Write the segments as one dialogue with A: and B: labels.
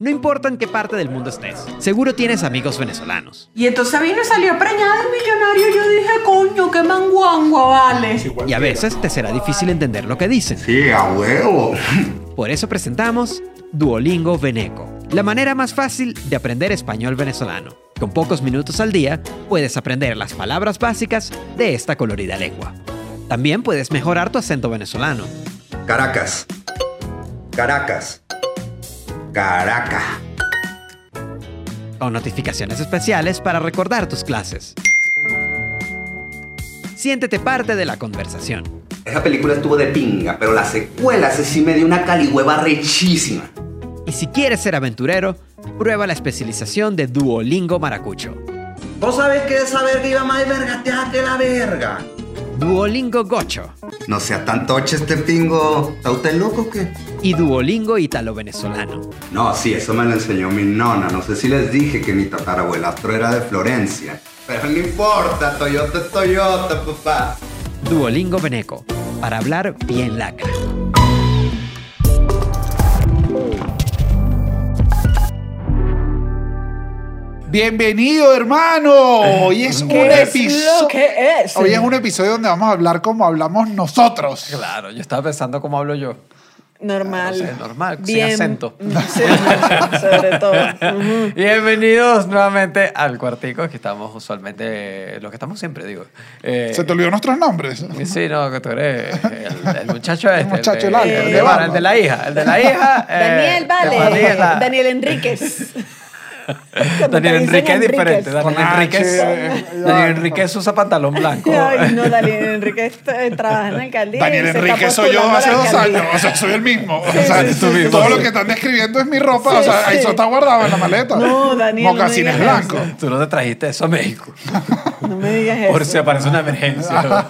A: No importa en qué parte del mundo estés, seguro tienes amigos venezolanos.
B: Y entonces a mí me salió preñada de millonario. Yo dije, coño, qué manguangua, vale.
A: Y a veces te será difícil entender lo que dicen.
C: Sí, a huevo.
A: Por eso presentamos Duolingo Veneco, la manera más fácil de aprender español venezolano. Con pocos minutos al día, puedes aprender las palabras básicas de esta colorida lengua. También puedes mejorar tu acento venezolano.
C: Caracas. Caracas. Caracas.
A: o notificaciones especiales para recordar tus clases. Siéntete parte de la conversación.
C: Esa película estuvo de pinga, pero la secuela se sí me dio una calihueva rechísima.
A: Y si quieres ser aventurero, prueba la especialización de Duolingo Maracucho.
C: ¿Vos sabés que esa verga iba más vergateada que la verga?
A: Duolingo Gocho
C: No sea tan toche este pingo. ¿Está usted loco o qué?
A: y Duolingo Italo-Venezolano.
C: No, sí, eso me lo enseñó mi nona. No sé si les dije que mi tatarabuelastro era de Florencia. Pero no importa, Toyota es Toyota, papá.
A: Duolingo Veneco, para hablar bien lacra.
D: Bienvenido, hermano. Hoy es un episodio.
B: que es?
D: Hoy es un episodio donde vamos a hablar como hablamos nosotros.
E: Claro, yo estaba pensando cómo hablo yo.
B: Normal.
E: No sé, normal, sin
B: Bien.
E: acento.
B: Mm, sí, sobre todo.
D: Eh,
B: Ujú.
E: Bienvenidos nuevamente al cuartico que estamos usualmente, lo que estamos siempre, digo. Eh,
D: ¿Se te olvidó nuestros nombres?
E: Sí, no, que tú eres el, el muchacho este.
D: muchacho,
E: de-
D: el alto,
E: el
B: el
E: de,
B: de
E: Vara,
D: barba.
E: el de la hija, el de la hija. eh,
B: Daniel, vale.
E: Daniela.
B: Daniel Enríquez.
E: Daniel
B: Cuando te dicen
E: Enrique es diferente.
B: Enríquez.
E: Daniel
D: Con H,
E: Enríquez,
D: eh,
E: Daniel
D: ya.
E: Enríquez usa pantalón blanco.
B: Ay, no, Daniel Enríquez eh, trabaja en la alcaldía.
D: Daniel
B: y se está
D: Enrique soy yo
B: postulando a
D: hace
B: la
D: dos
B: alcaldía.
D: años. O sea, soy el mismo. O sea,
B: sí, sí,
D: todo
E: sí, sí.
D: lo que están describiendo es mi ropa.
B: Sí,
D: o sea,
B: sí.
D: eso está guardado en la maleta.
B: No, Daniel, no
D: Mocasines
B: digas eso.
D: blancos.
E: Tú no te trajiste eso a México.
B: No me digas eso.
E: Por si aparece una emergencia.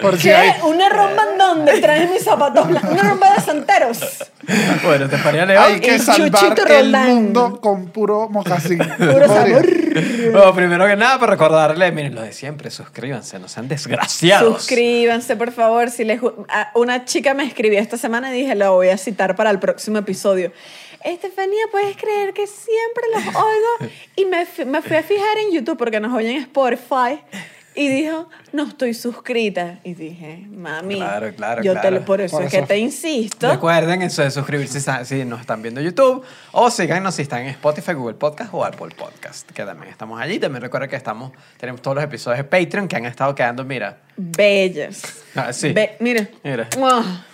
D: Por si
B: ¿Qué?
D: hay.
B: Una romba en donde traes mis zapatos blancos. Una romba de santeros.
E: bueno, te paría León.
D: Hay que
B: El
D: salvar
B: Chuchito
D: el
B: Roldán.
D: mundo con puro mocasín.
B: Puro sabor.
E: Bueno, primero que nada, para recordarle, miren, lo de siempre, suscríbanse, no sean desgraciados.
B: Suscríbanse, por favor. Si les, gu- a- una chica me escribió esta semana y dije, la voy a citar para el próximo episodio. Estefanía, ¿puedes creer que siempre los oigo? Y me, fi- me fui a fijar en YouTube porque nos oyen en Spotify. Y dijo, no estoy suscrita. Y dije, mami,
E: Claro, claro,
B: yo te lo,
E: claro.
B: por eso
D: Por
B: es que
D: eso.
B: te insisto.
E: Recuerden eso de suscribirse sa- si nos están viendo en YouTube o síganos si están en Spotify, Google Podcast o Apple Podcast, que también estamos allí. También recuerden que estamos, tenemos todos los episodios de Patreon que han estado quedando, mira.
B: Bellas.
E: Ah, sí.
B: Be- mira.
E: Mira.
B: Mua,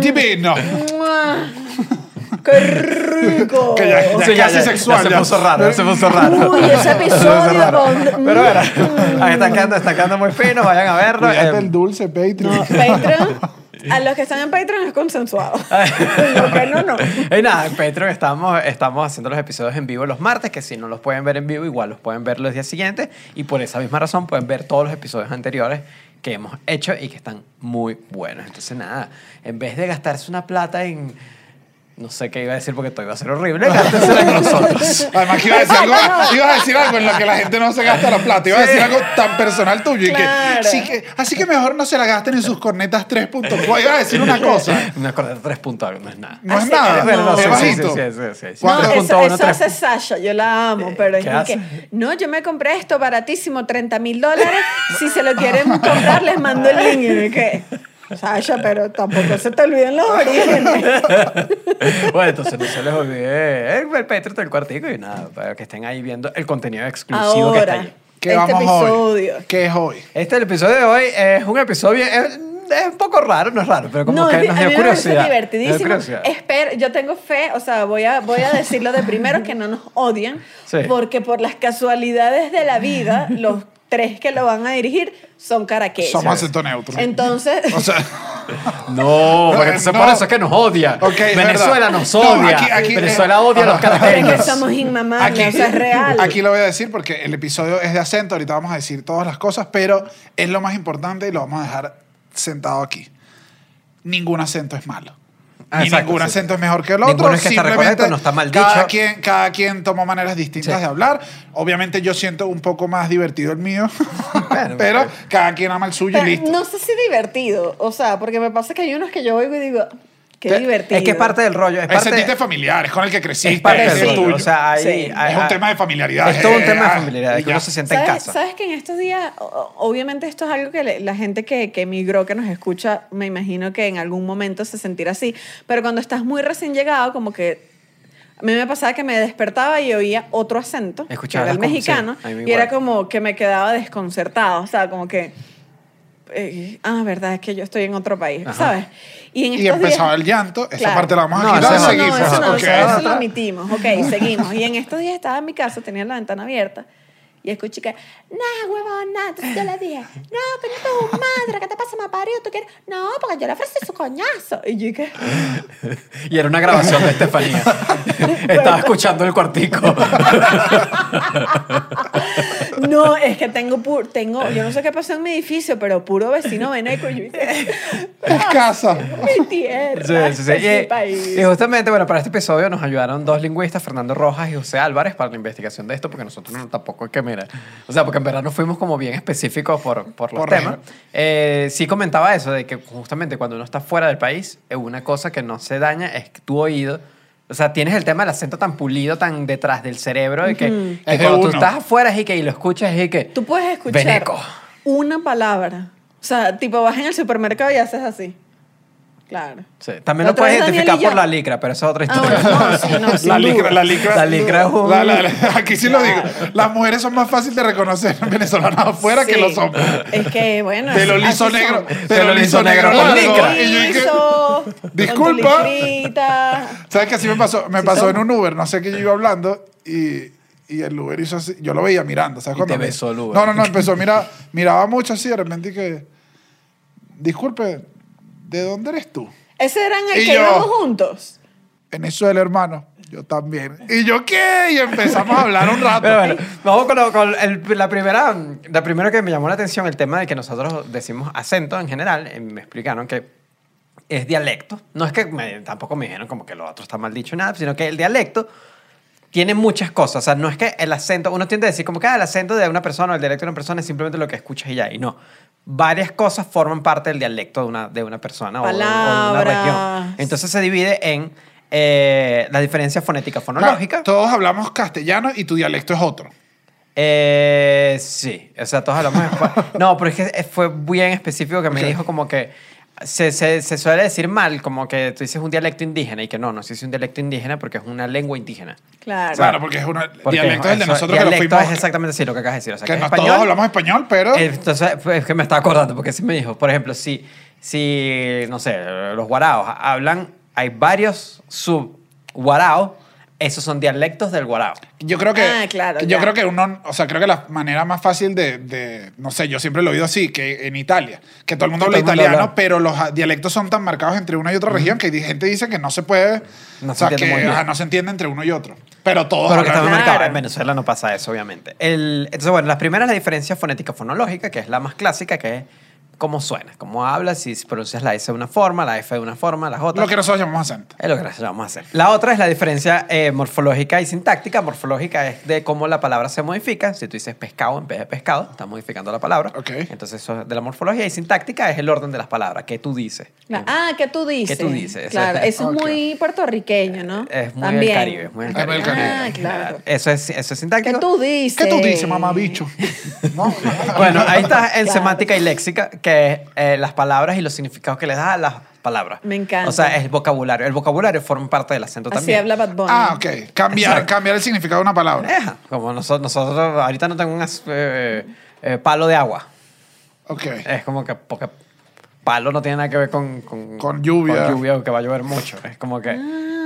D: Divino.
B: mua. ¡Qué rico!
D: Que ya-
E: Sí,
D: casi sexual,
E: se
D: ya.
E: puso raro, ya se puso raro.
B: Uy, ese episodio Mm. con-
E: Pero bueno, ahí están quedando, están quedando muy fino, vayan a verlo.
D: Cuídate
E: Eh,
D: el dulce, Patreon.
B: No, Patreon, a los que están en Patreon es consensuado. Lo que no, no.
E: Y nada, en Patreon estamos, estamos haciendo los episodios en vivo los martes, que si no los pueden ver en vivo, igual los pueden ver los días siguientes. Y por esa misma razón pueden ver todos los episodios anteriores que hemos hecho y que están muy buenos. Entonces, nada, en vez de gastarse una plata en. No sé qué iba a decir porque todo iba a ser horrible, gástensela en nosotros.
D: Además que iba a decir algo, iba a decir algo en lo que la gente no se gasta la plata. Iba a decir algo tan personal tuyo. y que,
B: Claro.
D: sí que- así que mejor no se la gasten en sus cornetas 3.4. Iba a decir una cosa.
E: Me acordé de tres puntos, algo, no es nada.
D: No es
B: Así-
D: nada.
B: Bueno, no,
D: es
B: sí,
E: sí, sí,
D: bajito.
E: sí, sí, sí, sí.
D: Cuatro
B: No,
D: con
B: eso,
E: todo, no
B: eso
E: tres. Eh,
B: hace Sasha, yo la amo, pero es
E: ¿qué
B: como que, no, yo me compré esto baratísimo, 30 mil dólares, si se lo quieren comprar les mando el link. Y yo, ¿qué? Sasha, pero tampoco se te olviden los orígenes.
E: bueno, entonces no se les olvide eh, el Patreon del cuartico y nada, para que estén ahí viendo el contenido exclusivo que está
B: Ahora,
E: allí.
D: ¿Qué
B: este
D: vamos
B: episodio.
D: hoy? ¿Qué es hoy?
E: Este el episodio de hoy es un episodio es, es un poco raro, no es raro, pero como
B: No,
E: que
B: es di-
E: nos
B: a
E: dio
B: mí me parece
E: curiosidad. nos dio
B: divertidísimo.
E: curiosidad.
B: Espero, yo tengo fe, o sea, voy a, voy a decirlo de primero que no nos odian,
E: Sí.
B: porque por las casualidades de la vida, los tres que lo van a dirigir son caraqueños.
D: Somos acento neutro.
B: Entonces,
D: O sea,
E: No,
D: No,
E: porque entonces
D: no.
E: por eso es que nos odia.
D: Ok, es
E: Venezuela
D: verdad.
E: nos
D: No,
E: odia.
D: aquí- aquí-
E: Venezuela
D: eh,
E: odia a los
D: ajá.
B: pero es que
E: caraqueños.
B: somos inmamables,
D: aquí,
B: o sea, es real.
D: aquí lo voy a decir porque el episodio es de acento. Ahorita vamos a decir todas las cosas, pero es lo más importante y lo vamos a dejar sentado aquí. Ningún acento es malo.
E: Ah,
D: Ni
E: exacto,
D: ningún
E: sí.
D: acento es mejor que el
E: Ninguno
D: otro.
E: es que está
D: Simplemente
E: recorrecto, no está mal
D: Cada
E: dicho.
D: quien, cada quien tomó maneras distintas
E: Sí.
D: de hablar. Obviamente yo siento un poco más divertido el mío,
E: Bueno,
D: pero
E: bueno.
D: cada quien ama el suyo
B: Pero
D: y listo.
B: no sé si divertido, o sea, porque me pasa que hay unos que yo oigo y digo, "Ah, Qué
D: Te-
B: divertido.
E: Es que es parte del rollo. Es
D: Ese
E: parte,
D: sentiste familiar, es con el que creciste,
E: es parte
D: es
E: del
D: el
B: sí,
E: rollo.
D: tuyo.
E: O sea, ahí,
B: Sí.
E: ahí-
D: Es un tema de familiaridad.
E: Es todo un tema de
D: Ah,
E: familiaridad.
D: y
E: Que
D: ya.
E: uno se sienta en
B: ¿Sabes,
E: casa.
B: sabes que en estos días, o- o- obviamente esto es algo que le- la gente que, que emigró, que nos escucha, me imagino que en algún momento se sentirá así, pero cuando estás muy recién llegado, como que a mí me pasaba que me despertaba y oía otro acento, que
E: Escuchaba
B: era el
E: las con- sí,
B: mexicano,
E: a mí
B: y era
E: igual.
B: como que me quedaba desconcertado, o sea, como que... eh, ah, verdad, es que yo estoy en otro país,
E: Ajá.
B: ¿sabes? Y en
D: Y
B: estos días-
D: empezaba el llanto, esa
B: Claro.
D: parte la vamos a
E: No,
D: quitar,
E: esa es otra,
D: seguimos.
E: esa
B: No, eso no,
D: ok.
B: eso, eso lo
E: otra.
B: omitimos. Ok, seguimos. Y en estos días estaba en mi casa, tenía la ventana abierta. Y escuché que, nah, huevón, nah. Entonces yo le dije, no, pero tu madre, ¿qué te pasa, me parió? ¿Tú quieres? No, porque yo le ofrecí su coñazo. Y yo dije,
E: Y era una grabación de Estefanía. Estaba escuchando el cuartico.
B: no, es que tengo, pu- tengo, yo no sé qué pasó en mi edificio, pero puro vecino veneco. Y yo dije,
D: Es casa.
B: mi tierra,
E: Sí, sí, sí.
B: es mi
E: Y,
B: país.
E: y justamente, bueno, para este episodio nos ayudaron dos lingüistas, Fernando Rojas y José Álvarez, para la investigación de esto, porque nosotros no, tampoco es que, mira, o sea, porque en verdad nos fuimos como bien específicos por, por los
D: Por
E: temas.
D: región.
E: Eh, sí comentaba eso, de que justamente cuando uno está fuera del país, eh, una cosa que no se daña es que tu oído... O sea, tienes el tema del acento tan pulido, tan detrás del cerebro, de que, que
D: Es de
E: cuando tú
D: uno.
E: estás afuera es y que y lo escuchas es y que...
B: Tú puedes escuchar
E: Veneco.
B: una palabra. O sea, tipo, vas en el supermercado y haces así. Claro.
E: Sí, También
B: La
E: lo
B: otra
E: puedes
B: vez Daniel
E: identificar
B: y yo-
E: por la licra, pero eso es otra
B: Ah,
E: historia.
B: bueno, no, sí, no, sin
D: La
B: duda.
D: licra, la licra.
E: La licra es un-
D: La- la- la- aquí sí lo digo. Las mujeres son más fáciles de reconocer venezolanas afuera que
B: Sí.
D: los hombres.
B: Es que, bueno.
D: De lo
B: así-
D: liso
B: así
D: negro.
B: son.
D: De lo liso negro.
E: con
D: largo.
E: licra.
D: Y yo dije,
B: Liso,
D: Disculpa.
B: con tu licrita.
D: ¿Sabes qué así me pasó? Me
B: Sí
D: pasó
B: son.
D: en un Uber, no sé qué yo iba hablando y, y el Uber hizo así. Yo lo veía mirando, ¿sabes?
E: Y
D: cuando
E: te
D: me-
E: besó el Uber.
D: No, no, no, empezó, mira, miraba mucho así, de repente y que, disculpe, ¿de dónde eres tú?
B: Ese eran el
D: Y
B: que
D: yo.
B: íbamos juntos.
D: Venezuela, hermano. Yo también. ¿Y yo qué? Y empezamos a hablar un rato.
E: Pero bueno, vamos con, lo- con el- la primera, la primera que me llamó la atención, el tema de que nosotros decimos acento en general, eh, me explicaron que es dialecto. No es que me- tampoco me dijeron como que lo otro está mal dicho, nada, sino que el dialecto tiene muchas cosas. O sea, no es que el acento, uno tiende a decir como que ah, el acento de una persona o el dialecto de una persona es simplemente lo que escuchas y ya, y no. Varias cosas forman parte del dialecto de una, de una persona o de- o de una región.
B: Palabras.
E: Entonces se divide en eh, las diferencias fonéticas fonológicas.
D: Claro, Todos hablamos castellano y tu dialecto es otro.
E: Eh, sí, o sea, todos hablamos después. No, pero es que eh, fue bien específico que me
D: Ok.
E: dijo como que se, se- se suele decir mal, como que tú dices un dialecto indígena y que no, no se dice un dialecto indígena porque es una lengua indígena.
B: Claro.
D: Claro, porque es un
E: Porque
D: dialecto es el de
E: eso-
D: nosotros que lo
E: dialecto
D: fuimos.
E: es exactamente así, lo que acabas de decir. O sea, que,
D: que
E: es
D: no
E: español,
D: todos hablamos español, pero.
E: entonces, pues, es que me estaba acordando, porque sí me dijo, por ejemplo, si, si no sé, los guaraos hablan, hay varios sub-guaraos, esos son dialectos del guarao.
D: Yo creo que.
B: Ah, claro,
D: yo
B: ya.
D: creo que uno. O sea, creo que la manera más fácil de, de- No sé, yo siempre lo he oído así, que en Italia. Que todo el mundo
E: Que
D: habla
E: todo el mundo
D: italiano,
E: habla.
D: pero los ah, dialectos son tan marcados entre una y otra región que gente dice que no se puede.
E: No
D: o
E: se
D: sea,
E: entiende muy
D: que
E: bien.
D: ah, no se entiende entre uno y otro. Pero todos.
E: Pero que
D: hablan-
E: estamos
B: Claro.
E: marcados. En Venezuela no pasa eso, obviamente. El, entonces, bueno, las primeras la diferencia fonética fonológica, que es la más clásica, que es cómo suena, cómo hablas, si pronuncias la S de una forma, la F de una forma, las otras.
D: lo que nosotros llamamos acento.
E: Es lo que nosotros vamos a hacer. La otra es la diferencia eh, morfológica y sintáctica. Morfológica es de cómo la palabra se modifica. Si tú dices pescado en vez de pescado, estás modificando la palabra.
D: Ok.
E: Entonces eso es de la morfología. Y sintáctica es el orden de las palabras, que tú dices.
B: Claro. Ah, ¿qué tú dices?
E: ¿Qué tú dices?
B: Claro, eso
D: Ok.
B: es muy puertorriqueño, ¿no?
E: Es muy del
B: También.
E: Caribe. es Muy del
D: Ah,
E: Caribe. eh,
B: Ah,
D: Caribe.
B: claro.
E: Eso es, eso es sintáctico.
B: ¿Qué tú dices?
D: ¿Qué tú dices, mamabicho? no.
E: Bueno, ahí está en
B: Claro.
E: semántica y léxica, que es eh, las palabras y los significados que les da a las palabras.
B: Me encanta.
E: O sea, es vocabulario. El vocabulario forma parte del acento
B: Así
E: también.
B: habla Bad Bunny.
D: Ah, ok. Cambiar, cambiar el significado de una palabra.
E: Eh, como nosotros, nosotros, ahorita no tengo un as- eh, eh, palo de agua.
D: Ok.
E: Es como que, porque palo no tiene nada que ver con... Con,
D: Con lluvia.
E: Con lluvia o que va a llover mucho. Es como que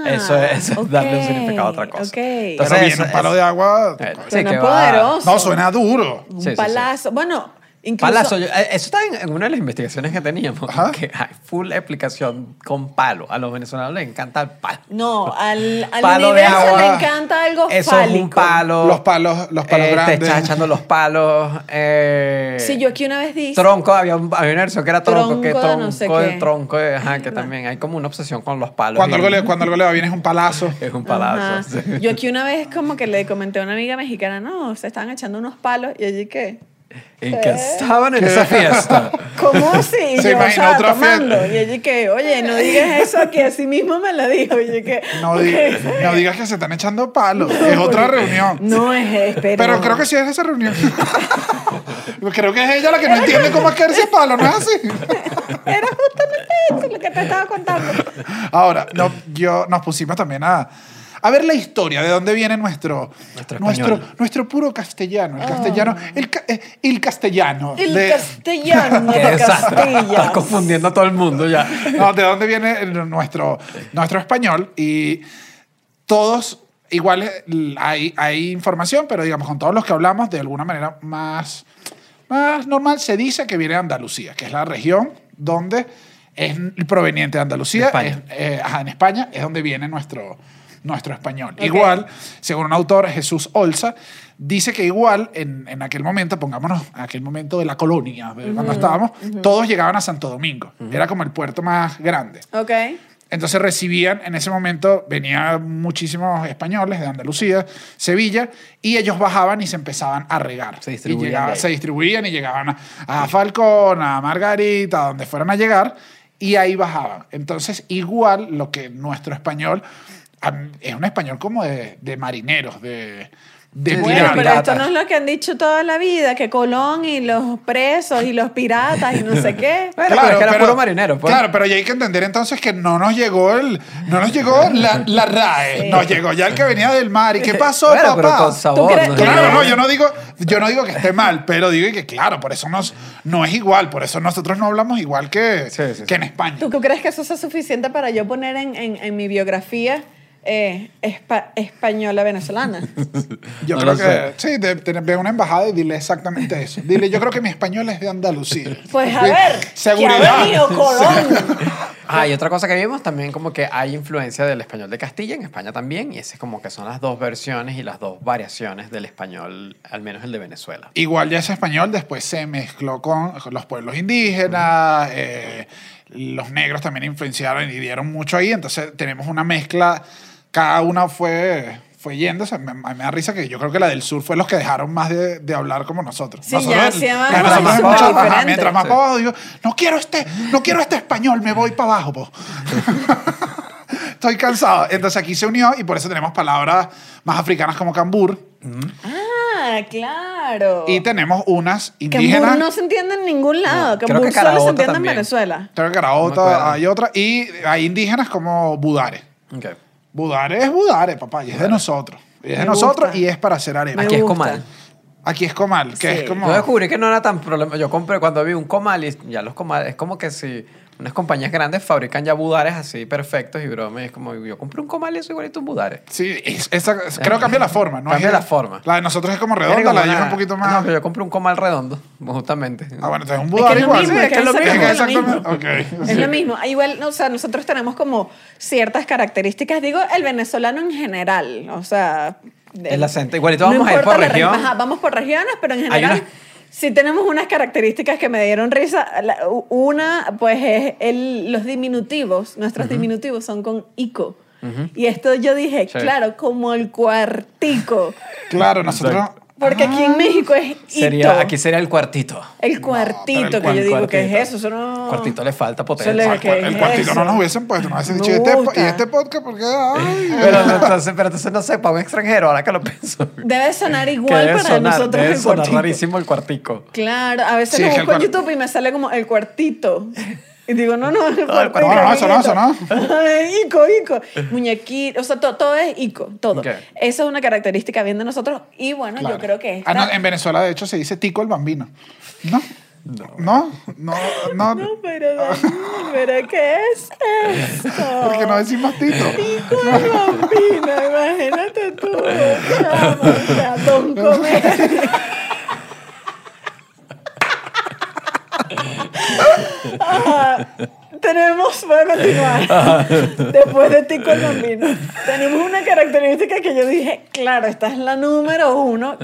B: Ah,
E: eso es, eso es darle un
B: ok,
E: significado a otra cosa.
B: ok.
D: Pero
E: eso
D: bien, un
E: es-
D: palo de agua.
E: eh, sí,
B: Suena
E: que va-
B: poderoso.
D: No, suena duro.
B: Un
E: Sí, sí, sí.
B: palazo. Bueno, incluso...
E: Palazo, yo- eh, eso está en, en una de las investigaciones que teníamos,
D: Ajá.
E: que hay full explicación con palo. A los venezolanos les encanta el palo.
B: No, al, al
E: Palo de
B: universo
E: agua.
B: le encanta algo
E: Eso
B: fálico.
E: es un palo.
D: Los palos- los palos
E: Eh, Te
D: grandes.
E: estás echando los palos. Eh,
B: Sí, yo aquí una vez dije...
E: Tronco, había un, había una versión que era tronco,
B: Tronco
E: que
B: de
E: tronco,
B: no sé
E: de
B: qué.
E: tronco, eh, ajá, que también hay como una obsesión con los palos.
D: Cuando
E: y-
D: algo, le, cuando algo le va bien es un palazo.
E: Es un
B: Ajá.
E: palazo. sí.
B: Yo aquí una vez como que le comenté a una amiga mexicana, no, se estaban echando unos palos y allí qué.
E: y que estaban en esa fiesta.
B: ¿Cómo así? yo,
D: Se
B: o
D: imaginó
B: sea,
D: otra
B: tomando.
D: fiesta.
B: Y ella que, oye, no digas eso, que así mismo me la dijo. Y yo que,
D: No, di- no digas que se están echando palos. es otra reunión.
B: No es espera.
D: Pero creo que sí es esa reunión. creo que es ella la que no entiende cómo es caerse a palo, ¿no es así?
B: Era justamente eso lo que te estaba contando.
D: Ahora, no, yo, nos pusimos también a, a ver la historia, de dónde viene nuestro,
E: Nuestro
D: nuestro,
E: español.
D: nuestro puro castellano. El castellano, el, ca- eh, el castellano.
B: El
D: de-
B: castellano
E: Qué
B: de
E: desastre. Estás
B: Castilla.
E: confundiendo a todo el mundo ya.
D: No, de dónde viene el- nuestro, nuestro español. Y todos, igual eh, hay, hay información, pero digamos, con todos los que hablamos, de alguna manera más, más normal, se dice que viene de Andalucía, que es la región donde es proveniente de Andalucía.
E: De España.
D: es- eh, ajá, en España es donde viene nuestro, nuestro español. Igual, según un autor, Jesús Olza, dice que igual en, en aquel momento, pongámonos aquel momento de la colonia, de cuando estábamos, todos llegaban a Santo Domingo. Era como el puerto más grande.
B: Ok.
D: Entonces recibían, en ese momento venían muchísimos españoles de Andalucía, Sevilla, y ellos bajaban y se empezaban a regar.
E: Se
D: y
E: distribuían de
D: llegaban,
E: ahí.
D: se distribuían y llegaban a, a Falcón, a Margarita, a donde fueran a llegar, y ahí bajaban. Entonces, igual lo que nuestro español a mí, es un español como de, de marineros, de, de
E: Sí,
B: Bueno,
D: piratas.
B: pero esto
E: piratas.
B: no es lo que han dicho toda la vida, que Colón y los presos y los piratas y no sé qué.
E: Bueno, pero es que era puro marinero, pues.
D: Claro, pero ya hay que entender entonces que no nos llegó el, no nos llegó la, la RAE, nos llegó ya el que venía del mar. ¿Y qué pasó,
E: Bueno, pero
D: papá?
E: con sabor.
B: crees-
E: ¿no?
D: Claro, no, yo no digo, yo no digo que esté mal, pero digo que claro, por eso nos, no es igual, por eso nosotros no hablamos igual que,
E: Sí, sí, sí.
D: que en España.
B: ¿Tú, tú crees que eso sea suficiente para yo poner en, en- en mi biografía eh, espa- española venezolana?
D: Yo
E: No
D: creo
E: lo
D: que
E: sé.
D: sí, de, de- ve a una embajada y dile exactamente eso. Dile, yo creo que mi español es de Andalucía.
B: Pues a
D: Sí,
B: ver, que
D: seguridad.
B: ha venido Colón.
E: Ah, y otra cosa que vimos también como que hay influencia del español de Castilla en España también, y ese es como que son las dos versiones y las dos variaciones del español, al menos el de Venezuela.
D: Igual ya ese español después se mezcló con los pueblos indígenas, eh, los negros también influenciaron y dieron mucho ahí, entonces tenemos una mezcla, cada una fue, fue yéndose, me, me da risa que yo creo que la del sur fue los que dejaron más de, de hablar como nosotros.
B: Sí,
D: Nosotros
B: ya
D: el-
B: hacían algo
D: mientras más
E: súper
D: para abajo, ajá,
B: diferente.
D: mientras más
E: Sí.
D: para abajo, digo, no quiero este, no quiero este español, me voy para abajo. po". Estoy cansado. Entonces aquí se unió y por eso tenemos palabras más africanas como cambur
B: Ah, claro.
D: y tenemos unas
B: Oh. Cambur
D: indígenas.
B: no se entiende en ningún lado.
E: No, creo
B: Cambur solo
E: que
B: se
E: caraota
B: entiende
E: también.
B: en Venezuela.
D: Creo que
E: No me acuerdo.
D: Garaota hay otra. Y hay indígenas como Budare.
E: Ok.
D: Budare es Budare, papá, y es de nosotros. Y es de
B: Me
D: nosotros
B: gusta.
D: y es para hacer arepa.
B: Me
E: Aquí es
B: gusta.
E: comal.
D: Aquí es comal, que
B: Sí.
D: es como...
E: Yo descubrí que no era tan problema. Yo compré cuando vi un comal y ya los comales, es como que si unas compañías grandes fabrican ya budares así perfectos y broma, y es como yo compré un comal y eso igualito un budare.
D: Sí, es- esa- creo que cambia la forma. ¿no?
E: Cambia
D: Es-
E: la forma.
D: La de nosotros es como
E: Tiene
D: redonda,
E: como
D: la de ellos
E: una-
D: es un poquito
E: No,
D: más...
E: pero yo compré un comal redondo, justamente.
D: Ah, bueno, entonces es un
B: Es que
D: Budare
B: es lo
D: igual.
B: mismo,
D: Sí,
B: es que es lo
D: es
B: mismo,
D: que
B: es lo mismo.
D: exactamente- ok.
B: Es lo mismo. Ah, Igual, no, o sea, nosotros tenemos como ciertas características. Digo, el venezolano en general. O sea. de-
E: El acento. Igualito vamos a ir
B: importa
E: por
B: la región.
E: región.
B: Ajá, vamos por regiones, pero en general.
E: unas-
B: Sí tenemos unas características que me dieron risa. La- u- Una, pues, es el- los diminutivos. Nuestros diminutivos son con ico. Y esto yo dije,
E: Sí.
B: claro, como el cuartico.
D: Claro, nosotros...
B: Porque aquí en México es ito.
E: Ah, Sería, aquí sería el cuartito.
B: El
D: pero
B: cuartito,
D: el
B: que yo digo que es
E: cuartito.
B: eso. eso no-
E: Cuartito le falta potencia.
B: Eso le-
D: El,
B: ¿Qué
D: el
B: es
D: cuartito no
B: eso?
D: nos hubiesen puesto, nos hubiesen
B: Me
D: dicho, "Y este po-
B: gusta.
D: y este podcast, porque... ay, eh,
E: Pero entonces, pero entonces no sé, para un extranjero, ahora que lo pienso.
B: Debe sonar
E: que
B: igual
E: debe
B: para
E: sonar,
B: nosotros
E: debe
B: el
E: sonar
B: cuartico.
E: rarísimo el cuartico.
B: Claro, a veces
D: Sí,
B: lo
D: es que el
B: busco en
D: cuart-
B: YouTube y me sale como el cuartito. Y digo, no, no, el
E: No, el
B: cuartito.
D: cuartito. No, no, eso no, eso
B: amiguito. Ay, Ico, Ico. Muñequito, o sea, to- todo es Ico, todo.
E: Ok.
B: Esa es una característica bien de nosotros. Y bueno,
D: Claro.
B: yo creo que esta...
D: Ah, no, en Venezuela, de hecho, se dice tico el bambino. ¿No? No, no, no.
B: No, pero Daniel, ¿pero qué es esto?
D: Porque no decimos tito.
B: Ico el bambino, imagínate tú. Chamo, o sea, Don Comedia. Ajá. Tenemos, voy a continuar. Después de Tico el Bambino, tenemos una característica que yo dije, claro, esta es la número uno,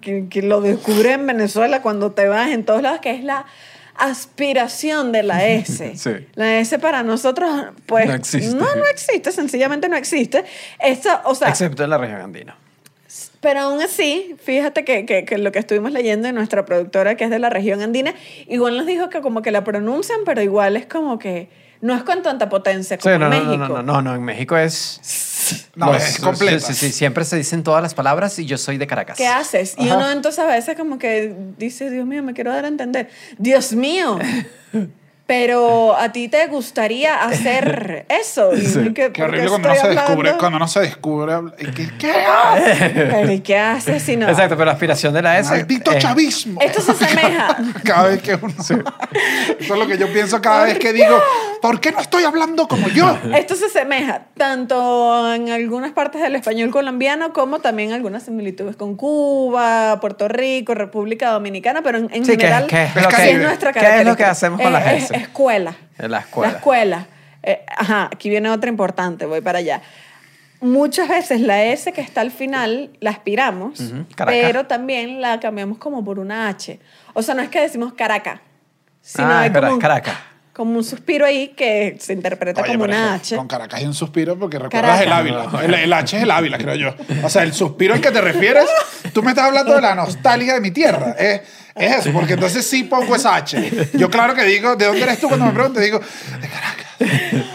B: que, que lo descubre en Venezuela cuando te vas en todos lados, que es la aspiración de la S.
E: Sí.
B: La S para nosotros, pues,
E: No existe.
B: no, no existe, sencillamente no existe. Esta, o sea,
E: Excepto en la región andina.
B: Pero aún así, fíjate que, que- que lo que estuvimos leyendo de nuestra productora, que es de la región andina, igual nos dijo que como que la pronuncian, pero igual es como que no es con tanta potencia como
E: Sí, no,
B: en
E: no,
B: México.
E: no, no, no, no, no, en México es...
D: No,
E: los-
D: es completa.
E: Sí, sí, sí, siempre se dicen todas las palabras y yo soy de Caracas.
B: ¿Qué haces? Y
E: Ajá.
B: uno entonces a veces como que dice, Dios mío, me quiero dar a entender. Dios mío. Pero a ti te gustaría hacer eso. Y yo, ¿qué-
D: Qué
B: por
D: horrible cuando no
B: estoy
D: se descubre,
B: hablando?
D: cuando no se descubre. y que- ¿Qué?
B: Pero ¿y qué haces si no?
E: Exacto, pero la aspiración de la S... eh,
D: Maldito
E: es-
D: chavismo.
B: eh, Esto se asemeja.
D: Cada vez que uno. Eso es lo que yo pienso cada vez que digo, ¿por qué no estoy hablando como yo?
B: Esto se asemeja tanto en algunas partes del español colombiano como también algunas similitudes con Cuba, Puerto Rico, República Dominicana, pero en, en
E: Sí, que-
B: general
E: que es
B: sí
D: lo que-
B: es nuestra
E: ¿qué es lo
B: característica.
E: que hacemos con
B: Eh,
E: las
B: es-
E: S?
B: Escuela.
E: La escuela.
B: La escuela. Eh, ajá, aquí viene otra importante, voy para allá. Muchas veces la S que está al final la aspiramos,
E: Ujú, Caracas.
B: pero también la cambiamos como por una H. O sea, no es que decimos Caracas, sino
E: Ah,
B: hay
E: espera,
B: como un-
E: Caracas.
B: como un suspiro ahí que se interpreta
D: Oye,
B: como
D: pero
B: una
D: es que
B: H.
D: Con Caracas hay un suspiro porque
B: Caracas.
D: recuerdas el Ávila. El, el H es el Ávila, creo yo. O sea, el suspiro al que te refieres, tú me estás hablando de la nostalgia de mi tierra. Es, es eso, porque entonces sí pongo esa H. Yo claro que digo, ¿de dónde eres tú cuando me preguntas? Digo, de Caracas.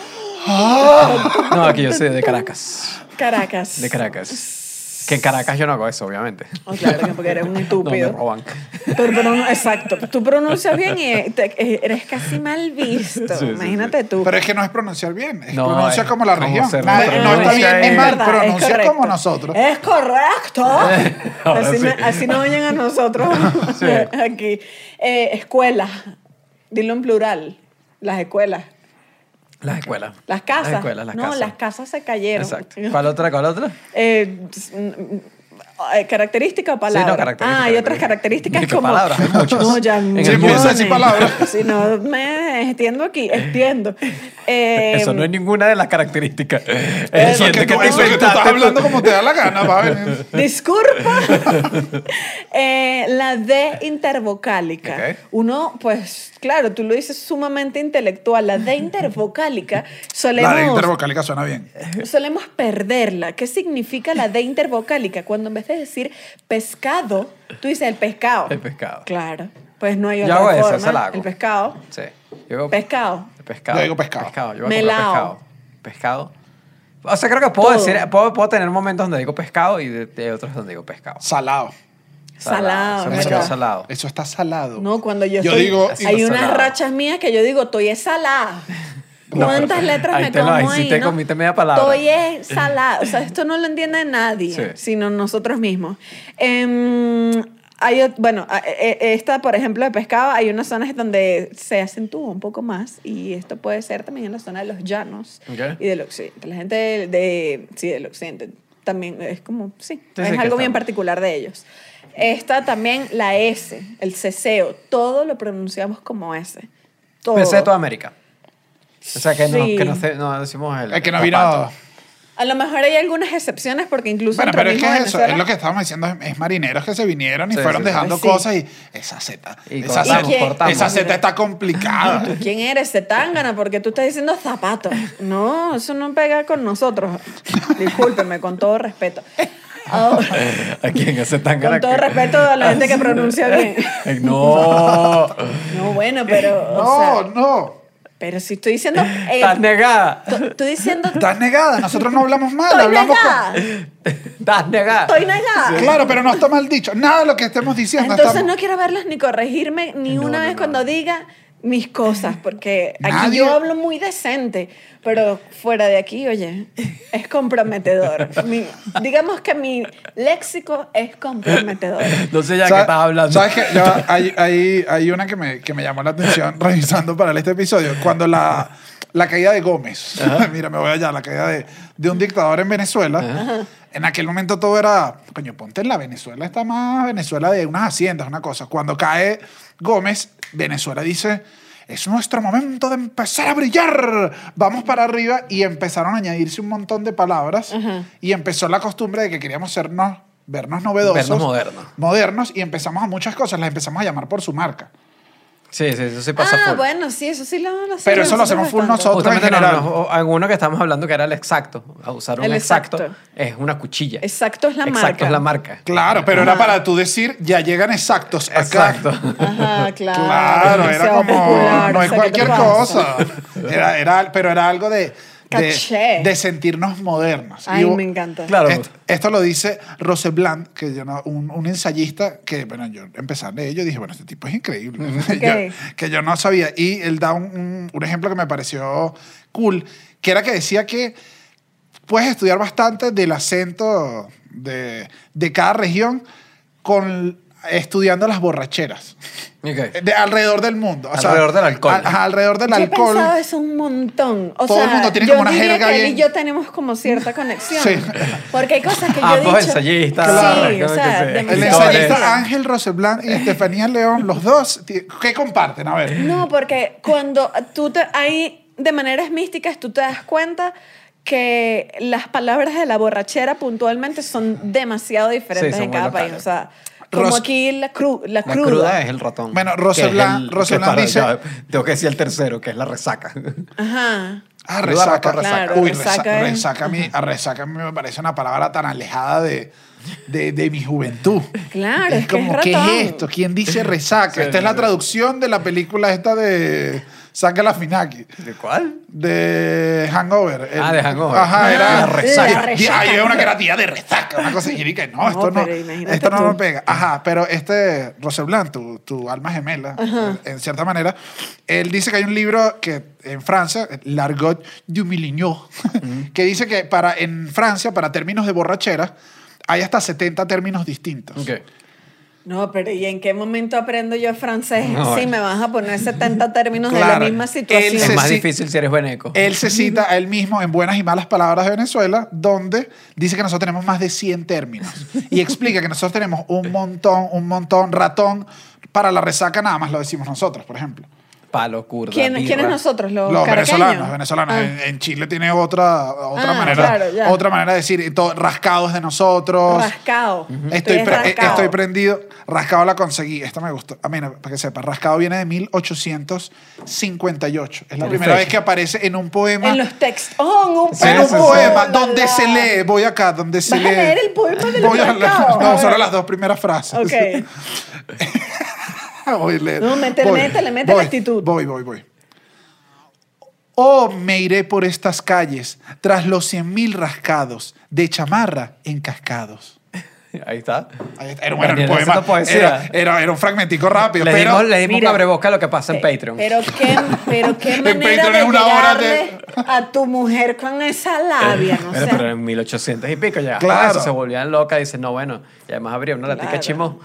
E: No, aquí yo soy de Caracas.
B: Caracas.
E: De Caracas. Que en Caracas yo no hago eso, obviamente.
B: Oh, claro, que porque eres un estúpido.
E: No, me roban.
B: Tú pronun- exacto. Tú pronuncias bien y te- eh, eres casi mal visto.
E: Sí, sí,
B: Imagínate tú.
D: Pero es que no es pronunciar bien, es
E: No,
D: pronuncia
E: es
D: como la
E: como
D: región.
E: se
D: Nadie- no está
E: pronuncia
D: bien ni
E: ahí.
D: mal,
B: verdad, es
D: pronuncia
B: correcto.
D: como nosotros.
B: Es correcto.
E: Ahora
B: así,
E: sí.
B: me- así no oyen a nosotros
E: Sí.
B: aquí. Eh, escuelas. Dilo en plural. Las escuelas.
E: Las escuelas.
B: Las casas.
E: Las escuelas, las
B: no,
E: casas.
B: las casas se cayeron.
E: Exacto. ¿Cuál otra? ¿Cuál otra?
B: Eh, s- n- n- eh, ¿Característica o palabra?
E: no, característica,
B: Ah, hay otras
E: característica.
B: características
E: Marica,
B: como...
E: palabras, hay muchas.
B: No, ya
E: En
D: el mundo. Sí, sí, palabras.
B: Si no, me extiendo aquí, extiendo. Eh,
E: Eso no es ninguna de las características. Em, Es
D: Eso que,
E: gente
D: tú,
E: te
D: eso que tú
E: inventaste
D: estás
E: tú.
D: hablando como te da la gana, va a venir.
B: Disculpa. Eh, la D intervocálica.
E: Ok.
B: Uno, pues, claro, tú lo dices sumamente intelectual. La D intervocálica solemos...
D: La de intervocálica suena bien.
B: Solemos perderla. ¿Qué significa la D intervocálica? Cuando en vez de decir pescado, tú dices el pescado.
E: El pescado.
B: Claro. Pues no hay
E: Yo
B: otra
E: hago eso,
B: forma.
E: esa la hago.
B: El pescado.
E: Sí. Yo digo-
B: Pescado.
E: Pescado.
D: Yo digo pescado.
E: Pescado. Yo voy a
B: Melao.
E: comprar pescado. Pescado. O sea, creo que puedo
B: Todo.
E: decir, puedo, puedo tener momentos donde digo pescado y de, de otros donde digo pescado.
D: Salado.
B: Salado.
E: Salado,
B: ¿verdad?
E: Pescado salado.
D: Eso está salado.
B: No, cuando yo,
D: Yo
B: estoy-
D: digo-
B: hay
E: Está
B: unas
E: salado.
B: rachas mías que yo digo, estoy es salada.
E: No,
B: ¿Cuántas
E: pero-
B: letras
E: ahí
B: me
E: te lo-
B: como
E: ahí sí
B: ahí,
E: te
B: no?
E: comiste media palabra.
B: Estoy es salada. O sea, esto no lo entiende nadie,
E: Sí.
B: sino nosotros mismos. Em, hay, ot- bueno, a- e- e- esta, por ejemplo, de pescado, hay unas zonas donde se acentúa un poco más y esto puede ser también en la zona de los llanos
E: Ok.
B: y del occidente. La gente de, de- sí, del occidente también es como, sí,
E: Sí,
B: es
E: sí, que
B: algo bien
E: estamos.
B: particular de ellos. Esta también, la S, el ceseo, todo lo pronunciamos como S. Todo.
E: Pensé de toda América. O sea, que, no,
B: Sí.
E: que no, se- no decimos el.
D: Es que no
E: el
D: vino.
E: zapato.
B: A lo mejor hay algunas excepciones porque incluso
D: Bueno,
B: entre
D: pero es que
B: mismo
D: es eso,
B: Venezuela-
D: es lo que estábamos diciendo, es- es marineros que se vinieron y
E: Sí,
D: fueron
E: sí, sí.
D: dejando
B: Pues sí.
D: cosas y esa Z,
E: Y
D: esa
B: cortamos,
D: Z,
B: cortamos.
D: esa Z está complicada.
B: ¿Tú ¿Quién eres, Zetangana? Porque tú estás diciendo zapato. No, eso no pega con nosotros. Discúlpeme, con todo respeto. Ahora,
E: ¿A quién hace tan
B: con todo respeto a la gente que pronuncia bien.
E: No.
B: No, bueno, pero. o
D: No,
B: sea,
D: no,
B: pero si estoy diciendo. eh,
E: Estás negada.
B: to- estoy diciendo.
D: estás negada, nosotros no hablamos mal,
B: Estoy
D: hablamos con-
B: negada.
E: Estás negada.
B: Estoy negada.
D: Claro, pero no está mal dicho, nada de lo que estemos diciendo está
B: Entonces no quiero verlos ni corregirme ni
E: No,
B: una
E: no,
B: vez
E: no.
B: cuando diga mis cosas, porque aquí
D: Nadie-
B: yo hablo muy decente, pero fuera de aquí, oye, es comprometedor. Mi- digamos que mi léxico es comprometedor.
E: No sé ya
D: ¿Sabe-
E: qué estás hablando.
D: ¿Sabes qué? Ya va, hay, hay, hay una que me, que me llamó la atención revisando para este episodio. Cuando la, la caída de Gómez, mira, me voy allá, la caída de, de un dictador en Venezuela. En aquel momento todo era, coño, ponte en la Venezuela, está más Venezuela de unas haciendas, una cosa. Cuando cae Gómez, Venezuela dice, es nuestro momento de empezar a brillar. Vamos para arriba y empezaron a añadirse un montón de palabras
B: Ajá.
D: y empezó la costumbre de que queríamos sernos, vernos novedosos
E: Vernos modernos.
D: modernos y empezamos a muchas cosas, las empezamos a llamar por su marca.
E: Sí, sí, eso sí pasa
B: Ah,
E: full.
B: bueno, sí, eso sí lo, lo
D: Pero eso
B: nosotros
D: lo hacemos full
B: bastante.
D: nosotros.
E: Justamente
D: en
E: no,
D: general.
E: no, alguno que estábamos hablando que era el exacto. A usar un
B: El
E: exacto,
B: exacto.
E: es una cuchilla.
B: Exacto es la
E: Exacto
B: marca.
E: es la marca.
D: Claro, pero era para tú decir, ya llegan exactos acá.
E: Exacto.
B: Ajá, claro.
D: Claro, era
B: demasiado
D: como.
B: popular,
D: no
B: o
D: es
B: sea,
D: cualquier
B: ¿qué te pasa?
D: cosa. Era, era, pero era algo de. De,
B: Caché.
D: de sentirnos modernos.
B: Ay,
D: Y hubo-
B: me encanta.
E: Claro.
D: Est- Esto, lo dice Rose Bland, que yo no- un, un ensayista que, bueno, yo empecé a leer y yo dije, bueno, este tipo es increíble. Yo- que yo no sabía. Y él da un, un- un ejemplo que me pareció cool, que era que decía que puedes estudiar bastante del acento de, de cada región con estudiando las borracheras
E: Ok.
D: de alrededor del mundo. O sea,
E: Alrededor del alcohol.
D: al- ajá, alrededor del
B: Yo he
D: alcohol.
B: pensado eso un montón. O
D: Todo el
B: sea,
D: mundo tiene
B: yo
D: como una
B: diría
D: jerga
B: que él
D: bien-
B: y yo tenemos como cierta conexión.
D: Sí.
B: Porque hay cosas que yo he
E: Ambos
B: dicho...
E: ensayistas,
B: Sí,
E: Ah, pues, claro,
B: o sea,
E: que
B: demasiado
E: sí,
D: El
E: Escritores.
D: ensayista
B: bien.
D: Ángel Roseblanc y Estefanía León, los dos, ti- ¿qué comparten? A ver.
B: No, porque cuando tú te... Hay, de maneras místicas, tú te das cuenta que las palabras de la borrachera puntualmente son demasiado diferentes
E: Sí, son
B: en
E: muy
B: cada
E: locales.
B: país. O sea, como
D: Ros-
B: aquí la, cru- la
E: La
B: cruda.
E: cruda es el ratón.
D: Bueno,
E: que
D: Rose
E: es el-
D: Blanc- Rose
E: que es
D: Blanc
E: para-
D: dice-
E: ya, Tengo que decir el tercero, que es la resaca.
B: Ajá.
D: Ah,
E: Cruda
D: resaca.
E: rapa, resaca.
B: Claro,
D: Uy, resa- resaca,
B: resaca es-
D: a mí, a resaca a mí me parece una palabra tan alejada de, de, de mi juventud.
B: Claro, es que es
D: como, ¿qué
B: ratón.
D: es esto? ¿Quién dice resaca? esta es la traducción de la película esta de Saca la Finaki.
E: ¿De cuál?
D: De Hangover. El-
E: Ah, de Hangover.
D: Ajá, era.
E: La resaca.
D: Tía-
B: La resaca.
D: Ay, era una que era tía de resaca. Una cosa y que no,
B: No,
D: esto no.
B: pero imagínate
D: Esto no
B: tú.
D: me pega. Ajá, pero este, Roseblanc, tu, tu alma gemela, en cierta manera, él dice que hay un libro que en Francia, L'argot du Milignon, que dice que para, en Francia, para términos de borrachera, hay hasta 70 términos distintos.
E: Ok.
B: No, pero ¿y en qué momento aprendo yo francés?
E: No, eh.
B: sí,
E: bueno.
B: me vas a poner 70 términos de
D: Claro,
B: la misma
D: él
B: situación.
D: se-
E: Es más
D: sí. Eh,
E: difícil si eres veneco.
D: Él se cita a él mismo en Buenas y Malas Palabras de Venezuela, donde dice que nosotros tenemos más de 100 términos. Y explica que nosotros tenemos un montón, un montón, ratón. Para la resaca nada más lo decimos nosotros, por ejemplo.
E: Palo, curda,
B: ¿Quién,
E: birra.
B: ¿Quiénes nosotros? Los,
D: Los
B: caraqueños?
D: venezolanos, venezolanos.
B: Ah.
D: En, en Chile tiene otra, otra,
B: Ah,
D: manera,
B: claro, ya.
D: otra manera de decir, y todo, rascados de nosotros.
B: Rascado.
D: Estoy, pre- eh,
B: rascado.
D: estoy prendido. Rascado la conseguí. Esta me gustó. A mí, no, para que sepa, Rascado viene de 1858. Es la primera vez que aparece en un poema.
B: En los textos. Oh, en un
E: Sí,
D: en
B: poema.
D: un
E: sí, sí.
D: poema
B: Oh, la,
D: donde
B: la.
D: se lee, voy acá, donde se
B: ¿Vas a
D: lee.
B: leer el poema del
D: Voy a leer-
B: Rascado?
D: No,
B: Ahora.
D: solo las dos primeras frases.
B: Ok.
D: voy a leer.
B: No, métele,
D: Voy,
B: métele, métele
D: voy,
B: actitud.
D: Voy, voy, voy. Oh, me iré por estas calles, tras los cien mil rascados, de chamarra en cascados.
E: Ahí está.
D: Ahí está. Era, bueno, el
E: Daniel,
D: poema.
E: esa poesía.
D: Era, era, era un fragmentico rápido,
E: Le
D: pero...
E: dimos, le dimos
B: Mira,
E: cubreboca a lo que pasa en Patreon.
B: Eh, Pero qué, pero qué
D: En
B: manera
D: Patreon
B: de
D: es una hora
B: llegarle a tu mujer con esa labia, no
E: Pero,
B: sé.
E: pero en 1800 y pico ya. Ah,
D: Claro.
E: Eso, se volvían locas. Dicen, no, bueno. Y además abría una latica
B: Claro.
E: chimó.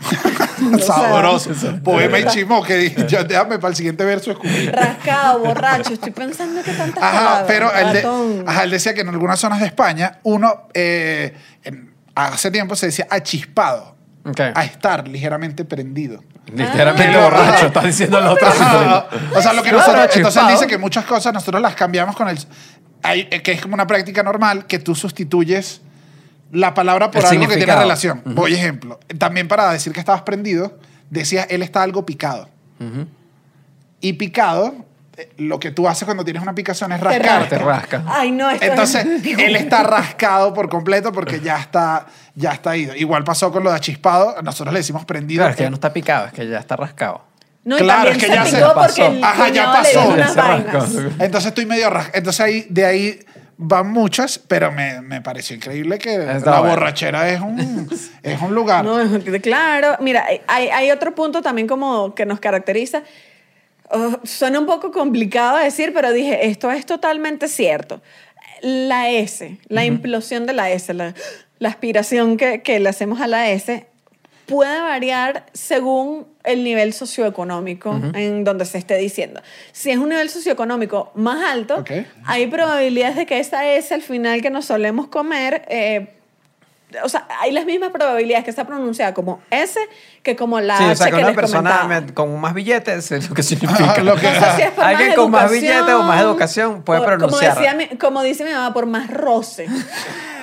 B: O sea,
D: Sabroso. Poema y chimo que dije, yo, déjame para el siguiente verso escupir.
B: Rascado, borracho, estoy pensando que tantas
D: Ajá,
B: palabras.
D: pero él, de-
B: ratón.
D: ajá, él decía que en algunas zonas de España, uno eh, en- hace tiempo se decía achispado,
E: Ok.
D: a estar ligeramente prendido.
E: Literalmente
D: Ah.
E: borracho. Estás diciendo lo otro.
D: Ajá, o sea, lo que
E: Claro,
D: nosotros. Entonces él
E: achispado.
D: dice que muchas cosas nosotros las cambiamos con el. hay- eh, que es como una práctica normal que tú sustituyes la palabra por
E: El
D: algo que tiene
E: significado.
D: relación. Por ejemplo, también para decir que estabas prendido, decías él está algo picado. Y picado, eh, lo que tú haces cuando tienes una picazón es
B: Te
D: rascarte.
E: Te rasca.
B: Ay, no, esto es-
D: Entonces, él está rascado por completo porque ya está, ya está ido. Igual pasó con lo de achispado. Nosotros le decimos prendido.
E: Claro, es que ya no está picado, es que ya está rascado.
B: No, y
D: Claro,
B: también
D: es que
B: se
D: ya se-
B: picó
E: pasó.
B: porque el
D: Ajá, ya
B: cuñado le dio
D: pasó.
B: unas
E: Se rascó.
B: vainas.
D: Entonces estoy medio rascado. Entonces ahí, de ahí van muchas, pero me, me pareció increíble que
E: Está
D: la
E: bueno.
D: borrachera es un, es un lugar.
B: No, es- claro. Mira, hay, hay otro punto también como que nos caracteriza. Oh, suena un poco complicado de decir, pero dije, esto es totalmente cierto. La S, la implosión de la S, la, la aspiración que, que le hacemos a la S, puede variar según el nivel socioeconómico en donde se esté diciendo. Si es un nivel socioeconómico más alto,
D: Ok.
B: hay probabilidades de que esa S al final que nos solemos comer eh, o sea, hay las mismas probabilidades que está pronunciada como S que como la
E: sí,
B: H
E: o sea, que
B: que
E: una
B: les
E: persona
B: comentaba.
E: me- con más billetes es lo que significa.
D: Ajá, lo que-
B: No sé si es por
E: Alguien
B: más
E: con más
B: educación,
E: billetes o más educación puede
B: o-
E: pronunciar.
B: Como, decía mi- como dice mi mamá, por más roce.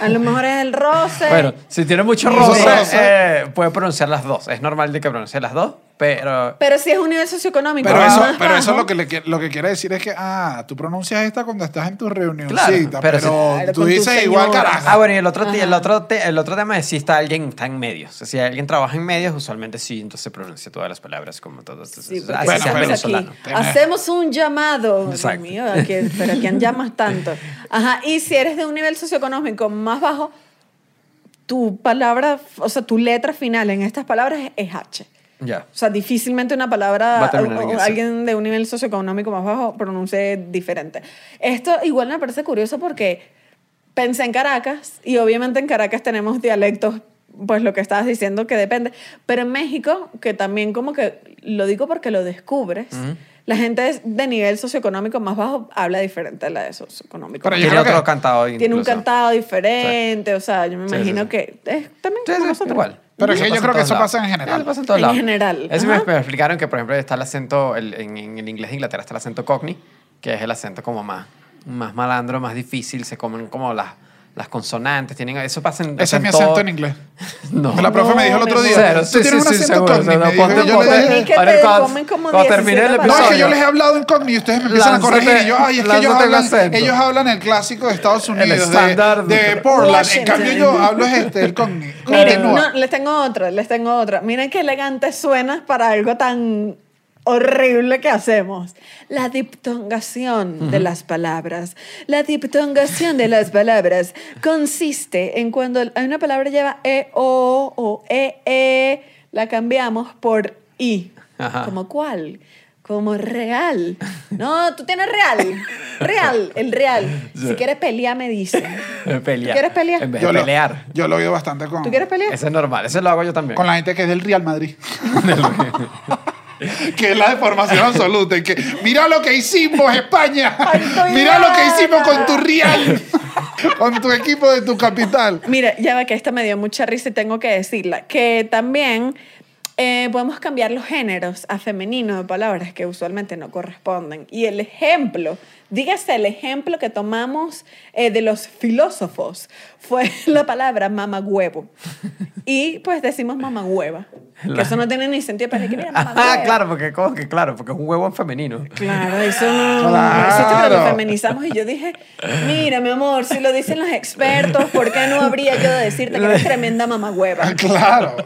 B: A lo mejor es el roce.
E: Bueno, si tiene mucho
D: Mucho
E: roce,
D: roce.
E: eh, puede pronunciar las dos. Es normal de que pronuncie las dos, Pero
B: Pero sí es un nivel socioeconómico.
D: Pero
B: es
D: eso,
B: más
D: pero eso
B: bajo.
D: lo que, le qui- lo que quiere decir es que, ah, tú pronuncias esta cuando estás en tu
E: Claro,
D: reunioncita, pero,
E: pero
B: sí.
D: tú
B: Con tu
D: dices igual,
B: señora.
D: carajo.
E: Ah, bueno, y el otro, te- el
B: Ajá.
E: otro, te- el otro tema es si está alguien está en medios. O sea, si alguien trabaja en medios, usualmente sí, entonces se pronuncia todas las palabras como todas.
B: Sí,
E: así
B: porque
D: Bueno,
E: sea
B: estamos
D: pero-
E: venezolano. eh.
B: aquí. Hacemos un llamado.
E: Exacto.
B: Dios mío, ¿a quién- pero ¿a quién llamas tanto? Ajá, y si eres de un nivel socioeconómico más bajo, tu palabra, o sea, tu letra final en estas palabras es H.
E: Ya.
B: O sea, difícilmente una
E: Va
B: palabra
E: a terminar en
B: o- o
E: ese.
B: alguien de un nivel socioeconómico más bajo pronuncie diferente. Esto igual me parece curioso porque pensé en Caracas y obviamente en Caracas tenemos dialectos, pues lo que estabas diciendo que depende, pero en México, que también como que lo digo porque lo descubres, la gente es de nivel socioeconómico más bajo habla diferente a la de socioeconómico.
D: Pero yo
E: Tiene
D: creo que-
E: otro cantado
B: Tiene un
E: incluso.
B: cantado diferente, o sea, yo me
E: Sí, sí,
B: imagino
E: sí.
B: que es también
E: Sí,
B: como
E: sí,
B: nosotros.
E: igual.
D: Pero es
E: Eso
D: que yo
E: pasa
D: creo que
E: todos
D: eso
E: lados.
D: pasa en general.
E: Eso pasa en todos
B: En
E: lados.
B: general,
E: Eso me,
B: ajá.
E: me explicaron que, por ejemplo, está el acento, el- en, en el inglés de Inglaterra está el acento cockney, que es el acento como más, más malandro, más difícil, se comen como las, las consonantes. Tienen, eso pasa en,
D: Ese es mi
E: todo-
D: acento en inglés.
E: No.
D: Me la profe me dijo el
B: No,
D: otro
B: mi
D: día.
B: amor.
E: Cero,
D: Tú tienes un acento
E: seguro,
D: cockney.
E: no,
D: me dijo,
E: ponte-
D: y yo le
E: ponte-
D: dije-
B: que
E: a ver,
B: te
E: cuando-
B: comen como
E: cuando termine el
B: 17
D: No, es que yo
E: episodio.
D: les he hablado en cockney y ustedes me empiezan
E: Lánzate-
D: a corregir. Y yo, ay, es que ellos
E: lánzate el
D: hablan,
E: acento.
D: ellos hablan el clásico de Estados Unidos, de-
E: estándar.
D: de, Portland. En
B: Washington.
D: cambio, yo hablo es este, el cockney.
B: Miren,
D: Continúa.
B: no, les tengo otra, les tengo otra. Miren qué elegante suena para algo tan horrible que hacemos. La diptongación de las palabras. La diptongación de las palabras consiste en cuando hay una palabra lleva e o o e e la cambiamos por i.
E: Ajá.
B: ¿Como cuál? Como real. No, tú tienes real. Real, el real. Si quieres pelear me dices.
E: Pelear.
B: ¿Tú quieres pelear?
E: En vez
D: Yo
E: de
D: lo-
E: pelear.
D: Yo lo oigo bastante con,
B: ¿Tú quieres pelear?
E: Eso es normal, eso lo hago yo también.
D: con la gente que es del Real Madrid. que es la deformación absoluta. y que, mira lo que hicimos, España.
B: Ay, estoy
D: mira lo que hicimos
B: loca.
D: con tu Real. con tu equipo de tu capital.
B: Mira, ya va que esta me dio mucha risa y tengo que decirla. Que también eh, podemos cambiar los géneros a femenino de palabras que usualmente no corresponden. Y el ejemplo, dígase el ejemplo que tomamos eh, de los filósofos, fue la palabra mamagüevo. Y pues decimos mamagüeva. Que eso no tiene ni sentido, pero es que mira,
E: Ah,
B: mamagüeva.
E: claro, porque como que claro, porque es un huevo en femenino.
B: Claro, eso no, no
D: Claro.
B: existe, pero lo feminizamos y yo dije, mira, mi amor, si lo dicen los expertos, ¿por qué no habría yo de decirte que eres tremenda mamagüeva?
D: Ah, Claro.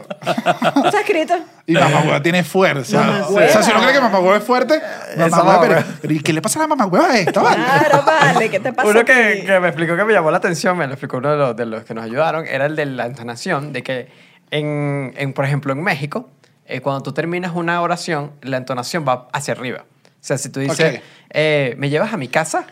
B: ¿Está escrito?
D: Y mamagüeva tiene fuerza.
B: Mamagüeva.
D: O sea, si uno cree que mamagüeva es fuerte, mamagüeva,
E: mamagüeva.
D: pero, ¿y qué le pasa a la mamagüeva a esta? vale?
B: Claro, vale, ¿qué te pasa?
E: Uno
B: a
E: que,
B: ti?
E: que me explicó que me llamó la atención, me lo explicó uno de los, de los que nos ayudaron, era el de la entonación, de que, en, en, por ejemplo, en México, eh, cuando tú terminas una oración, la entonación va hacia arriba. O sea, si tú dices,
D: Ok.
E: eh, ¿me llevas a mi casa?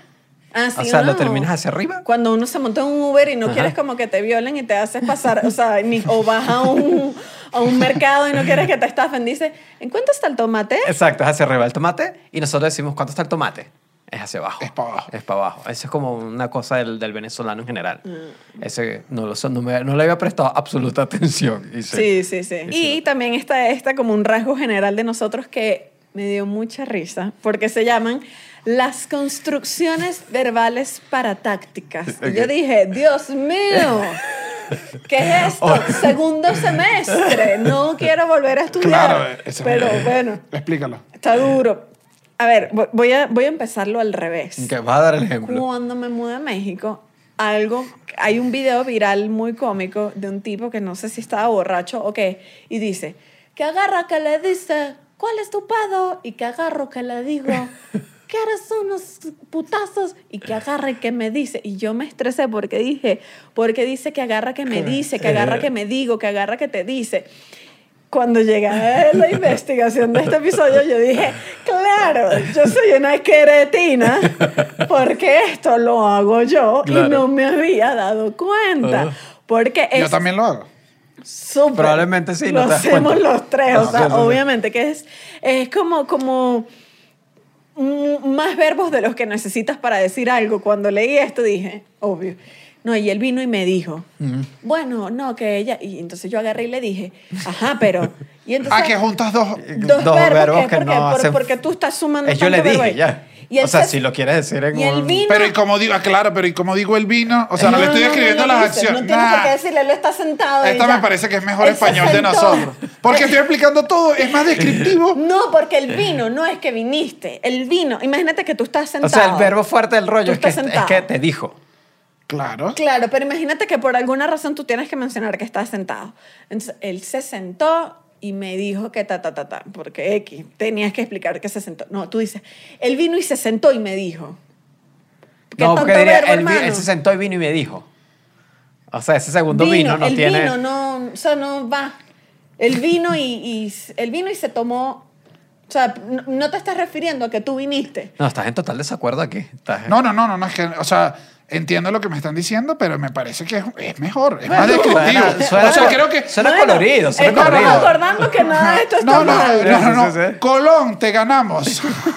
B: Ah,
E: o
B: ¿sí
E: sea, lo
B: no?
E: terminas hacia arriba.
B: Cuando uno se monta en un Uber y no quieres como que te violen y te haces pasar, o sea, ni- o vas a un, a un mercado y no quieres que te estafen, dice, ¿en cuánto está el tomate?
E: Exacto, es hacia arriba el tomate y nosotros decimos, ¿cuánto está el tomate? Es hacia abajo.
D: Es para abajo.
E: Es para abajo. Eso es como una cosa del, del venezolano en general.
B: Mm.
E: Ese no lo sé, no, me- no le había prestado absoluta atención. y
B: Sí, sí, sí. Y también está esta como un rasgo general de nosotros que me dio mucha risa, porque se llaman las construcciones verbales paratácticas. Y Yo
E: Ok.
B: dije, Dios mío. ¿Qué es esto? Segundo semestre. No quiero volver a estudiar.
D: Claro, eso-
B: pero bueno,
D: Explícalo.
B: está duro. A ver, vo- voy a, voy a empezarlo al revés.
E: Que vas a dar el ejemplo.
B: Cuando me mudé a México, algo, hay un video viral muy cómico de un tipo que no sé si estaba borracho o qué, y dice, que agarra que le dice, ¿cuál es tu pedo? Y que agarro que le digo, que eres unos putazos, y que agarra y que me dice. Y yo me estresé porque dije, porque dice que agarra que me dice, que agarra que me digo, que agarra que te dice. Cuando llegué a la investigación de este episodio, yo dije, claro, yo soy una queretina porque esto lo hago yo
E: Claro.
B: y no me había dado cuenta. Porque
D: Yo
B: es
D: también lo hago.
B: súper...
E: Probablemente sí, no
B: lo
E: te das
B: hacemos
E: cuenta.
B: los tres, o
E: No,
B: sea,
E: sí, sí, sí.
B: obviamente que es, es como, como mm, más verbos de los que necesitas para decir algo. Cuando leí esto dije, obvio. No, y él vino y me dijo, bueno, no, que ella... Y entonces yo agarré y le dije, ajá, pero... Y entonces,
D: Ah, que juntas dos.
B: dos,
E: dos
B: verbos,
E: verbos
B: que,
E: que
B: porque,
E: no
B: por-
E: hacen-
B: porque tú estás sumando
E: Eh, yo le
B: tanto verbo
E: dije
B: ahí.
E: ya.
B: Y él
E: O sea,
B: se-
E: si lo quieres decir en
B: y él
E: un-
B: vino-
D: Pero y como digo, ah, claro, pero y como digo el vino, o sea, no, le
B: No,
D: estoy
B: no,
D: escribiendo
B: no, no
D: las
B: dice,
D: acciones.
B: No tienes
D: Nah,
B: por qué decirle, él está sentado. y
D: Esta
B: ya.
D: me parece que es mejor
B: Él se
D: español de
B: sentó.
D: nosotros. Porque estoy explicando todo, es más descriptivo.
B: No, porque el vino no es que viniste. El vino, imagínate que tú estás sentado.
E: O sea, el verbo fuerte del rollo
B: Tú
E: es que,
B: estás
E: es que
B: sentado.
E: te dijo.
D: Claro.
B: Claro, pero imagínate que por alguna razón tú tienes que mencionar que estás sentado. Entonces, él se sentó y me dijo que ta, ta, ta, ta, porque X, tenías que explicar que se sentó. No, tú dices, él vino y se sentó y me dijo. ¿Qué
E: No,
B: tanto
E: porque diría,
B: verbo,
E: él, vi- él
B: hermano?
E: se sentó y vino y me dijo. O sea, ese segundo vino, no
B: el
E: tiene.
B: vino no, o sea, no va. El vino y, y el vino y se tomó, o sea, no, no te estás refiriendo a que tú viniste.
E: No, estás en total desacuerdo aquí. Estás-
D: No, no, no, no, no es que, o sea, entiendo lo que me están diciendo, pero me parece que es, es mejor, es más
B: Bueno,
D: descriptivo.
E: suena- suena-
D: o sea, creo que
E: Suena colorido, suena
B: estamos
D: colorido.
B: acordando que nada de esto está
D: no, no,
B: mal.
D: no, no, no.
E: Sí, sí, sí.
D: Colón, te ganamos.
B: Estamos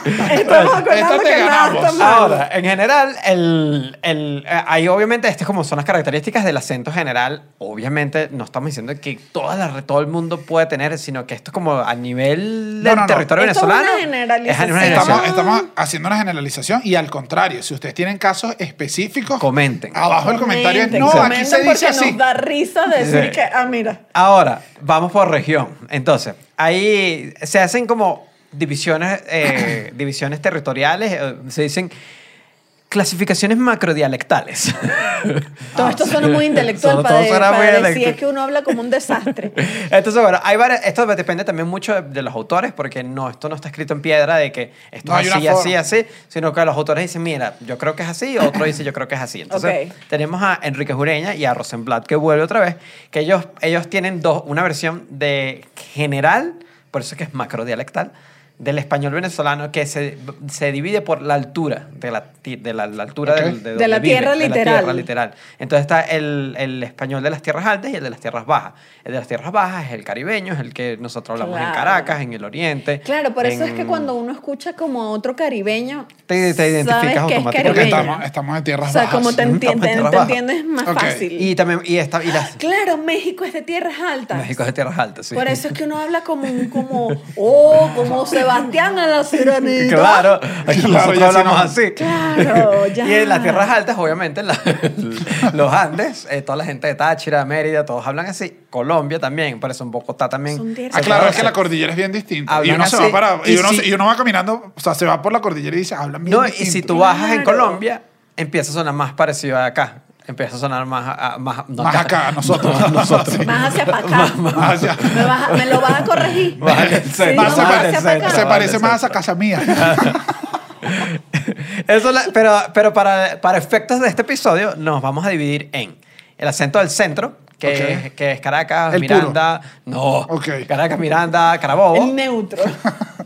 B: acordando
D: Esta te
B: que nada
D: ganamos.
B: está mal.
E: Ahora, en general, el, el, eh, ahí obviamente, estas como son las características del acento general. Obviamente, no estamos diciendo que toda la- todo el mundo puede tener, sino que esto es como a nivel
D: No,
E: del
D: no, no.
E: territorio
B: Esto es una
E: venezolano.
B: generalización.
E: Es una
D: Estamos,
E: generalización.
D: estamos haciendo una generalización y al contrario, si ustedes tienen casos específicos,
E: Comenten.
D: Abajo el comentario es,
B: Comenten,
D: no, aquí
B: comenten
D: se dice
B: porque
D: así.
B: Nos da risa decir
E: Sí.
B: que, ah, mira.
E: Ahora, vamos por región. Entonces, ahí se hacen como divisiones, eh, divisiones territoriales, eh, se dicen clasificaciones macrodialectales.
B: Todo esto suena muy intelectual
E: Todo-
B: para,
E: todo suena muy
B: para decir
E: intelectual.
B: es que uno habla como un desastre.
E: Entonces, bueno, hay varias- esto depende también mucho de, de los autores, porque no, esto no está escrito en piedra de que esto
D: No hay
E: es
D: una
E: así, así,
D: forma.
E: así, sino que los autores dicen, mira, yo creo que es así, y otro dice, yo creo que es así. Entonces,
B: Ok.
E: tenemos a Enrique Jureña y a Rosenblatt, que vuelve otra vez, que ellos, ellos tienen dos, una versión de general, por eso es que es macrodialectal, del español venezolano, que se, se divide por la altura, de la, ti- de la, la altura
D: Ok.
E: del- de,
B: De
E: donde
B: la
E: vive,
B: tierra
E: de la
B: literal.
E: tierra literal. Entonces está el, el español de las tierras altas y el de las tierras bajas. El de las tierras bajas es el caribeño, es el que nosotros hablamos en
B: Claro.
E: Caracas, en el oriente.
B: Claro, por eso es que
E: en-
B: cuando uno escucha como a otro caribeño,
E: Te- te
B: sabes
E: identificas
B: que es
E: automáticamente.
B: caribeño.
D: Porque estamos, estamos en tierras
B: o sea,
D: bajas.
B: como te,
E: Ujú,
B: enti-
E: estamos en
B: te-
E: tierra
B: te
E: baja.
B: entiendes más
D: Ok.
B: fácil.
E: Y también, y esta, y las
B: claro, México es de tierras altas.
E: México es de tierras altas, sí.
B: Por eso es que uno habla como, un- como oh, como Sebastián a la sirenita.
E: Claro, aquí
D: Claro,
E: nosotros
D: ya sí
E: hablamos
D: no.
E: así.
B: Claro, ya.
E: Y en las tierras altas, obviamente, en la- los Andes, eh, toda la gente de Táchira, Mérida, todos hablan así. Colombia también, por eso en Bogotá también.
B: Son tierras
E: se
D: Ah, claro, es
E: conoce.
D: que la cordillera es bien distinta. Y
E: Hablan
D: uno, se
E: así.
D: va para, y,
E: Y
D: uno,
E: si-
D: se- y uno va caminando, o sea, se va por la cordillera y dice, hablan bien
E: No, y
D: distinto.
E: si tú bajas en
B: Claro.
E: Colombia, empieza a sonar más parecido a acá. Empieza a sonar más, a- a- más, no
D: Más acá, a nosotros. nosotros.
B: Más hacia para acá.
E: Más-
D: más hacia-
B: Me, vas a- me lo vas a corregir.
E: Más hacia el
B: Sí,
E: centro,
B: vamos
D: Más se,
E: más
B: hacia
E: hacia
D: pare-
E: el
B: para acá.
E: centro.
D: se parece
E: Vale,
D: más a casa mía.
E: Eso la- pero pero para, para efectos de este episodio, nos vamos a dividir en el acento del centro, que,
D: Ok.
E: es, que es Caracas,
D: El puro.
E: Miranda. No.
D: Ok.
E: Caracas, Miranda, Carabobo.
B: El neutro.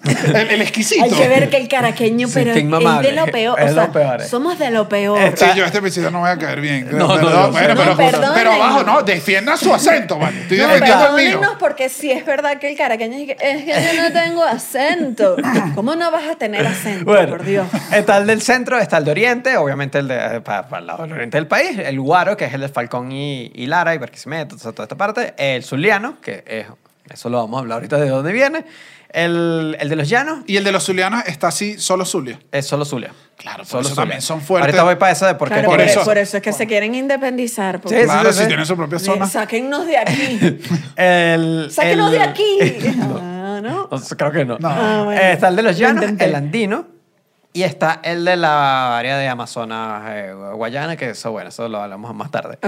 D: el, el exquisito.
B: Hay que ver que el caraqueño,
E: Sí,
B: pero
E: qué
B: es
E: inmamable.
B: de lo peor.
E: Es
B: o sea,
E: lo peor, eh.
B: somos de lo peor.
E: Esta-
D: Sí, yo este episodio no voy a caer bien.
E: No, no,
D: Perdón,
E: no,
D: bueno,
E: no,
D: pero,
B: perdónenlo.
D: pero abajo no, defienda su acento, vale. Estoy
E: No,
D: defendiendo el mío.
B: Perdónenos porque sí es verdad que el caraqueño es que, es que yo no tengo acento. ¿Cómo no vas a tener acento,
E: Bueno,
B: por Dios?
E: Está el del centro, está el de oriente, obviamente el de, para, el lado del oriente del país, el guaro, que es el de Falcón y, y Lara y Barquisimeto, o sea, toda esta parte, el zuliano, que es, eso lo vamos a hablar ahorita de dónde viene, el, el de los llanos,
D: Y el de los zulianos está así, solo Zulia.
E: es solo Zulia.
D: Claro, por
E: Solo
D: eso
E: Zulia.
D: también son fuertes.
E: Ahorita voy para eso de por qué.
B: Claro,
D: por
B: por,
D: eso.
B: eso. por eso es que se quieren independizar. porque-
E: Sí, sí,
D: Claro,
E: sí,
D: si
E: sí.
D: tienen su propia
B: Le-
D: zona.
B: Eh, Sáquennos de aquí.
E: El,
B: Sáquennos
E: el-
B: de aquí.
E: No.
B: Ah, ¿no?
E: O sea, creo que no.
D: No.
B: Ah, bueno.
E: Eh, está el de
B: Lo
E: los llanos,
B: intenté.
E: el andino. Y está el de la área de Amazonas, eh, Guayana, que eso, bueno, eso lo hablamos más tarde.
B: Ok.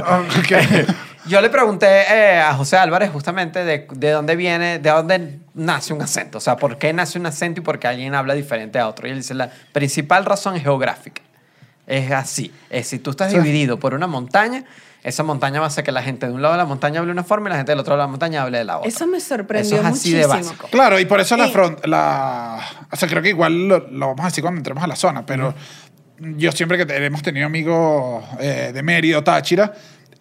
D: Ok.
E: yo le pregunté eh, a José Álvarez justamente de, de dónde viene, de dónde nace un acento. O sea, por qué nace un acento y por qué alguien habla diferente a otro. Y él dice, la principal razón es geográfica. Es así. Es si tú estás dividido por una montaña, esa montaña va a hacer que la gente de un lado de la montaña hable de una forma y la gente del otro lado de la montaña hable de la otra.
B: Eso me sorprendió
E: Eso es así de
B: muchísimo.
E: básico.
D: Claro, y por eso la
B: Y-
D: front, la, o sea, creo que igual lo, lo vamos a decir cuando entremos a la zona, pero yo siempre que te- hemos tenido amigos eh, de Mérida o Táchira,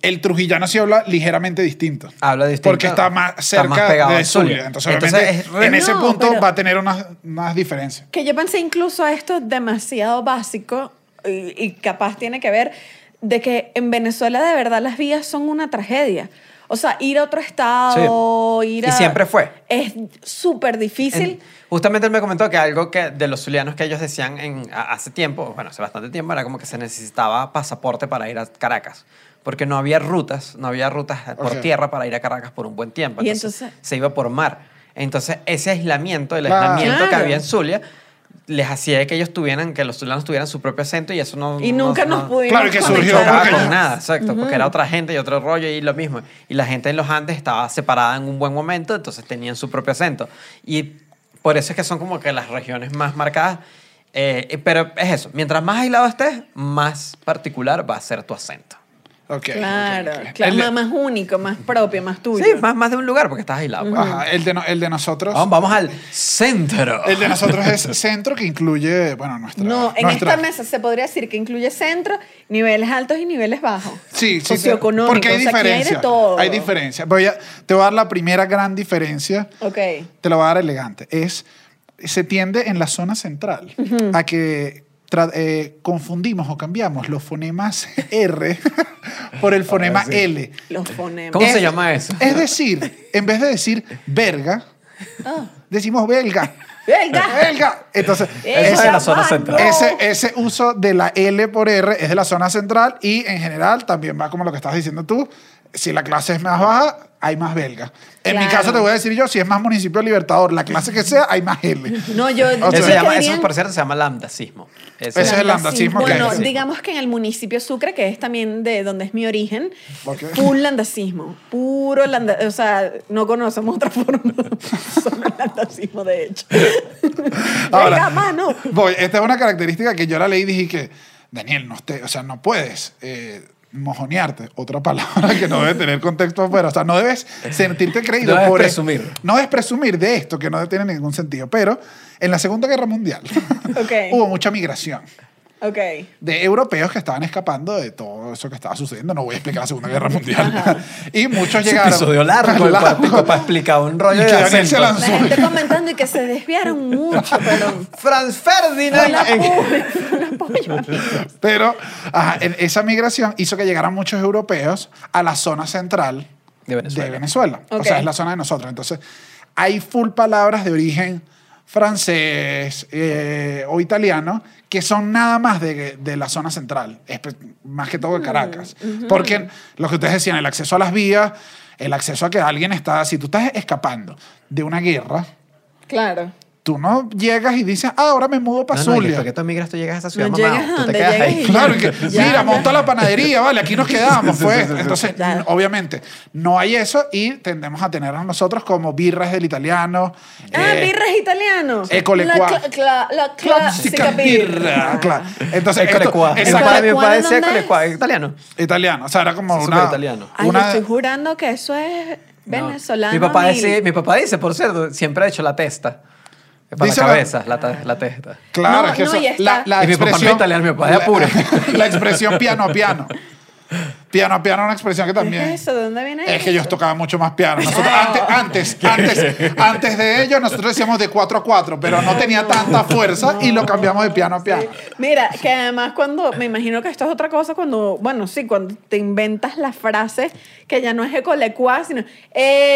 D: el trujillano sí habla ligeramente distinto.
E: Habla distinto.
D: Porque está más
E: Está más
D: cerca
E: pegado
D: de
E: al Zulia.
D: Zulia. Entonces,
E: Entonces,
D: obviamente,
E: es re-
D: en ese
B: No,
D: punto
B: pero-
D: va a tener unas, unas diferencias.
B: Que yo pensé incluso a esto demasiado básico y, y capaz tiene que ver de que en Venezuela de verdad las vías son una tragedia. O sea, ir a otro estado,
E: Sí.
B: ir
E: Y
B: a...
E: siempre fue.
B: Es súper difícil.
E: En- justamente él me comentó que algo que de los zulianos que ellos decían en, a- hace tiempo, bueno, hace bastante tiempo, era como que se necesitaba pasaporte para ir a Caracas. Porque no había rutas, no había rutas por
D: Ok.
E: tierra para ir a Caracas por un buen tiempo.
B: Y
E: Entonces,
B: entonces-
E: se iba por mar. Entonces, ese aislamiento, el
D: Claro.
E: aislamiento que
B: Claro.
E: había en Zulia, les hacía que ellos tuvieran, que los zulianos tuvieran su propio acento y eso no...
B: y
E: no-
B: nunca nos
E: no-
B: pudimos
D: Claro, y que surgió
B: conectar.
E: chocaba
D: porque-
E: con nada, exacto, porque era otra gente y otro rollo y lo mismo. Y la gente en los Andes estaba separada en un buen momento, entonces tenían su propio acento. Y por eso es que son como que las regiones más marcadas. Eh, eh, pero es eso, mientras más aislado estés, más particular va a ser tu acento.
D: Ok,
B: Claro,
D: ok, ok.
B: claro,
D: El de-
B: más, más único, más propio, más tuyo.
E: Sí, más, más de un lugar porque estás aislado. pues.
D: Ajá, el de, no- el de nosotros.
E: Vamos, vamos al centro.
D: El de nosotros es centro que incluye, bueno, nuestra.
B: No, en
D: nuestra-
B: esta mesa se podría decir que incluye centro, niveles altos y niveles bajos.
D: Sí, sí, sí.
B: Socioeconómicos,
D: Porque hay
B: o sea, aquí
D: diferencia.
B: hay de todo.
D: Hay diferencia. Voy a- te voy a dar la primera gran diferencia.
B: Ok.
D: Te la voy a dar elegante. Es, se tiende en la zona central a que tra- eh, confundimos o cambiamos los fonemas R por el fonema
E: sí.
D: L.
B: Los fonemas.
E: ¿Cómo
D: Es-
E: se llama eso?
D: Es decir, en vez de decir verga,
B: Ah.
D: decimos belga.
B: ¡Belga!
D: Belga. Entonces,
E: Eso
D: esa-
E: es de la zona central.
B: mano.
D: ese, ese uso de la L por R es de la zona central y en general también va como lo que estás diciendo tú. Si la clase es más baja, hay más belga. En mi
B: Claro.
D: caso te voy a decir yo, si es más municipio libertador, la clase que sea, hay más L.
B: No, yo. yo
D: Eso
E: Eso,
B: sé
E: se
B: que
E: llama,
B: dirían-
E: eso, por cierto, se llama lambdacismo. Ese-
D: Ese es el landacismo que
B: Bueno,
D: hay.
B: digamos que en el municipio Sucre, que es también de donde es mi origen,
D: Ok.
B: full landacismo. Puro landacismo. O sea, no conocemos otra forma. Solo el landacismo, de hecho.
D: Ahora-
B: Venga, mano.
D: Voy, esta es una característica que yo la leí y dije que, Daniel, no, te, o sea, no puedes eh, mojonearte, otra palabra que no debe tener contexto afuera, o sea, no debes sentirte creído
E: No debes
D: por e-
E: presumir.
D: No debes presumir de esto, que no tiene ningún sentido, pero en la Segunda Guerra Mundial
B: Ok.
D: hubo mucha migración
B: Ok.
D: de europeos que estaban escapando de todo eso que estaba sucediendo. No voy a explicar la Segunda Guerra Mundial. y muchos
E: Ese
D: llegaron...
E: episodio largo, Para, para explicar un rollo
D: Y
E: de
D: que Daniel se
E: acento.
B: La
D: lanzó.
B: gente comentando y que se desviaron mucho, perdón.
E: Franz
B: Fue la
E: Ferdinand en-
B: pobre, fue la polla.
D: Pero ajá, en- esa migración hizo que llegaran muchos europeos a la zona central
E: De Venezuela.
D: Venezuela. O
B: Ok.
D: sea, es la zona de nosotros. Entonces, hay full palabras de origen francés eh, o italiano que son nada más de, de la zona central, espe- más que todo de Caracas. Porque lo que ustedes decían, el acceso a las vías, el acceso a que alguien está, si tú estás escapando de una guerra,
B: Claro.
D: tú no llegas y dices, ah, ahora me mudo para
E: No, no, y
D: Zulia.
E: después que tú emigras, tú llegas a esa ciudad,
B: No
E: mamá.
B: llegas a
E: tú te
B: donde
E: quedas
B: llegas
E: ahí.
B: y-
D: Claro, y que,
B: Ya,
D: mira,
B: ya.
D: monta la panadería, vale, aquí nos quedamos,
E: Sí,
D: pues.
E: sí, sí, sí.
D: Entonces,
B: Ya.
D: n- obviamente, no hay eso y tendemos a tener a nosotros como birras del italiano.
B: Ah,
D: eh,
B: birras italianos.
D: Ecolecua.
B: La, cla- cla- la
D: clásica
B: clásica birra.
D: birra, claro. Entonces,
E: El
D: esto-
E: colecua. Mi
D: esa-
B: Exacto.
E: padre- mi
B: ¿Colecua
E: padre
B: de
E: decía
B: dónde es?
E: colecua, italiano.
D: italiano, o sea, era como
E: Es
D: una...
E: superitaliano.
B: Ay,
D: una-
B: yo estoy jurando que eso es
E: No.
B: venezolano.
E: Mi papá,
B: mil.
E: dice, mi papá dice, por cierto, siempre ha hecho la testa. Para
D: Dice
E: la
D: la-
E: cabeza, la, ta- la testa.
D: Claro,
B: No,
D: es que
B: no,
D: eso-
B: y está-
D: la, la
E: Y mi papá no
D: expresión...
E: es italiano, mi papá es
D: la-
E: apure.
D: La expresión piano a piano. Piano a piano es una expresión que
B: ¿Pero
D: también...
B: ¿Qué es eso? ¿De dónde viene
D: Es que ellos
B: eso?
D: tocaban mucho más piano. Nosotros, antes, antes, antes, antes de ellos, nosotros decíamos de 4 a 4, pero no tenía tanta fuerza y lo cambiamos de piano a piano.
B: Mira, que además cuando, me imagino que esto es otra cosa cuando, bueno, sí, cuando te inventas la frase que ya no es ecolecua, sino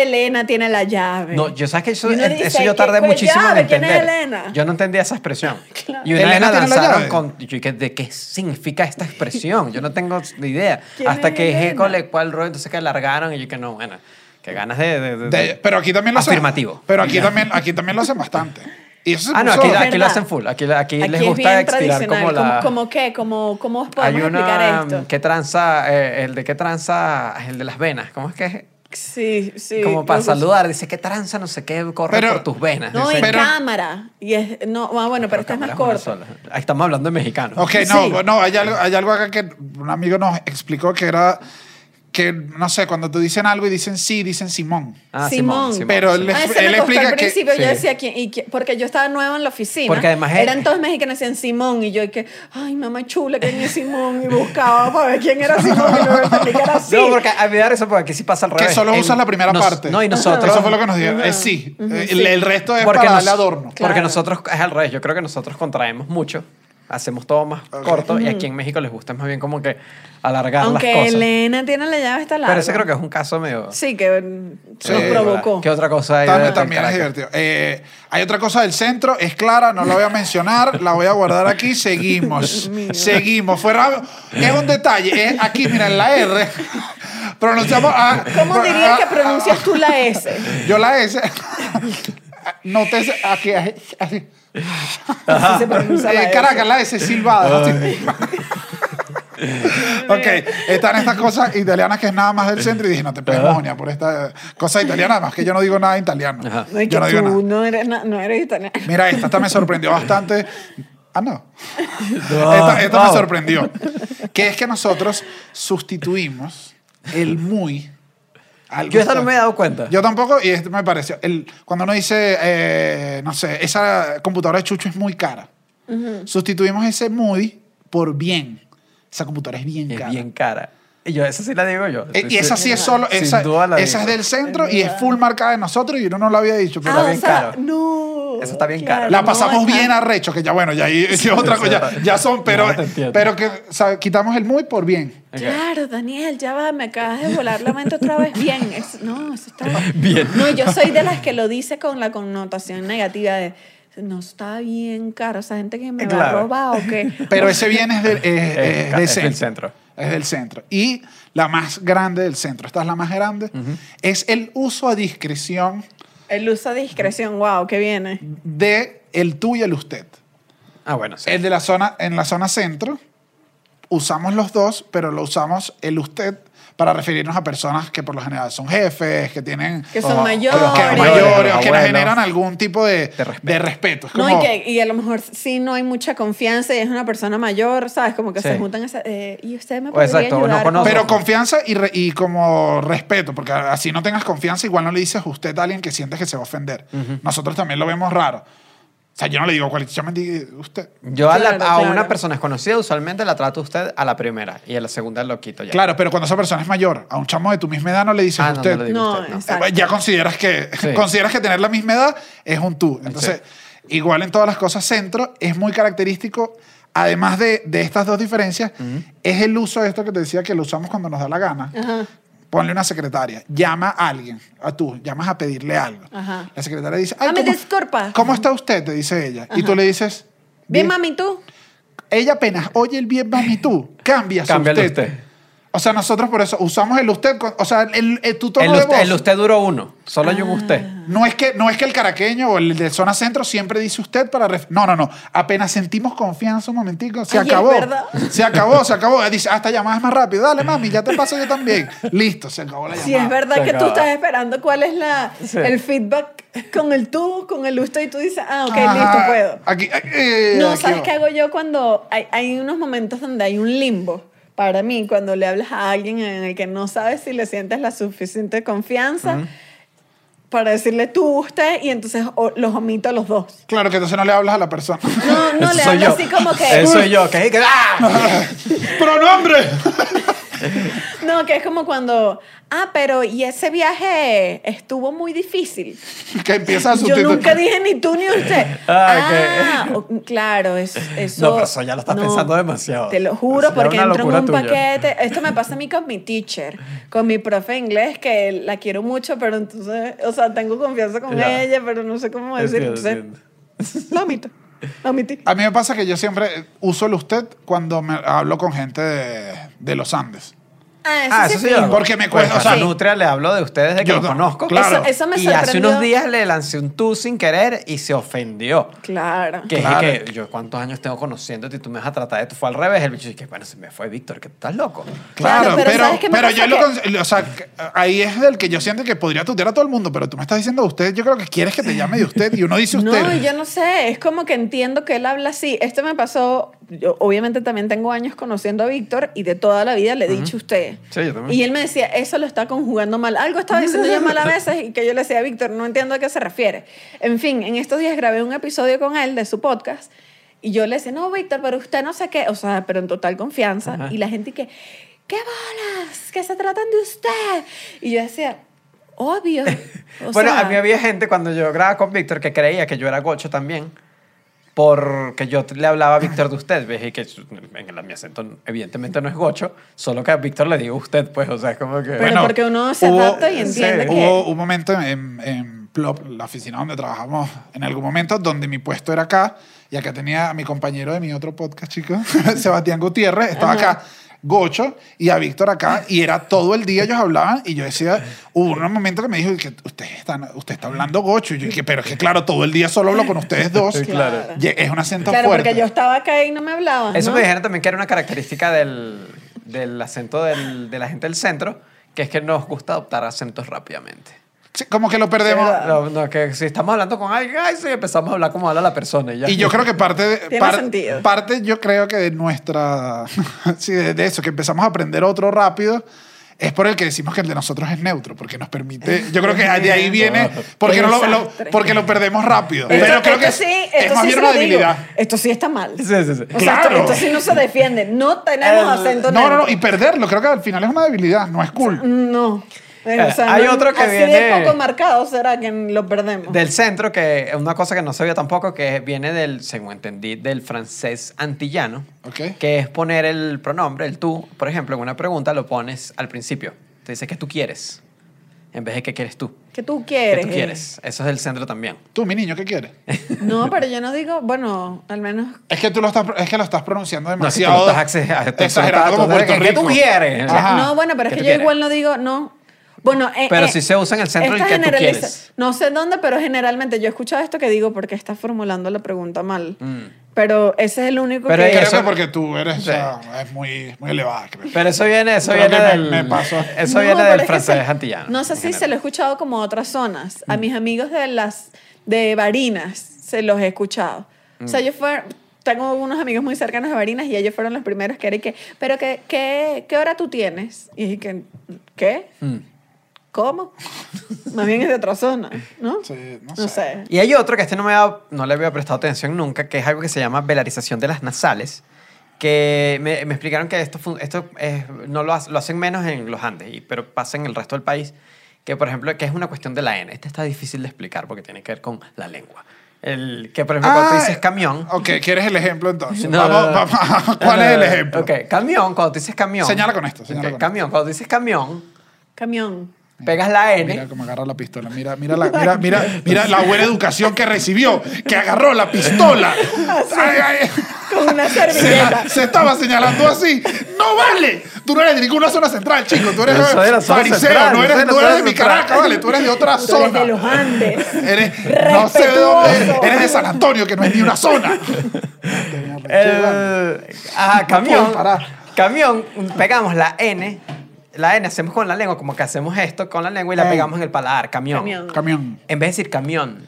B: Elena tiene la llave.
E: No, yo sabes que eso,
B: Y uno
E: en-
B: dice,
E: eso yo
B: "¿Qué
E: tardé
B: coño
E: muchísimo en
B: llave? ¿Quién es
E: entender.
B: Elena?
E: Yo no entendía esa expresión.
B: Claro.
E: Y una vez
D: Elena
E: la
D: tiene la
E: lanzaron
D: llave.
E: con... yo dije, ¿De qué significa esta expresión? Yo no tengo ni idea.
B: ¿Quién
E: Hasta
B: es
E: que dije,
B: Elena?
E: cole, ¿cuál rollo? Entonces que alargaron y yo que no, bueno, que ganas de... de- de-
D: De- pero aquí también lo hacen.
E: Afirmativo.
D: Pero aquí también, aquí también lo hacen bastante. Y eso se
E: Ah, no,
D: puso-
E: aquí,
B: Es
E: aquí lo
B: verdad.
E: hacen full. Aquí, aquí,
B: Aquí
E: les
B: es
E: gusta
B: bien
E: expirar
B: tradicional.
E: como la...
B: ¿Cómo, cómo qué? ¿Cómo, cómo os
E: Hay
B: podemos
E: una mm,
B: explicar esto?
E: que tranza, eh, el de qué tranza, el de las venas. ¿Cómo es que es?
B: Sí, sí.
E: Como para
B: creo que-
E: saludar, dice que tranza, no sé qué, corre
D: Pero-
E: por tus venas.
B: No,
D: Sí,
B: y
E: Dice,
D: pero-
B: cámara. Y es, no, ah, bueno, pero, esta es más
E: cámara
B: corta.
E: una sola. Ahí estamos hablando de mexicano.
D: Ok,
B: Sí.
D: no, no hay, algo, hay algo acá que un amigo nos explicó que era que, no sé, cuando te dicen algo y dicen sí, dicen Simón.
E: Ah,
B: Simón.
D: Pero él
B: Ah,
D: le-
B: ese
D: él
B: me costó
D: explica
B: al
D: que-
B: principio, yo
E: Sí.
B: decía, ¿quién- y quién? porque yo estaba nueva en la oficina.
E: Porque además es-
B: Eran todos mexicanos, decían Simón, y yo y que, ay, mamá chula, ¿quién es Simón? Y buscaba para ver quién era Simón, y no me entendí que era así.
E: No, porque olvidar eso porque aquí sí pasa al
D: Que
E: revés.
D: solo
E: En-
D: usan la primera
E: nos-
D: parte.
E: No, y nosotros...
D: Eso fue lo que nos dijeron. Es sí. El, el resto es
E: porque
D: para
E: nos-
D: darle adorno.
E: Porque
B: Claro.
E: nosotros, es al revés, yo creo que nosotros contraemos mucho hacemos todo más corto y aquí en México les gusta más bien como que alargar las
B: Aunque
E: cosas.
B: Elena tiene la llave está larga.
E: Pero ese creo que es un caso medio... eh,
B: Sí, que mm,
D: Sí.
B: nos provocó.
E: ¿Qué otra cosa hay?
D: También,
E: de-
D: también es
E: Caracas?
D: divertido. Eh, hay otra cosa del centro, es clara, no la voy a mencionar, la voy a guardar aquí. Seguimos, seguimos. Fue raro. Es un detalle, es aquí, mira, en la R. Pronunciamos. ah,
B: ¿Cómo
D: pro-
B: dirías
D: ah,
B: que pronuncias tú la S?
D: ah, Yo la S. No te. Aquí, así.
B: Así se pronuncia la
D: Eh,
B: S.
D: Caracas, la S silbada. así. ok, están estas cosas italianas que es nada más del centro y dije, no te pegues moña por esta cosa italiana, además que yo no digo nada italiano.
E: Ajá.
B: No, es que
D: Yo no digo nada.
B: tú no eres, na- no eres italiano.
D: Mira, esta, esta me sorprendió bastante. Ah, no.
E: No,
D: Esta, esta me
E: no.
D: sorprendió. Que es que nosotros sustituimos el muy. al
E: Yo esta no
D: gusto.
E: me he dado cuenta.
D: Yo tampoco, y esto me pareció. El, cuando uno dice, eh, no sé, esa computadora de Chucho es muy cara. Sustituimos ese muy por bien. Esa computadora es bien
E: es
D: cara.
E: bien cara. Y yo, esa sí la digo yo.
D: Eh, y esa sí es solo,
E: Sin
D: esa,
E: duda la
D: esa es
E: digo.
D: del centro y es full marcada de nosotros y uno no lo había dicho. Pero
E: está
B: Ah, o
E: bien
B: sea,
E: caro.
B: no.
E: Eso está bien caro.
D: La
B: no,
D: pasamos
B: está-
D: bien a recho, que ya bueno, ya ahí es otra cosa, ya, ya son, pero,
E: No, te entiendo.
D: pero que ¿sabes? quitamos el muy por bien.
E: Ok.
B: Claro, Daniel, ya va, me acabas de volar la mente otra vez. Bien, es- no, eso está
E: Bien.
B: No, yo soy de las que lo dice con la connotación negativa de no está bien caro, o sea, gente que me va
E: Claro.
B: a robar o qué.
D: Pero ese bien es del, eh,
E: Es
D: eh,
E: ca-
D: del
E: es del
D: centro.
E: centro.
D: Es del centro. Y la más grande del centro, esta es la más grande, es el uso a discreción
B: Él usa discreción, wow, qué viene.
D: de el tú y el usted.
E: Ah, bueno, sí.
D: El de la zona, en la zona centro, usamos los dos, pero lo usamos el usted para referirnos a personas que por lo general son jefes, que tienen...
B: Que son
E: O- o los
B: mayores.
D: que los
E: Ahora, ahora,
D: mayores, que nos
E: abuelos.
D: generan algún tipo de, de respeto.
E: respeto.
D: Es
B: No,
D: como-
B: y, que, y a lo mejor sí no hay mucha confianza y es una persona mayor, ¿sabes? Como que
E: Sí.
B: se juntan esa, eh, y usted me
E: O
B: podría
E: exacto, no
B: ayudar. con-
E: conoce-
D: pero confianza y, re- y como respeto, porque así no tengas confianza, igual no le dices usted a alguien que sientes que se va a ofender. Nosotros también lo vemos raro. O sea, yo no le digo cualquier, yo me digo usted.
E: Yo a, la-
B: Claro,
E: a
B: claro.
E: una persona desconocida usualmente la trato usted a la primera y a la segunda lo quito ya.
D: Claro, pero cuando esa persona es mayor, a un chamo de tu misma edad no le dices
E: Ah, no,
D: usted.
E: no le digo
B: No,
E: usted, no.
B: es-
D: Eh, ya consideras que
E: Sí.
D: consideras que tener la misma edad es un tú. Entonces, igual en todas las cosas centro es muy característico. Además de, de estas dos diferencias, es el uso de esto que te decía que lo usamos cuando nos da la gana.
B: Ajá.
D: Ponle una secretaria, llama a alguien, a tú, llamas a pedirle algo.
B: Ajá.
D: La secretaria dice, "Ay,
B: Ah, me
D: ¿cómo-
B: disculpa."
D: ¿Cómo está usted? Te dice ella. Y tú le dices,
B: Bien, mami, ¿tú?
D: Ella apenas oye el bien, mami, tú, cambias a
E: Cámbiale
D: usted.
E: usted.
D: O sea, nosotros por eso usamos el usted, con- o sea, el, el, tu tono
E: El
D: de
E: usted,
D: voz.
E: el usted duró uno, solo
B: Ah.
E: hay un usted.
D: No es, que, no es que el caraqueño o el de zona centro siempre dice usted para... ref- No, no, no. Apenas sentimos confianza un momentico, se
B: Ay, es
D: acabó.
B: verdad.
D: Se acabó, se acabó. eh, Dice, hasta llamadas más rápido. Dale, mami, ya te paso yo también. Listo, se acabó la llamada.
B: Si es verdad
E: Se
B: que tú
E: acaba.
B: estás esperando cuál es la,
E: Sí.
B: el feedback con el tú, con el usted, y tú dices, ah, ok,
D: Ajá.
B: listo, puedo.
D: Aquí, aquí, eh,
B: No,
D: aquí
B: ¿sabes
D: va.
B: qué hago yo cuando hay, hay unos momentos donde hay un limbo? Para mí, cuando le hablas a alguien en el que no sabes si le sientes la suficiente confianza para decirle tú, usted, y entonces o- los omito a los dos.
D: Claro que entonces no le hablas a la persona.
B: No, no
E: Eso
B: le
E: soy
B: hablo
E: yo.
B: así como que...
E: Eso soy yo, que, que- ¡ah!
D: ¡Pronombre!
B: No, que es como cuando... Ah, pero y ese viaje estuvo muy difícil.
D: que empieza a
B: Yo
D: sustituir.
B: nunca dije ni tú ni usted.
E: Ah,
B: Ah, o- claro, es, eso.
E: No, pero eso ya lo estás pensando demasiado.
B: Te lo
E: Eso
B: juro,
E: ya
B: porque
E: es una
B: entro en
E: locura
B: un
E: tuya.
B: paquete. Esto me pasa a mí con mi teacher, con mi profe de inglés, que la quiero mucho, pero entonces, o sea, tengo confianza con
E: Ya.
B: ella, pero no sé cómo decir.
E: Entiendo,
B: Entonces,
E: entiendo. Ah,
B: la omito. La omití.
D: A mí me pasa que yo siempre eh, uso el usted cuando me hablo con gente de, de los Andes.
B: Ah, eso
E: Ah,
B: sí.
E: eso sí,
B: fijo.
E: yo-
D: Porque me
E: Pues
D: cuesta, o
E: a
D: sea,
E: Nutria le hablo de ustedes de que
D: Yo
E: lo
D: no,
E: conozco.
D: claro.
B: Eso- eso me
E: Y hace
B: sorprendió.
E: unos días le lancé un tú sin querer y se ofendió.
B: Claro.
E: Que dije
D: Claro.
E: que yo cuántos años tengo conociéndote y tú me vas a tratar de tú. Fue al revés. El bicho dije, bueno, se me fue Víctor, que tú estás loco.
B: Claro,
D: Claro,
B: pero
D: pero,
B: ¿sabes qué me
D: pero
B: pasa?
D: yo lo
B: Que-
D: con- o sea, que- ahí es del que yo siento que podría tutear a todo el mundo, pero tú me estás diciendo usted, yo creo que quieres que te llame de usted y uno dice usted.
B: No, yo no sé, es como que entiendo que él habla así. Esto me pasó, yo obviamente también tengo años conociendo a Víctor y de toda la vida le he dicho usted.
E: Sí, yo también.
B: Y él me decía, eso lo está conjugando mal. Algo estaba diciendo yo mal a veces y que yo le decía, Víctor, no entiendo a qué se refiere. En fin, en estos días grabé un episodio con él de su podcast y yo le decía, no, Víctor, pero usted no sé qué, o sea, pero en total confianza.
E: Ajá.
B: Y la gente que, ¿qué bolas? Que se tratan de usted. Y yo decía, obvio. O
E: bueno,
B: sea,
E: a mí había gente cuando yo grababa con Víctor que creía que yo era gocho también. porque yo le hablaba a Víctor de usted, ¿ves? Y que en la- mi acento evidentemente no es gocho, solo que a Víctor le digo usted, pues, o sea, es como que...
B: Pero porque uno se adapta y entiende
D: sí,
B: que-
D: Hubo un momento en, en Plop, la oficina donde trabajamos, en algún momento donde mi puesto era acá y acá tenía a mi compañero de mi otro podcast, chico, Sebastián Gutiérrez, estaba acá. Gocho y a Víctor acá, y era todo el día ellos hablaban, y yo decía, hubo un momento que me dijo, que usted, está, usted está hablando gocho, y yo dije, pero es que claro, todo el día solo hablo con ustedes dos,
B: Claro.
D: Y es un acento
B: Claro,
D: fuerte.
B: porque yo estaba acá y no me hablaban.
E: Eso
B: ¿no?
E: me dijeron también que era una característica del, del acento del- de la gente del centro, que es que nos gusta adoptar acentos rápidamente.
D: Sí, como que lo perdemos.
B: ¿Verdad?
E: No, no, que si estamos hablando con alguien, ay, sí, empezamos a hablar como habla la persona. Y, ya.
D: Y yo creo que parte de,
B: Tiene sentido.
D: parte yo creo que de nuestra sí, de, de eso que empezamos a aprender otro rápido es por el que decimos que el de nosotros es neutro porque nos permite yo creo que de ahí viene porque no lo, lo-
B: Desastre.
D: porque lo perdemos rápido
B: Esto-
D: pero creo
B: esto
D: que
B: sí,
D: es
B: esto
D: más
B: sí
D: bien
B: se
D: una
B: lo digo.
D: debilidad
B: Esto sí está mal.
E: Sí, sí, Ah, sí.
B: O sea, esto-
D: Claro.
B: esto, sí no se defiende. No tenemos
E: El-
B: acento
D: no no no
B: neutro.
D: y perderlo creo que al final es una debilidad no es cool
B: No. Eh, o sea,
E: Hay
B: no-
E: otro que
B: así
E: viene-
B: de poco marcado será que lo perdemos.
E: Del centro, que es una cosa que no sabía tampoco, que viene del, según entendí, del francés antillano,
D: Ok.
E: que es poner el pronombre, el tú, por ejemplo, en una pregunta lo pones al principio. Te dice que tú quieres, en vez de que quieres tú.
B: ¿Qué tú
E: Que
B: quieres? Eh,
E: tú quieres. Eso es del centro también.
D: tú mi niño qué quieres
B: No, pero yo no digo, bueno, al menos.
D: es que tú lo estás es que lo estás pronunciando
E: No, si tú
D: demasiado
E: lo estás acce- tú- tú
D: exagerado
E: lo
D: como
E: estás- tú-
D: Puerto
E: ¿qué- qué tú
D: Rico.
E: quieres?
D: Ajá.
B: No, bueno, pero es
E: ¿Qué
B: que yo
E: tú
B: igual no digo, no. Bueno, eh,
E: Pero
B: eh,
E: si se usa en el centro el
B: esta
E: que tú
B: generaliza-
E: quieres.
B: No sé dónde, pero generalmente yo he escuchado esto que digo porque está formulando la pregunta mal.
E: Mm.
B: Pero ese es el único
E: Pero
B: que.
E: ella-
D: creo
E: Eso-
D: que porque tú eres o sea, es muy muy elevada creo.
E: Pero eso viene, eso
D: Creo
E: viene
D: que me- me
E: del,
D: pasó.
E: Eso
B: No,
E: viene
B: pero
E: del
B: es que
E: francés
B: se-
E: antillano.
B: No sé
E: en
B: si se
E: general. Mm.
B: lo he escuchado como a otras zonas. A mis amigos de las de Barinas se los he escuchado. O
E: Mm.
B: sea, yo fue, tengo unos amigos muy cercanos de Barinas y ellos fueron los primeros que era y que, pero que, que- ¿qué hora tú tienes? Y dije que, ¿qué?
E: Mm.
B: ¿Cómo? Más bien es de otra zona, ¿no?
D: Sí, no
B: No
D: sé.
B: sé.
E: Y hay otro que este no, me ha- no le había prestado atención nunca, que es algo que se llama velarización de las nasales, que me, me explicaron que esto, fun- esto es- no lo, hace- lo hacen menos en los Andes, y- pero pasa en el resto del país, que por ejemplo, que es una cuestión de la N. Este está difícil de explicar porque tiene que ver con la lengua. El, que por ejemplo, cuando tú
D: Ah,
E: dices camión...
D: Ok, ¿quieres el ejemplo entonces?
E: No,
D: vamos,
E: no, no.
D: vamos.
E: No,
D: ¿Cuál
E: no,
D: es
E: no,
D: el
E: no.
D: ejemplo?
E: Ok, camión, cuando tú dices camión...
D: Señala con esto, señala
E: Ok,
D: con
E: camión, cuando tú dices camión,
B: Camión.
E: pegas la N...
D: Mira cómo agarra la pistola. Mira, mira, la, mira, mira, mira la buena educación que recibió, que agarró la pistola. Ay, ay.
B: Con una
D: Se,
B: servilleta.
D: se estaba señalando así. ¡No vale! Tú no eres de ninguna zona central, chico. Tú eres
E: Yo soy de la zona
D: fariseo.
E: central,
D: no
E: yo
D: eres,
E: soy de la
D: no eres
E: zona
D: de mi
E: central.
D: Caracas, vale. Tú eres de otra
B: Tú eres
D: zona.
B: de los Andes.
D: Eres, no sé de
B: Respetuoso.
D: dónde. Eres de San Antonio, que no es ni una zona.
E: El,
D: puedo
E: ajá, camión.
D: parar.
E: Camión, pegamos la N. La N hacemos con la lengua, como que hacemos esto con la lengua y la
D: Eh.
E: pegamos en el paladar. Camión.
B: Camión.
D: Camión.
E: En vez de decir camión,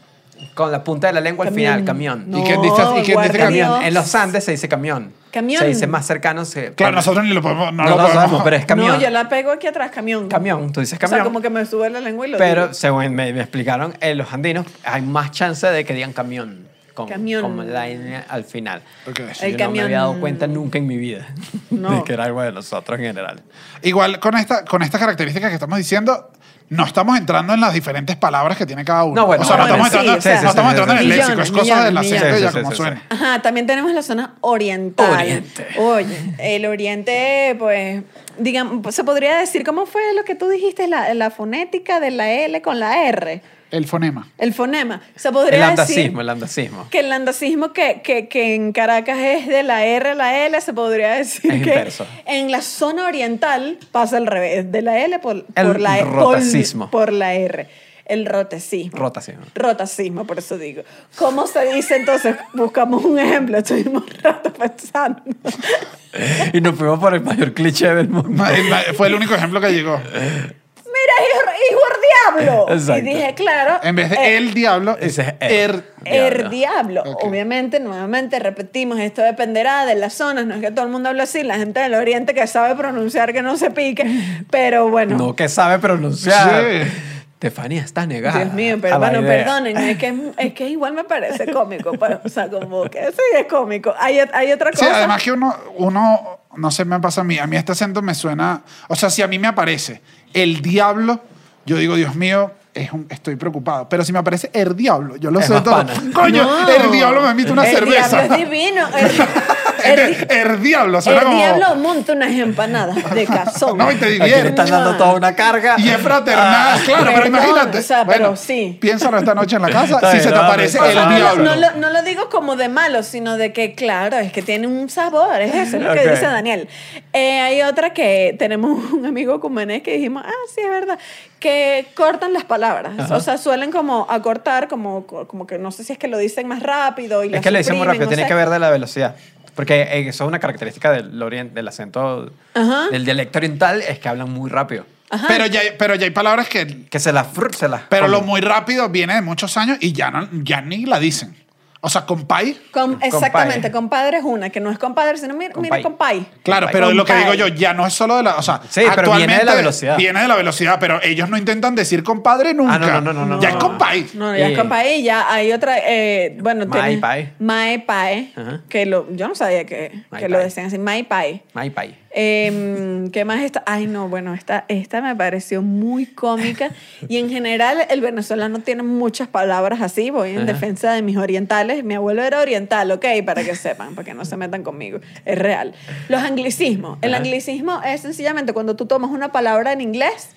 E: con la punta de la lengua al final, camión.
D: ¿Y quién dice- y quién dice
B: guarda
D: camión?
B: Dios.
E: En los Andes se dice camión.
B: Camión.
E: Se dice más cercano. se-
D: Claro, nosotros ni lo podemos. No,
E: no,
D: lo
E: lo
D: podemos.
E: sabemos, pero es camión.
B: No, yo la pego aquí atrás, camión.
E: Camión, tú dices
B: O
E: camión.
B: sea, como que me sube la lengua y lo
E: Pero
B: digo.
E: según me, me explicaron, en los andinos hay más chance de que digan camión. Con,
B: Camión.
E: con la N al final.
D: Ok.
E: Yo
B: El
E: no me
B: camión.
E: había dado cuenta nunca en mi vida
B: No.
E: de que era algo de nosotros en general.
D: Igual con, esta, con estas características que estamos diciendo, no estamos entrando en las diferentes palabras que tiene cada uno.
E: No, bueno,
D: o sea, no
E: bueno,
D: estamos
E: sí,
D: entrando,
E: sí, sí,
D: no estamos
E: sí,
D: entrando en
E: sí,
D: el
B: sí.
D: léxico, es
B: Millones,
D: cosa del
B: millones.
D: acento y ya
E: Sí, sí,
D: como
E: sí,
D: suena.
B: Ajá, también tenemos la zona oriental.
E: Oriente.
B: Oye, el oriente, pues, digamos, se podría decir, ¿cómo fue lo que tú dijiste? La, la fonética de la L con la R,
D: El fonema.
B: el fonema. Se
E: El
B: podría decir
E: andacismo, el andacismo.
B: que el andacismo que, que, que en Caracas es de la R a la L, se podría decir
E: Es
B: que
E: inverso.
B: en la zona oriental pasa al revés, de la L por,
E: El
B: por la por-
E: rotacismo.
B: Por, la R. El rotecismo.
E: Rotacismo.
B: Rotacismo, por eso digo. ¿Cómo se dice entonces? Buscamos un ejemplo, estuvimos un rato pensando.
E: Y nos fuimos por el mayor cliché del mundo.
D: Ma- el- ma- Fue el único ejemplo que llegó.
B: Mira, hijo, hijo el diablo.
E: Exacto.
B: Y dije, claro.
D: En vez de
B: eh,
D: el diablo, es
E: Ese es
D: er.
B: El diablo.
D: Ok.
B: Obviamente, nuevamente repetimos, esto dependerá de las zonas, no es que todo el mundo hable así, la gente del oriente que sabe pronunciar que no se pique, pero bueno.
E: No que sabe pronunciar.
D: Sí.
E: Stefanía está
D: ah,
E: negada.
B: Dios mío, pero
E: a la
B: bueno,
E: idea.
B: perdonen, es que, es que igual me parece cómico, pero, o sea, como que sí es cómico. Hay, hay otra
D: Sí,
B: cosa.
D: además que uno, uno, no sé, me pasa a mí, a mí este acento me suena, o sea, si a mí me aparece el diablo, yo digo, Dios mío, es un- estoy preocupado. Pero si me aparece el diablo, yo lo
E: Es
D: sé
E: más
D: todo.
E: pana.
D: Coño,
B: No.
D: el diablo me invita una
B: el
D: cerveza.
B: Diablo es divino. El, el di-
D: el diablo,
B: el
D: suena como.
B: diablo monta unas empanadas de cazón.
D: No, y te
E: Aquí le están
D: diviertes.
E: dando toda una carga.
D: Y es fraternal, claro, pero
B: Ah. Perdón,
D: imagínate.
B: o sea,
D: bueno,
B: pero sí.
D: Piénsalo esta noche en la casa
E: Está
D: si
E: bien,
D: se te
E: no,
D: aparece
E: no,
D: el
E: no,
B: no,
D: diablo.
B: No, lo, no lo digo como de malo, sino de que, claro, es que tiene un sabor. Es eso lo que
E: Ok.
B: dice Daniel. Eh, hay otra que tenemos un amigo cumanés que dijimos, ah, sí, es verdad, que cortan las palabras. O sea, suelen como acortar, como, como que no sé si es que lo dicen más rápido. Y
E: Es que lo dicen muy rápido, tiene
B: que
E: que ver de la velocidad. Porque eh, eso es una característica del, orien- del acento,
B: Ajá.
E: del dialecto oriental, es que hablan muy rápido.
D: Pero ya, hay- pero ya hay palabras que.
E: Que se las... fr- Se las
D: Pero lo
E: comen.
D: muy rápido viene de muchos años y ya, no, ya ni la dicen. O sea, compay.
B: Com-
E: Compadre.
B: exactamente, compadre es una, que no es compadre, sino mira, mira
E: Compay.
B: compay.
D: Claro,
E: Compay.
D: pero lo que digo
B: Compay.
D: yo, ya no es solo de la. O sea,
E: Sí, pero viene de la
D: actualmente
E: velocidad.
D: Viene de la velocidad, pero ellos no intentan decir compadre nunca.
E: Ah, no, no, no, no,
D: Ya
E: no.
D: es compay.
B: No, ya
E: Eh.
B: es compay, ya hay otra, eh, bueno,
E: Mai
B: tiene-
E: Pai.
B: Mai Pai,
E: Ajá.
B: que lo, yo no sabía que,
E: Mai
B: que lo
E: Pai.
B: decían así, Mai Pai.
E: Ay, pay.
B: Em, ¿Qué más está? Ay, no, bueno, esta, esta me pareció muy cómica. Y en general, el venezolano tiene muchas palabras así. Voy en defensa de mis orientales. Mi abuelo era oriental, ok, para que sepan, para que no se metan conmigo. Es real. Los anglicismos. El anglicismo es sencillamente cuando tú tomas una palabra en inglés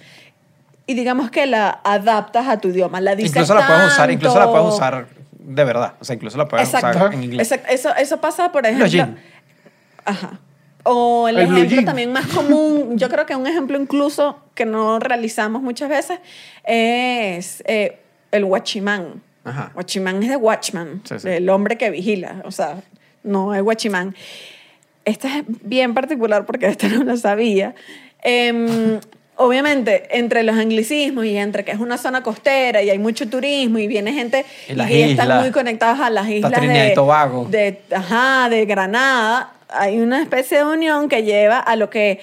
B: y digamos que la adaptas a tu idioma. La dices
E: Incluso la puedes usar,
B: tanto.
E: incluso la puedes usar de verdad. O sea, incluso la puedes
B: Exacto.
E: usar en inglés.
B: Exacto. Eso, eso pasa, por ejemplo.
E: jeans.
B: Ajá. O el,
D: El blue
B: ejemplo
D: jean.
B: también más común, yo creo que un ejemplo incluso que no realizamos muchas veces es eh, el guachimán.
E: Ajá.
B: Guachimán es de Watchman,
E: Sí, sí.
B: el hombre que vigila, o sea, no es guachimán. Esta es bien particular porque esta no la sabía. Em, obviamente, entre los anglicismos y entre que es una zona costera y hay mucho turismo y viene gente
E: Y las
B: que están
E: islas.
B: muy conectados a las islas
E: Trinidad y
B: de,
E: Tobago.
B: de, ajá, de Granada, hay una especie de unión que lleva a lo que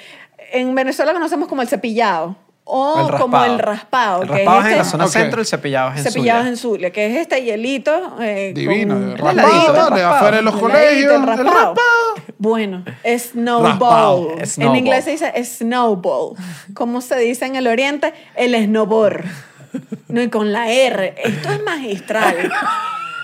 B: en Venezuela conocemos como el cepillado o
E: El
B: como
E: raspado.
B: el raspado.
E: El
B: que
E: raspado es,
B: este-
E: en la zona
D: Ok.
E: centro, el cepillado es en
B: cepillados
E: Zulia.
B: en Zulia, que es este hielito. eh,
D: Divino,
B: con-
D: de
E: raspado,
B: heladito,
D: de afuera de los
B: el
D: colegios,
B: heladito,
D: el
B: El
D: raspado.
B: raspado. Bueno,
D: Raspado,
B: snowball. En
E: snowball.
B: inglés se dice snowball. ¿Cómo se dice en el oriente? El snowboard. No, y con la R. Esto es magistral.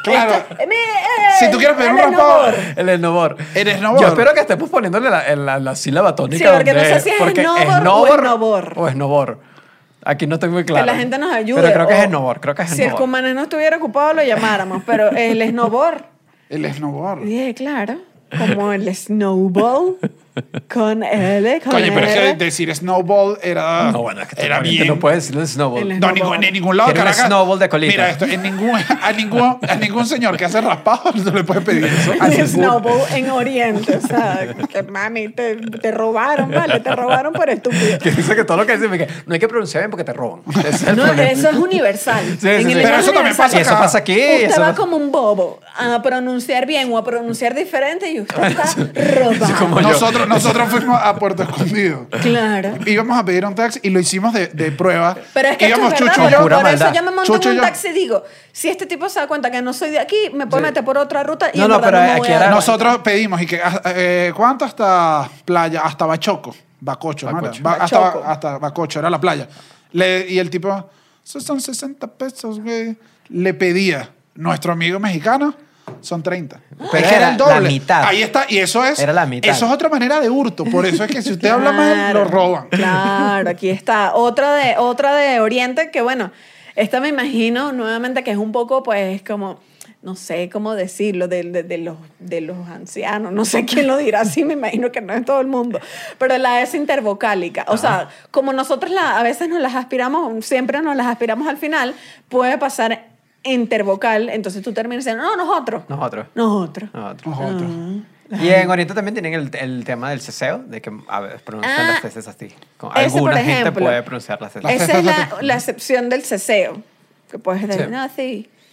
D: Claro.
B: Esto- eh, mire,
D: Si
B: eh,
D: tú quieres pedir
B: el
D: un raspado,
B: snowboard.
E: El esnobor.
D: El snowboard.
E: Yo espero que estemos poniéndole la, en la- la sílaba tónica.
B: Sí, porque
E: donde
B: no sé si es
E: porque
B: snowboard o
E: snowboard
B: snowbor.
E: O snowboard. Aquí no estoy muy claro.
B: Que la gente nos ayude.
E: Pero creo que
B: o
E: es snowboard. Creo que es
B: Si el
E: snowboard.
B: cumanés no estuviera ocupado, lo llamáramos. Pero el snowboard.
D: El snowboard.
B: Dije, claro. Como el snowball. Con L, con
D: Coño, pero es
B: R.
D: que decir snowball era.
E: No, bueno, es que
D: era
E: obviamente
D: bien.
E: no puedes decirle snowboard.
B: El
D: No, ningún- en ningún lado de
E: Quiero un
D: Caracas.
E: snowball de colita.
D: Mira esto, en ningún, a, ningún, a ningún señor que hace raspado no le puedes pedir eso. A
B: El
D: ningún-
B: snowball en Oriente. O sea, que mami, te, te robaron, vale, te robaron por estúpido.
E: Que dice que todo lo que dice, que no hay que pronunciar bien porque te roban. Ese es el
B: No,
E: problema.
B: eso es universal.
E: Sí, sí, sí.
B: inglés
D: Pero
B: es
D: eso también
B: universal.
E: Y eso
D: acá.
E: pasa aquí.
B: Usted
E: eso
B: va
E: pasa-
B: como un bobo a pronunciar bien o a pronunciar diferente y usted está robado.
E: como yo.
D: Nosotros, nosotros fuimos a Puerto Escondido.
B: Claro.
D: Íbamos a pedir un taxi y lo hicimos de, de prueba.
B: Pero es que esto
D: Íbamos
B: es verdad,
D: chucho,
B: pero
D: yo.
B: por
E: Pura
B: eso
E: maldad.
B: yo me monto
D: Chucho,
B: en
D: yo.
B: un taxi y digo, si este tipo se da cuenta que no soy de aquí, me puede meter por otra ruta y
E: No,
B: en
E: no,
B: verdad
E: pero
B: me voy
E: aquí
B: a dar
E: era-
B: cuenta.
D: Nosotros pedimos y que ah, eh, ¿cuánto hasta playa? Hasta Bachoco. Bacocho, ¿no?
E: Bacocho.
D: Ba- hasta,
B: Bachoco.
D: Ba- hasta Bacocho, era la playa. Le- y el tipo, "Esos son 60 pesos, güey. Le pedía, nuestro amigo mexicano, son 30.
E: Pero
D: es que
E: era
D: era el doble.
E: la mitad.
D: Ahí está, y eso es.
E: Era la mitad.
D: Eso es otra manera de hurto. Por eso es que si usted habla mal,
B: Claro,
D: lo roban.
B: Claro, aquí está. Otra de, otra de Oriente que, bueno, esta me imagino nuevamente que es un poco, pues, como, no sé cómo decirlo, de, de- de los, de los ancianos. No sé quién lo dirá así, me imagino que no es todo el mundo. Pero la es intervocálica. O sea, como nosotros la, a veces nos las aspiramos, siempre nos las aspiramos al final, puede pasar intervocal, entonces tú terminas diciendo, no, nosotros.
E: Nosotros.
B: Nosotros.
E: Nosotros.
D: Nosotros.
E: Y en Oriente también tienen el, el tema del ceseo, de que a veces pronuncian
B: Ah,
E: las tesis así. Con-
B: ese, por
E: Alguna gente
B: ejemplo.
E: puede pronunciar las tesis.
B: Esa es la, la excepción del ceseo. Que puedes decir,
E: Sí.
B: no, sí.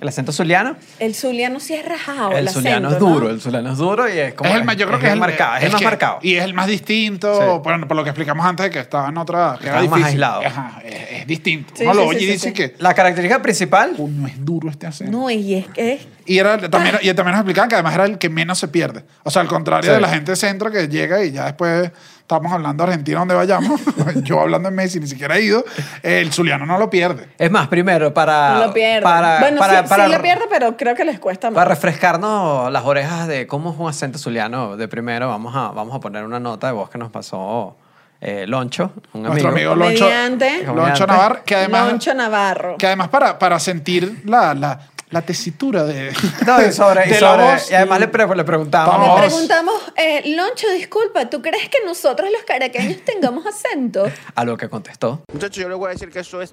E: El acento zuliano.
B: El zuliano sí es rajado.
E: el zuliano es
B: Ah, acento, ¿no?
E: duro, el zuliano es duro y es como.
D: es el mayor, creo que
E: el
D: es el
E: marcado, es el más
D: que-
E: marcado.
D: Y es el más distinto,
E: Sí.
D: bueno, por lo que explicamos antes, de que estaba en otra. Que era
E: Estaba más
D: difícil.
E: aislado.
D: Ajá, es, es distinto.
B: Sí,
D: Uno lo
B: sí,
D: oye
B: sí,
D: y
B: sí,
D: dice
B: sí.
D: que.
E: La característica principal.
D: Coño, es duro este acento.
B: No, y es que es
D: Y, era, también, y también nos explicaban que además era el que menos se pierde. O sea, al contrario
E: Sí.
D: de la gente de centro que llega y ya después estamos hablando argentino donde vayamos. yo hablando en Messi, ni siquiera he ido. eh, el zuliano no lo pierde.
E: Es más, primero, para.
B: No lo pierden.
E: Ah, Para,
B: bueno,
E: para,
B: sí,
E: para-
B: sí lo pierden, pero creo que les cuesta más.
E: Para refrescarnos las orejas de cómo es un acento zuliano, de primero vamos a, vamos a poner una nota de voz que nos pasó eh, Loncho, un
D: Nuestro
E: amigo.
D: amigo Loncho,
B: Comediante.
D: Loncho Navarro, que además,
B: Moncho Navarro.
D: que además para, para sentir la, la, la tesitura de,
E: No, y, sobre, y,
D: de la
E: sobre-
D: voz.
E: y además le, pre- le
D: Vamos.
E: preguntamos.
B: Le preguntamos, eh, Loncho, disculpa, ¿tú crees que nosotros los caraqueños tengamos acento?
E: A lo que contestó.
F: Muchachos, yo les voy a decir que eso es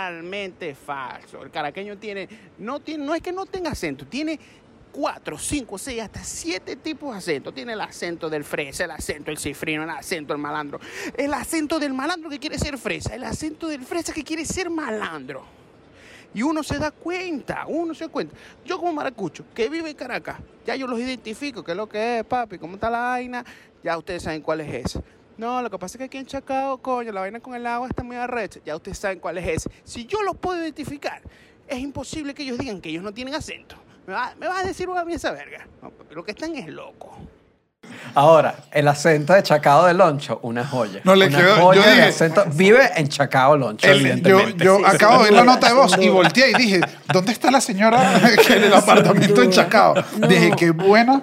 F: totalmente falso. El caraqueño tiene, no tiene, no es que no tenga acento, tiene cuatro, cinco, seis, hasta siete tipos de acento. Tiene el acento del fresa, el acento del cifrino, el acento del malandro, el acento del malandro que quiere ser fresa, el acento del fresa que quiere ser malandro. Y uno se da cuenta, uno se da cuenta. Yo como maracucho, que vive en Caracas, ya yo los identifico, qué es lo que es, papi, cómo está la vaina, ya ustedes saben cuál es ese. No, lo que pasa es que aquí en Chacao, coño, la vaina con el agua está muy arrecha, ya ustedes saben cuál es ese. Si yo los puedo identificar, es imposible que ellos digan que ellos no tienen acento. Me va- me vas a decir a mí esa verga. No, papi, lo que están es loco.
E: Ahora, el acento de Chacao de Loncho, una joya.
D: No le
E: Una
D: quedó-
E: joya
D: yo
E: de
D: dije-
E: acento. Vive en Chacao Loncho,
D: El- yo
E: evidentemente.
D: yo acabo de ver la
B: duda,
D: nota de voz y volteé y dije, ¿dónde está la señora que en el apartamento en
B: duda.
D: Chacao?
B: No.
D: Dije, qué buena.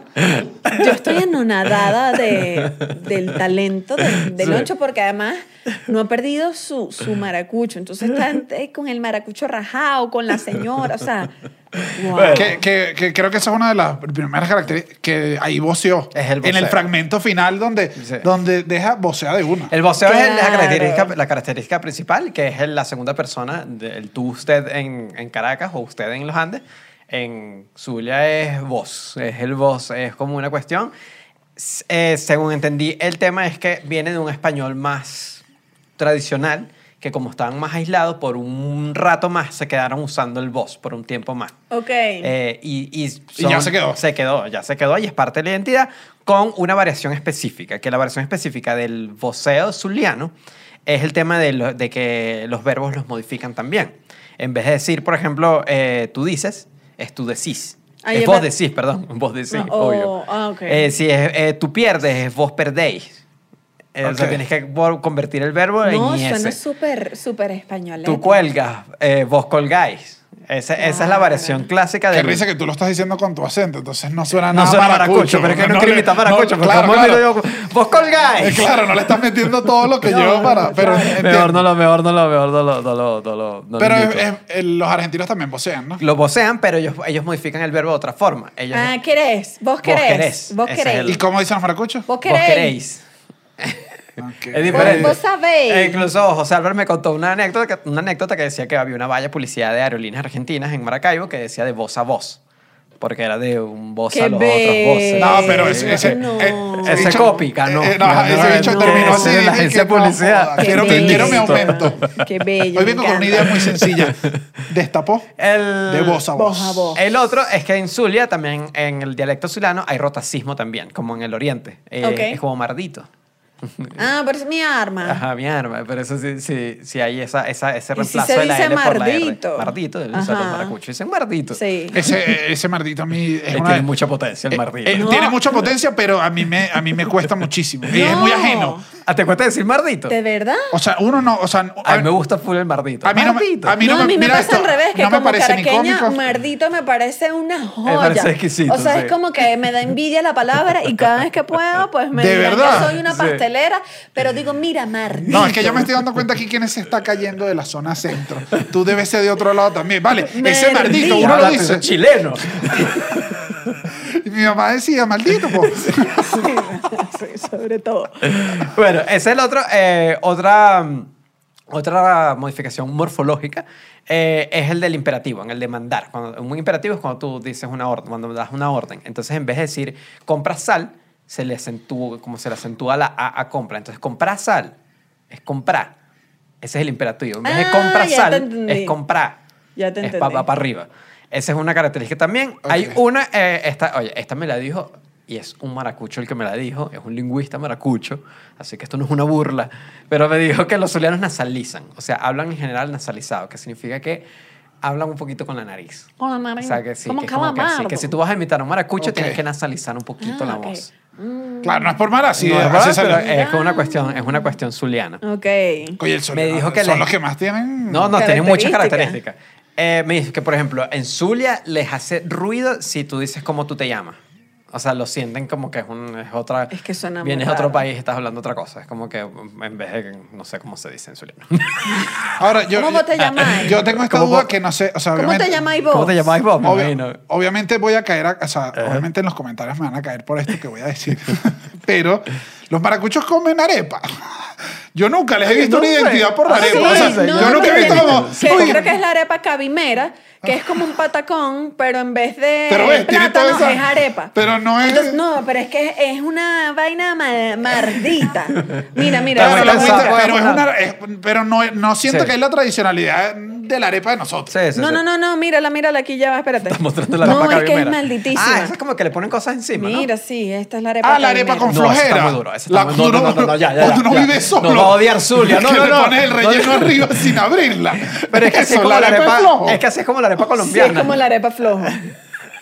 B: Yo estoy anonadada de, del talento de, de Loncho porque además no ha perdido su, su maracucho. Entonces está eh, con el maracucho rajado, con la señora, o sea, wow.
D: Que, que- que creo que esa es una de las primeras características que ahí voceó.
E: Es el
D: en el
E: voceo.
D: fragmento final donde,
E: Sí.
D: donde deja vocea de una.
E: El voceo es la
B: Claro.
E: característica, la característica principal, que es el- la segunda persona, del tú, usted en, en Caracas o usted en los Andes. En Zulia es voz, es el voz, es como una cuestión. S- eh, según entendí, el tema es que viene de un español más tradicional, que como estaban más aislados, por un rato más se quedaron usando el voz, por un tiempo más.
B: Ok.
E: Eh, y, y
D: Y ya se quedó.
E: Se quedó, ya se quedó y es parte de la identidad con una variación específica, que la variación específica del voceo zuliano es el tema de, lo- de que los verbos los modifican también. En vez de decir, por ejemplo, eh, tú dices, es tú decís.
B: Ah,
E: es
B: ya
E: vos
B: me-
E: decís, perdón, vos decís,
B: No, oh,
E: obvio.
B: ah, ok.
E: Eh, si es eh, tú pierdes, es vos perdéis. Eh, O sea,
D: Ok.
E: tienes que vol- convertir el verbo
B: no,
E: en
B: suena
E: IS.
B: súper, súper español.
E: Tú cuelgas, eh, vos colgáis. Esa, esa es la
B: Claro.
E: variación clásica
D: Qué
E: del...
D: risa que tú lo estás diciendo con tu acento, entonces no suena
E: No
D: nada
E: suena maracucho, pero es que no, quiero
D: le-
E: imitar maracucho.
D: no,
E: porque
D: claro,
E: como
D: claro.
E: digo yo, vos
D: Eh,
E: colgáis.
D: claro, no le estás metiendo todo lo que llevo para... Pero,
E: Mejor no lo, mejor no lo, mejor no lo, no lo, no lo- no lo
D: pero
E: imito.
D: es- es- los argentinos también vocean, ¿no?
E: Lo vocean, pero ellos, ellos modifican el verbo de otra forma. Ellos,
B: Ah, ¿querés? ¿Vos querés? ¿Vos querés?
E: querés. Ese es el-
D: ¿Y cómo dicen los maracuchos?
B: ¿Vos
E: vos
B: queréis?
E: queréis.
D: Ok.
E: Es diferente.
B: Vos- vos sabéis.
E: Eh, incluso José Álvarez me contó una anécdota, que, una anécdota que decía que había una valla publicidad de aerolíneas argentinas en Maracaibo que decía de voz a voz. Porque era de un voz
B: ¡Qué
E: a los otros voces.
D: No,
B: Eh,
D: pero ese, ese,
B: no.
D: eh,
E: Ese
D: bicho-
E: copy, ganó.
D: eh, eh, no, ese bicho
B: No,
D: terminó
B: no,
D: así.
E: ese de
D: dije,
E: la agencia
D: no,
E: publicidad.
D: joda,
B: Qué
D: Ah, Quiero, que-
B: bello.
D: quiero mi aumento.
B: Qué bello.
D: Hoy
B: me
D: vengo con
B: encanta.
D: una idea muy sencilla. Destapó
E: El-
D: de voz a voz.
B: Ah, Voz a voz.
E: El otro es que en Zulia, también en el dialecto zulano, hay rotacismo también, como en el oriente. Eh,
B: Ok.
E: Es como mardito.
B: Ah, pero es mi arma.
E: Ajá, mi arma. Pero eso sí, sí, sí hay esa, esa, ese
B: si
E: reemplazo
B: se
E: de la
B: dice
E: L por la R.
B: mardito?
E: Mardito, el
B: Ajá.
E: maracucho. Dicen mardito.
B: Sí.
D: Ese, ese mardito a mí es
E: Eh,
D: una-
E: tiene mucha potencia el
D: eh,
E: mardito.
D: eh, Tiene mucha potencia, pero a mí me, a mí me cuesta muchísimo. Y es
B: No.
D: muy ajeno.
E: Ah, ¿Te cuesta decir mardito?
B: ¿De verdad?
D: O sea, uno no. O sea,
E: A mí me gusta full el mardito.
D: A mí no me-
E: Mardito.
D: a mí
B: no, a mí me
D: mira
B: pasa al
D: esto,
B: revés, que
D: no me
B: como
D: parece ni
B: caraqueña,
D: cómico.
B: mardito me parece una joya.
E: parece exquisito,
B: O sea,
E: sí.
B: es como que me da envidia la palabra y cada vez que puedo, pues me
D: ¿De
B: dirán
D: verdad?
B: que soy una
E: Sí.
B: pastelera, pero digo, mira, mardito.
D: No, es que yo me estoy dando cuenta aquí quién se está cayendo de la zona centro. Tú debes ser de otro lado también. Vale, ese
B: Merdito.
D: mardito,
E: Y
D: uno
E: habla
D: lo
E: tú,
D: dice.
E: soy chileno.
D: Y mi mamá decía, maldito, po.
B: Sí, sobre todo.
E: Bueno, ese es el otro. eh, otra, mm, otra modificación morfológica eh, es el del imperativo, en el de mandar. Cuando, un imperativo es cuando tú dices una orden, cuando das una orden. Entonces, en vez de decir compra sal, se le acentúa, como se le acentúa la A a compra. Entonces, comprar sal es comprar. Ese es el imperativo. En vez de
B: Ah,
E: comprar
B: ya te
E: sal,
B: entendí.
E: es comprar.
B: Ya te
E: es
B: entendí.
E: para arriba. Esa es una característica también. Hay una, eh, esta, oye, esta me la dijo, y es un maracucho el que me la dijo, es un lingüista maracucho, así que esto no es una burla, pero me dijo que los zulianos nasalizan, o sea, hablan en general nasalizado, que significa que hablan un poquito con la nariz.
B: Con la nariz.
E: O sea, que sí,
B: Como
E: que, es como que sí,
B: calamardo.
E: que si tú vas a imitar a un maracucho,
D: Ok.
E: tienes que nasalizar un poquito la
B: Ah, ok.
E: voz.
D: Claro, no es por mala, sí,
E: No,
D: así
E: ¿verdad?
D: salió.
E: Pero eh, es una cuestión, es una cuestión zuliana.
B: Ok.
D: Oye, el sol-
E: me dijo que
D: son
E: le-
D: los que más tienen.
E: No, no, tiene muchas
B: Característica.
E: características. Eh, me dice que, por ejemplo, en Zulia les hace ruido si tú dices cómo tú te llamas. O sea, lo sienten como que es, un, es otra...
B: Es que suena muy
E: Vienes a otro
B: raro.
E: país y estás hablando otra cosa. Es como que mm, en vez de... que- No sé cómo se dice en Zulia.
D: Ahora, yo,
B: ¿Cómo vos te llamáis?
D: Yo tengo esta
E: ¿Cómo
D: duda
E: vos-
D: que no sé. O sea,
B: ¿Cómo te
D: obviamente-
B: llamáis vos?
E: ¿Cómo te llamáis vos? Me
D: Obvio-
E: imagino.
D: obviamente voy a caer, a- o sea, obviamente en los comentarios me van a caer por esto que voy a decir. Pero los maracuchos comen arepa. Yo nunca les he visto una
E: no sé.
D: identidad por la
E: Ah,
D: arepa.
E: sí,
D: O sea,
E: no,
D: yo nunca he
B: porque
D: visto
B: tiene-
D: como.
B: que
D: "Uy,
B: creo que es la arepa cabimera, que es como un patacón, pero en vez de
D: Pero ves, tiene
B: plátano
D: toda esa-
B: es arepa.
D: pero no es-
B: Entonces, no, pero es que es una vaina ma- mardita. Mira, mira.
D: Claro,
E: Pero
D: la
E: bueno,
D: cuenta-
E: pensaba,
D: pero, es
E: bueno.
D: una, es- pero no, no siento
E: Sí.
D: que es la tradicionalidad de la arepa de nosotros.
E: Sí, sí,
B: no,
E: sí.
B: no, no, no, mírala, mírala aquí ya va, espérate.
E: Estás mostrando la
B: no,
E: arepa
B: es que es
E: cabimera.
B: malditísima.
E: Ah, esa es como que le ponen cosas encima, ¿no?
B: Mira, sí, esta es la arepa
D: Ah, la arepa con
B: cabimera.
E: No, esa
D: flojera.
E: está muy duro, esa está
D: La
E: muy- no,
D: duro-
E: no, no, no, ya, ya,
D: cuando
E: ya,
D: uno
E: ya.
D: vive
E: Nos
D: solo.
E: va a odiar Zulia, no,
D: que
E: no,
D: le
E: no.
D: pones el relleno arriba sin abrirla.
E: Pero es que así es
D: Eso,
E: como la
D: es
E: arepa...
D: flojo.
E: Es que así es como la arepa
B: Sí, es
E: colombiana.
B: como la arepa floja.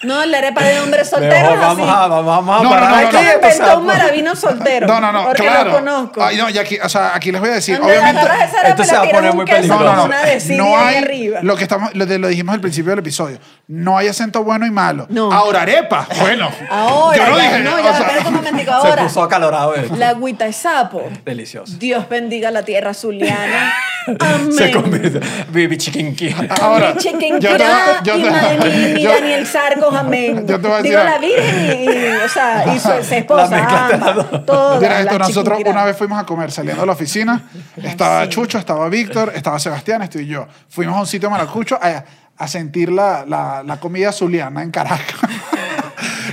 B: No, la arepa de hombre soltero
E: Mejor
B: es así.
E: vamos a, vamos
D: No,
E: a
D: no,
E: parar
D: no, no,
E: aquí,
D: no.
B: Me inventó
E: o sea,
B: un maravino soltero.
D: No, no, no,
B: porque
D: claro.
B: lo conozco.
D: Ay, no, y aquí, o sea, aquí les voy a decir,
B: Donde
D: obviamente.
B: agarras esa arepa
E: Esto
B: y
E: se
B: la
E: va a
B: tiras
E: poner
B: un
E: muy
B: queso
D: No,
E: peligroso.
B: con
D: no,
B: una
D: no.
B: desidia
D: No
B: ahí
D: hay.
B: arriba.
D: Lo que estamos, lo, de- lo dijimos al principio del episodio. No hay acento bueno y malo.
B: No.
D: Ahora arepa. Bueno.
B: Ahora,
D: Yo no
B: ya,
D: dije.
B: no,
D: o
B: ya,
D: sea,
B: espérate un momentico,
E: Se
B: ahora.
E: puso acalorado esto.
B: La agüita de sapo.
E: Delicioso.
B: Dios bendiga la tierra zuliana. Amén.
E: Se convierte. Baby chicken king.
D: ahora.
B: Leche que
D: yo te-
B: entra
D: yo
B: y
D: te-
B: Madeleine y
D: yo-
B: Daniel Sarcos, amén.
D: Yo te voy a
B: Digo
D: decir
B: la
D: algo.
B: Virgen y, y, o sea, y su, su esposa,
E: La mezcla de
B: ambas,
E: las dos.
B: todas
D: Mira esto,
B: las
D: nosotros
B: chiquinquirá.
D: una vez fuimos a comer saliendo de la oficina. Estaba Chucho, estaba Víctor, estaba Sebastián, estoy yo. Fuimos a un sitio maracucho a, a sentir la, la- la comida zuliana en Caracas.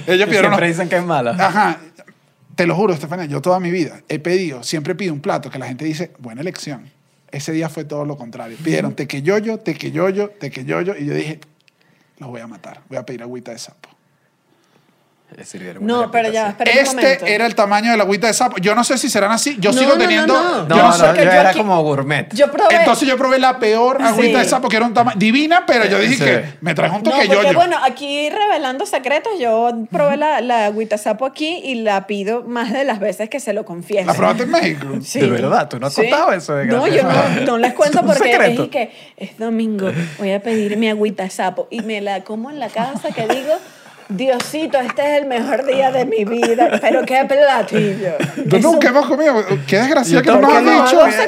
D: Ellos pidieron.
E: Siempre
D: unos-
E: dicen que es mala.
D: Ajá. Te lo juro, Estefania, yo toda mi vida he pedido, siempre pido un plato que la gente dice, buena elección. Ese día fue todo lo contrario. Pidieron tequeyoyo, tequeyoyo, tequeyoyo, y yo dije, los voy a matar, voy a pedir agüita de sapo.
E: Le sirvieron una
B: No, pero ya,
E: aplicación.
B: espera un momento.
D: Este era el tamaño de la agüita de sapo. Yo no sé si serán así. Yo
B: No,
D: sigo
B: no, no,
D: teniendo.
B: no.
E: No,
D: yo no
E: no,
D: sé-
E: yo
B: porque yo
E: era
B: aquí-
E: como gourmet.
B: Yo probé.
D: Entonces yo probé la peor agüita de
B: Sí.
D: sapo, que era un tamaño divina, pero yo dije
E: Sí.
D: que me trajo un
B: No,
D: toque
B: porque
D: yo.
B: bueno, aquí revelando secretos, yo probé la, la agüita sapo aquí y la pido más de las veces que se lo confieso.
D: La probaste en México.
B: Sí.
E: De verdad, tú no has contado eso de
B: No,
E: Gabriel.
B: yo no, no les cuento
E: Es un
B: porque es
E: secreto.
B: que es domingo, voy a pedir mi agüita sapo y me la como en la casa que digo, Diosito, este es el mejor día de mi vida, pero qué platillo.
D: Tú
B: Es
D: nunca
B: un-
D: hemos comido. Qué desgracia
E: Yo
D: que no nos
E: tampoco
D: has
E: lo-
D: dicho.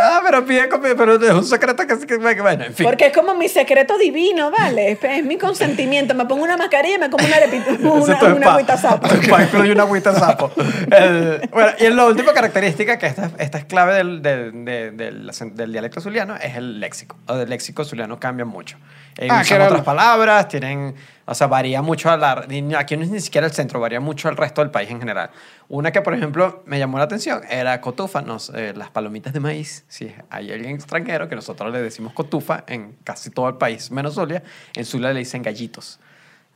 E: Ah, pero pide comida, pero es un secreto que sí que bueno, en fin.
B: Porque es como mi secreto divino, ¿vale? Es, es mi consentimiento. Me pongo una mascarilla y me como una, arepita,
E: Ese
B: una,
E: es tu
B: una
E: spa.
B: agüita sapo.
E: Tu spa incluye una agüita sapo. El- bueno, y la última característica, que esta, esta es clave del, del, del- del acen- del dialecto zuliano, es el léxico. O del léxico zuliano cambia mucho. Eh,
D: Ah, que
E: usan
D: era
E: otras
D: lo-
E: palabras, tienen... O sea, varía mucho a la... Aquí no es ni siquiera el centro, varía mucho al resto del país en general. Una que, por ejemplo, me llamó la atención era cotúfanos, eh, las palomitas de maíz. Si hay alguien extranjero que nosotros le decimos cotufa en casi todo el país, menos Zulia, en Zulia le dicen gallitos.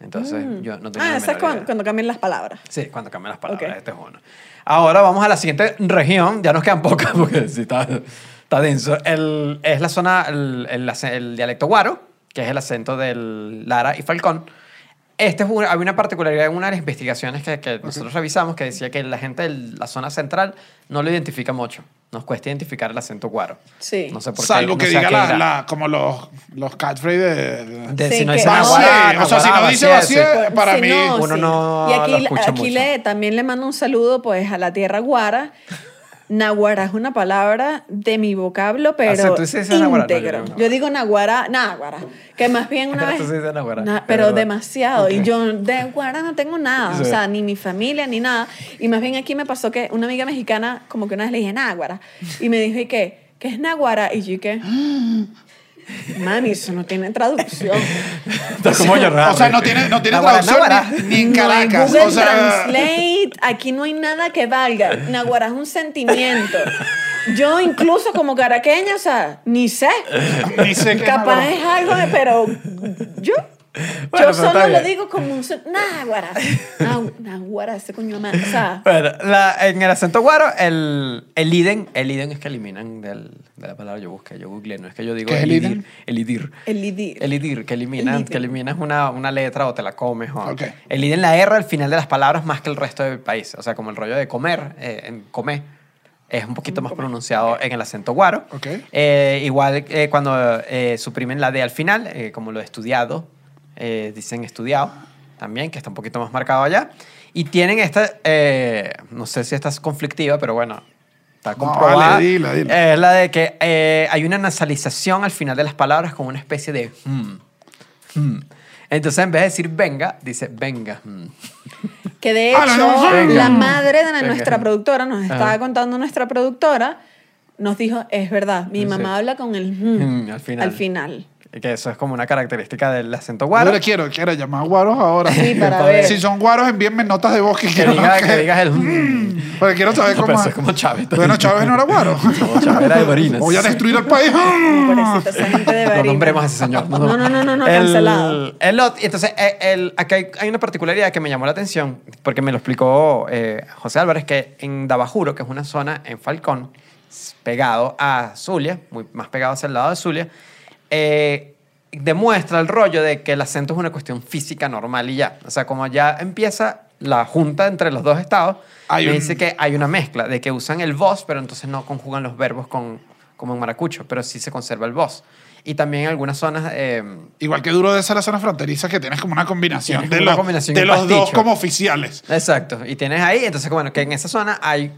E: Entonces, yo no tenía
B: Ah,
E: la
B: esa es
E: menor
B: cuando,
E: idea.
B: cuando cambian las palabras.
E: Sí, cuando cambian las palabras,
B: Ok.
E: este es uno. Ahora vamos a la siguiente región, ya nos quedan pocas porque sí está, está denso. El- es la zona, el, el ac- el dialecto guaro, que es el acento del Lara y Falcón. Este es un- había una particularidad en una de las investigaciones que, que nosotros revisamos que decía que la gente de la zona central no lo identifica mucho. Nos cuesta identificar el acento guaro.
B: Sí.
E: No sé por qué,
D: Salvo
E: no
D: que
E: sé a
D: diga
E: qué
D: la,
E: era.
D: la- como los, los catchphrases de. de-
E: De-
B: Sí,
E: si no
B: que-
E: dice
D: Vacíe,
E: naguará,
D: Ah, o sea, si no
E: naguará,
D: dice
E: vacíe,
D: vacíe,
E: sí.
D: para
B: Sí,
D: mí,
E: uno no
B: y
E: lo
B: aquí,
E: escucha
B: aquí
E: mucho.
B: le, también le mando un saludo pues a la tierra guara Naguará es una palabra de mi vocablo, pero
E: Ah, sí, tú dices
B: íntegro.
E: naguará, no, yo
B: yo,
E: digo naguará.
B: digo naguará, naguará, que más bien una vez...
E: Tú sí dices naguará,
B: Na-
E: es
B: pero
E: verdad.
B: demasiado. Y
E: Ok.
B: yo de guara no tengo nada, o
E: Sí.
B: sea, ni mi familia, ni nada. Y más bien aquí me pasó que una amiga mexicana, como que una vez le dije naguará, y me dijo, ¿y qué? ¿Qué es naguará? Y yo, ¿y qué? Mami, eso no tiene traducción.
E: Está como llorando.
D: pues. o sea, no tiene, no tiene
E: Ah, Naguará,
D: traducción
E: naguará.
D: ni, ni en
B: No hay
D: Caracas.
B: Google
D: o sea,
B: Translate, aquí no hay nada que valga. Naguará es un sentimiento. Yo incluso como caraqueña, o sea, ni sé.
D: ni sé qué es
B: Capaz
D: naguará.
B: es algo, de- pero yo
E: Bueno, pero
B: Yo solo
E: está
B: lo
E: bien.
B: digo como un... son- Náguara. Nah- Náguara, ese este coño de madre. O sea,
E: Bueno, la- en el acento guaro, el, el iden, el iden es que eliminan del- de la palabra yo busqué, yo googleé, no es que yo digo
D: ¿Qué es el
E: elidir,
D: iden?
E: elidir.
B: el idir.
E: El idir, que eliminan,
B: El idir.
E: que eliminas una, una letra o te la comes. O,
D: Ok.
E: El idir en la R al final de las palabras más que el resto del país. O sea, como el rollo de comer, eh, en comer, es un poquito más pronunciado en el acento guaro.
D: Ok.
E: Eh, igual eh, cuando eh, suprimen la D al final, eh, como lo de estudiado, eh, dicen estudiado también, que está un poquito más marcado allá. Y tienen esta, eh, no sé si esta es conflictiva, pero bueno, está
D: No, vale,
E: comprobada.
D: dila, dila.
E: Eh, es la de que eh, hay una nasalización al final de las palabras con una especie de hmm. hmm. Entonces, en vez de decir venga, dice venga. hmm.
B: Que de
D: Ah, la
B: hecho,
D: novela.
B: la madre de
E: Venga. Ah.
B: nuestra productora, nos
E: Ajá.
B: estaba contando nuestra productora, nos dijo, es verdad, mi
E: Sí.
B: mamá habla con el... mm,
E: Mm, al final.
B: Al final.
E: Que eso es como una característica del acento
D: Yo
E: guaro.
D: le quiero, quiero llamar guaros ahora.
B: Sí, para
E: Para ver.
B: ver.
D: Si son guaros, envíenme notas de voz que
E: Que
D: quiero.
E: digas
D: que-
E: que digas el hmm.
D: Porque quiero saber
E: No, pero
D: cómo.
E: eso es como Chávez.
D: Bueno, Chávez no era guaro.
E: No, Chávez era de Barinas.
D: Voy a destruir al país. Ah.
B: Pobrecita esa gente Este de
E: No
B: Barinas.
E: nombremos a ese señor.
B: No, no, no, no, no,
E: El-
B: cancelado.
E: el ot- entonces, eh, el- acá hay, hay una particularidad que me llamó la atención, porque me lo explicó eh, José Álvarez, que en Dabajuro, que es una zona en Falcón, s- pegado a Zulia, muy, más pegado hacia el lado de Zulia, eh, demuestra el rollo de que el acento es una cuestión física normal y ya. O sea, como ya empieza la junta entre los dos estados,
D: Hay
E: me
D: un-
E: dice que hay una mezcla de que usan el vos, pero entonces no conjugan los verbos con, como en maracucho, pero sí se conserva el vos. Y también en algunas zonas... eh,
D: Igual que duro de ser las zonas fronterizas que tienes como una combinación
E: Tienes
D: de,
E: como una
D: los-
E: combinación
D: de
E: y un
D: los dos
E: pasticho.
D: como oficiales.
E: Exacto. Y tienes ahí, entonces, bueno, que en esa zona hay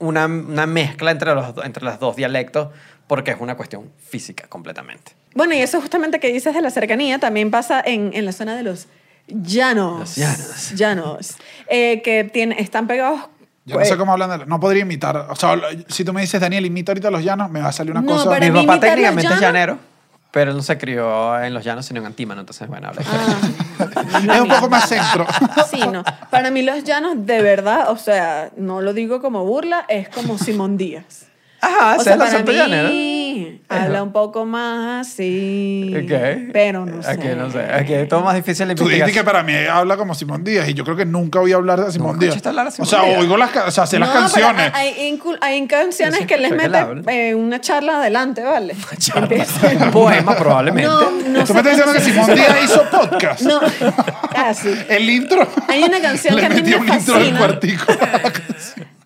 E: una, una mezcla entre los, do- entre los dos dialectos porque es una cuestión física completamente.
B: Bueno, y eso justamente que dices de la cercanía también pasa en, en la zona de los llanos.
E: Los llanos.
B: Llanos. Eh, que tienen, están pegados.
D: Yo
B: Pues.
D: no sé cómo hablan de lo- No podría imitar. O sea, lo- si tú me dices, Daniel, imita ahorita a los llanos, me va a salir una
B: No,
D: cosa.
B: Para
E: Mi
B: mí,
E: papá
B: imitar los
E: técnicamente
B: llanos-
E: es llanero, pero él no se crió en los llanos, sino en Antímano, entonces, bueno, habla
B: Ah,
E: diferente.
D: Es un poco más centro.
B: Sí, no. Para mí los llanos, de verdad, o sea, no lo digo como burla, es como Simón Díaz.
E: Ajá,
B: o
E: ese
B: sea,
E: Ah, es el
B: para
E: acento llanero.
B: mí habla un poco más así.
E: Ok.
B: Pero no sé.
E: Aquí no sé. Aquí es todo más difícil la
D: Tú dijiste que
E: investigación.
D: para mí habla como Simón Díaz y yo creo que nunca voy a hablar de Simón
E: Nunca
D: Díaz.
E: escuchaste hablar a Simón
D: o sea,
E: Díaz.
D: oigo las, ca- o sea, sé las
B: No, pero
D: canciones.
B: hay, hay incul- hay canciones
E: Eso,
B: que les
E: eso que le
B: meten
E: habla.
B: eh, una charla adelante, ¿vale? Empieza-
E: Un poema, probablemente.
B: No, no
D: tú
B: sé
D: me estás diciendo que
B: canciones.
D: Simón Díaz hizo podcast.
B: No, ah, casi.
D: El intro.
B: Hay una canción
D: Le
B: que a mí
D: metió
B: me
D: un intro del
B: fascina.
D: cuartico.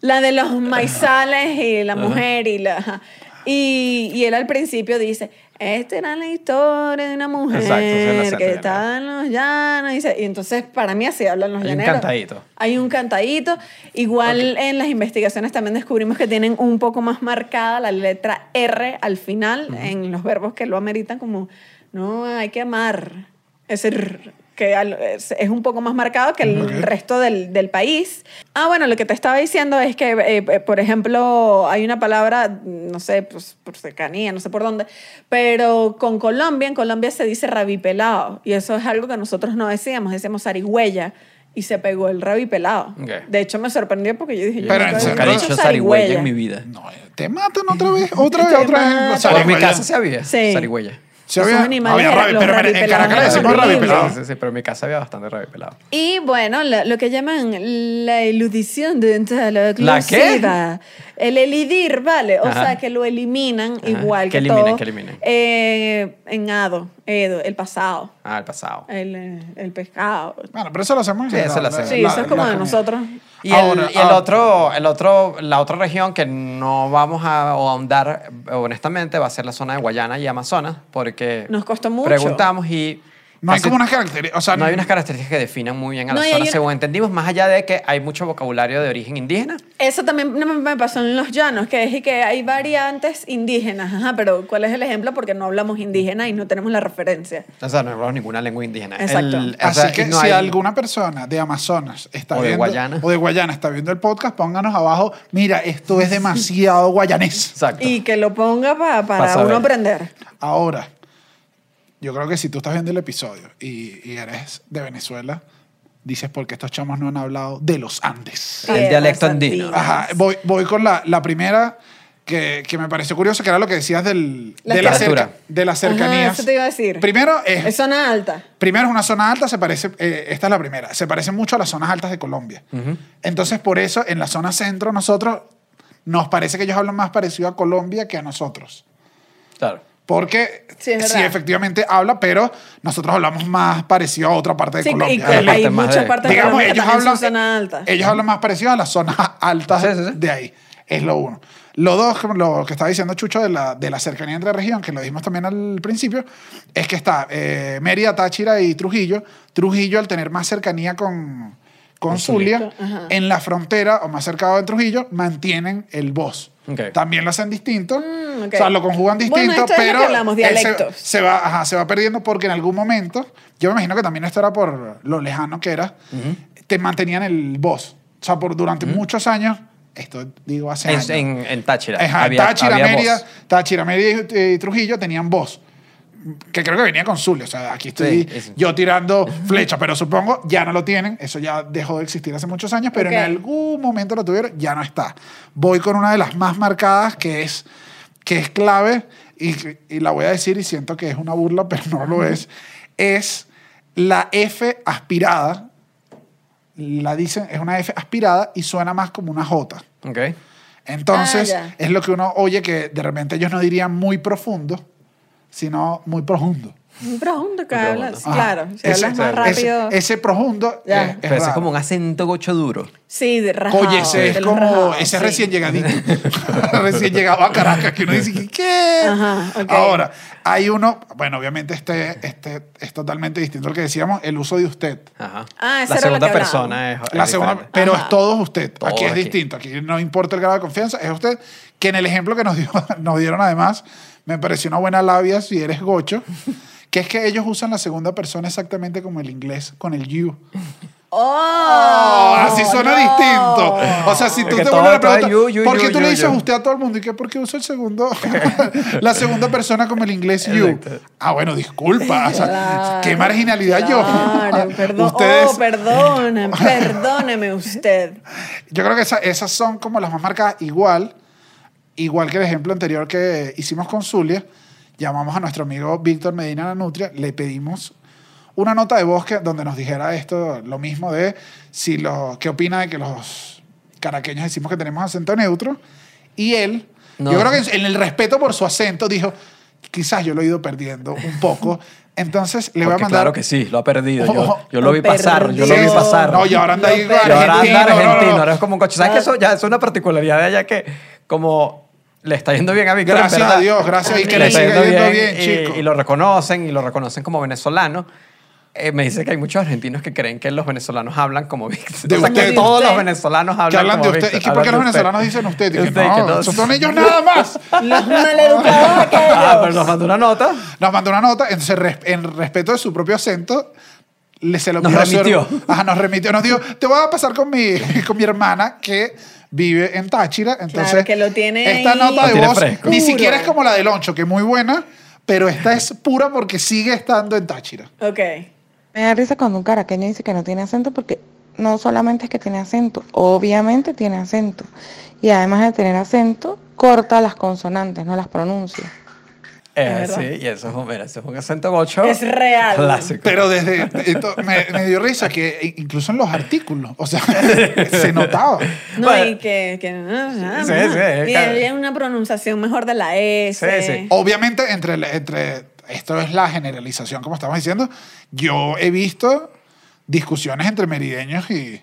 B: La de los maizales y la mujer y la... ajá. Y, y él al principio dice, esta era la historia de una mujer
E: Exacto, ese es el acento
B: que
E: llanero.
B: estaba en los llanos. Y, se- y entonces para mí así hablan los
E: Hay un
B: llaneros.
E: cantadito.
B: Hay un cantadito. Igual en las investigaciones también descubrimos que tienen un poco más marcada la letra R al final en los verbos que lo ameritan como, no, hay que amar. Ese R que al- es es un poco más marcado que el
D: Ok.
B: resto del, del país. Ah, bueno, lo que te estaba diciendo es que, eh, eh, por ejemplo, hay una palabra, no sé, pues, por cercanía, no sé por dónde, pero con Colombia, en Colombia se dice rabipelado, y eso es algo que nosotros no decíamos, decíamos arigüeya, y se pegó el rabipelado.
E: Ok.
B: De hecho, me sorprendió porque yo dije, yo
D: Pero
B: nunca había
D: en serio.
E: Nunca he
D: Caricho,
B: escuchado
E: dicho zarigüeya en mi vida.
D: No, eh, te matan otra vez, otra vez,
B: Te
D: otra vez.
B: matan.
D: O sea,
E: Por mi
D: ya-
E: casa se había
B: Sí.
E: zarigüeya.
D: Se
B: Esos
D: había,
B: animales
D: había
B: eran
D: rabi,
B: los
D: pero en- en
B: rabipelados,
D: Caracas le decimos
B: horrible.
D: rabi pelado.
E: Sí, sí, sí, pero en mi casa había bastante rabia pelado.
B: Y bueno, la- lo, que llaman la eludición dental la
E: ¿La qué?
B: oclusiva. El elidir, vale. O
E: Ajá.
B: sea, que lo eliminan
E: Ajá.
B: igual
E: Que
B: que,
E: eliminen,
B: todo.
E: que eliminen.
B: Eh, en ado, edo, el pasado,
E: Ah, el pasado.
B: el, eh, el pescado.
D: Bueno, pero eso lo hacemos. en
E: Sí, eso
D: general,
E: lo hacemos.
B: Sí,
D: la-
B: eso es
D: la
B: como de
D: comida.
B: nosotros.
E: Y,
D: Ahora,
E: el, y el
D: ah.
E: otro, el otro, la otra región que no vamos a ahondar, eh, honestamente, va a ser la zona de Guayana y Amazonas, porque
B: Nos costó mucho.
E: preguntamos y
D: No hay
E: casi-
D: como unas características. O sea,
E: no hay unas características que definan muy bien a
B: No,
E: la
B: y hay
E: zona,
B: una-
E: según entendimos, más allá de que hay mucho vocabulario de origen indígena.
B: Eso también me- me pasó en los llanos, que es y que hay variantes indígenas. Ajá, pero ¿cuál es el ejemplo? Porque no hablamos indígena y no tenemos la referencia.
E: O sea, no hablamos ninguna lengua indígena.
B: Exacto.
E: El- o
D: Así
E: sea,
D: que
E: no
D: si
E: hay-
D: alguna persona de Amazonas está
E: O de
D: viendo,
E: Guayana.
D: o de Guayana está viendo el podcast, pónganos abajo, mira, esto es demasiado guayanés.
E: Exacto.
B: Y que lo ponga pa- para
E: saber.
B: uno aprender.
D: Ahora, yo creo que si tú estás viendo el episodio y, y eres de Venezuela, dices porque estos chamos no han hablado de los Andes.
E: El dialecto andino.
B: Tierras
D: Ajá,
B: andinas.
D: voy, voy con la, la primera que, que me pareció curioso, que era lo que decías del,
B: La
D: de, la
E: temperatura.
D: cerca- de las cercanías.
B: Ajá, eso te iba a decir.
D: Primero es,
B: Es zona alta.
D: primero es una zona alta, se parece, eh, esta es la primera, se parece mucho a las zonas altas de Colombia. Entonces, por eso, en la zona centro, nosotros, nos parece que ellos hablan más parecido a Colombia que a nosotros.
E: Claro.
D: Porque
B: Sí,
D: sí,
B: es verdad.
D: efectivamente habla, pero nosotros hablamos más parecido a otra parte de
B: Sí, y
D: Colombia.
B: que
E: Hay
B: hay
E: partes más
B: muchas
E: de-
B: partes de
D: Digamos,
B: Colombia que
D: ellos
B: también son
D: hablan,
B: zona alta.
D: ellos hablan más parecido a las zonas altas
E: Sí, sí, sí.
D: de ahí. Es lo uno. Lo dos, como lo que estaba diciendo Chucho de la, de la cercanía entre región, que lo dijimos también al principio, es que está eh, Mérida, Táchira y Trujillo. Trujillo, al tener más cercanía con, con Zulia, en la frontera o más cercado de Trujillo, mantienen el voz.
E: Ok.
D: También lo hacen distinto.
B: Mm, ok.
D: O sea, lo conjugan
B: Bueno,
D: distinto,
B: esto es lo que
D: pero
B: hablamos,
D: ese-
B: dialectos.
D: se va, ajá, se va perdiendo porque en algún momento, yo me imagino que también esto era por lo lejano que era, te mantenían el voz. O sea, por, durante muchos años, esto digo hace años.
E: En, en, en Táchira.
D: Ajá,
E: había,
D: Táchira,
E: había voz.
D: Mérida, Táchira, Mérida y, y Trujillo tenían voz. Que creo que venía con Zulia. O sea, aquí estoy
E: Sí, eso.
D: yo tirando flecha, pero supongo ya no lo tienen. Eso ya dejó de existir hace muchos años, pero
B: Ok.
D: en algún momento lo tuvieron, ya no está. Voy con una de las más marcadas que es, que es clave y, y la voy a decir y siento que es una burla, pero no lo es. Es la F aspirada. La dicen, es una F aspirada y suena más como una J.
E: Ok.
D: Entonces,
B: Ah,
D: es lo que uno oye que de repente ellos no dirían muy profundo, sino muy profundo.
B: Un profundo que
E: Un
B: hablas.
E: profundo.
D: Ajá.
B: Claro, si hablas más
D: ese-
B: rápido.
D: Ese, profundo
B: Ya.
D: es, es
E: Pero ese es
D: raro.
E: como un acento gocho duro.
B: Sí, de rajado.
D: Oye, ese es
B: de los
D: como
B: rajados,
D: ese
B: sí.
D: recién llegadito. recién llegado a Caracas, que uno dice, ¿qué?
B: Ajá, ok.
D: Ahora, hay uno, bueno, obviamente este, este es totalmente distinto al que decíamos, el uso de usted.
E: Ajá.
B: Ah, esa era la
E: la segunda
B: que
E: persona Ah, es,
D: La
E: es
D: segunda,
E: diferente.
D: pero
B: Ajá.
D: es todos usted.
E: Todo
D: aquí es
E: aquí.
D: distinto. Aquí no importa el grado de confianza, es usted. Que en el ejemplo que nos, dio- nos dieron, además, me pareció una buena labia si eres gocho, que es que ellos usan la segunda persona exactamente como el inglés, con el you.
B: ¡Oh!
D: Ah, así suena
B: no.
D: distinto. O sea, si
E: Es
D: tú
E: que
D: te
E: todo-
D: vuelves a
E: todo es
D: preguntar,
E: you, you,
D: ¿por
E: you,
D: qué tú
E: you,
D: le dices
E: you?
D: usted a todo el mundo? ¿Y qué? ¿Por qué usa el segundo? la segunda persona como el inglés you.
E: Exacto.
D: Ah, bueno, disculpa. o sea,
B: Claro,
D: qué marginalidad
B: Claro,
D: yo.
B: perdón.
D: Ustedes-
B: Oh, perdona, perdóneme usted.
D: Yo creo que esa- esas son como las más marcadas. Igual, igual que el ejemplo anterior que hicimos con Zulia, llamamos a nuestro amigo Víctor Medina Nanutria, le pedimos una nota de voz que- donde nos dijera esto, lo mismo de si lo, qué opina de que los caraqueños decimos que tenemos acento neutro. Y él,
E: No.
D: yo creo que en el respeto por su acento, dijo, quizás yo lo he ido perdiendo un poco. Entonces le voy a
E: Porque
D: mandar...
E: claro que sí, lo ha perdido. Yo,
D: Ojo.
E: yo lo vi pasar, yo lo vi
D: Sí,
E: pasar.
D: No, y ahora anda ahí
B: Lo perdió.
E: Y ahora anda
D: argentino, no, no,
E: argentino,
D: no.
E: ahora es como un coche. ¿Sabes que eso ya es una particularidad de allá que como le está yendo bien a Víctor? en
D: Gracias
E: verdad,
D: a Dios, gracias, y que
E: le
D: le
E: está
D: siga yendo bien,
E: y-
D: chico.
E: Y, lo reconocen, y lo reconocen como venezolano. Eh, me dice que hay muchos argentinos que creen que los venezolanos hablan como Víctor.
D: De
E: o sea, que
D: usted.
E: todos
B: Usted.
E: los venezolanos hablan,
D: que hablan de
E: como
D: usted.
E: Víctor,
D: ¿Y que por qué los
E: hablan de usted.
D: venezolanos dicen usted? Y que
E: Usted,
D: no,
E: que no.
D: esos son ellos nada más.
B: Los maleducados
E: Ah, pero
B: aquellos.
E: nos mandó una nota.
D: Nos mandó una nota, entonces res- en respeto de su propio acento, le se lo
E: Nos
D: pidió a su
E: remitió.
D: herma- Ajá, nos remitió. Nos dijo, te voy a pasar con mi, con mi hermana que vive en Táchira. Entonces,
B: Claro, que lo tiene
D: Esta
B: ahí.
D: nota
E: Lo
D: de
E: tiene
D: voz
E: fresco.
D: ni
B: Puro.
D: siquiera es como la de Loncho, que es muy buena, pero esta es pura porque sigue estando en Táchira.
B: Ok.
G: Me da risa cuando un caraqueño dice que no tiene acento porque no solamente es que tiene acento, obviamente tiene acento. Y además de tener acento, corta las consonantes, no las pronuncia.
E: Eh,
B: Es verdad.
E: sí, y eso es, un, mira, eso es un acento gocho.
B: Es real.
E: Clásico.
D: Pero desde esto me, me dio risa que i- incluso en los artículos, o sea, se notaba.
B: No,
E: Bueno.
B: y que. que
E: Sí, sí, es
B: y
E: claro.
B: hay una pronunciación mejor de la S.
E: Sí,
D: Oh,
E: sí.
D: Obviamente, entre, entre esto es la generalización, como estamos diciendo, yo he visto discusiones entre merideños y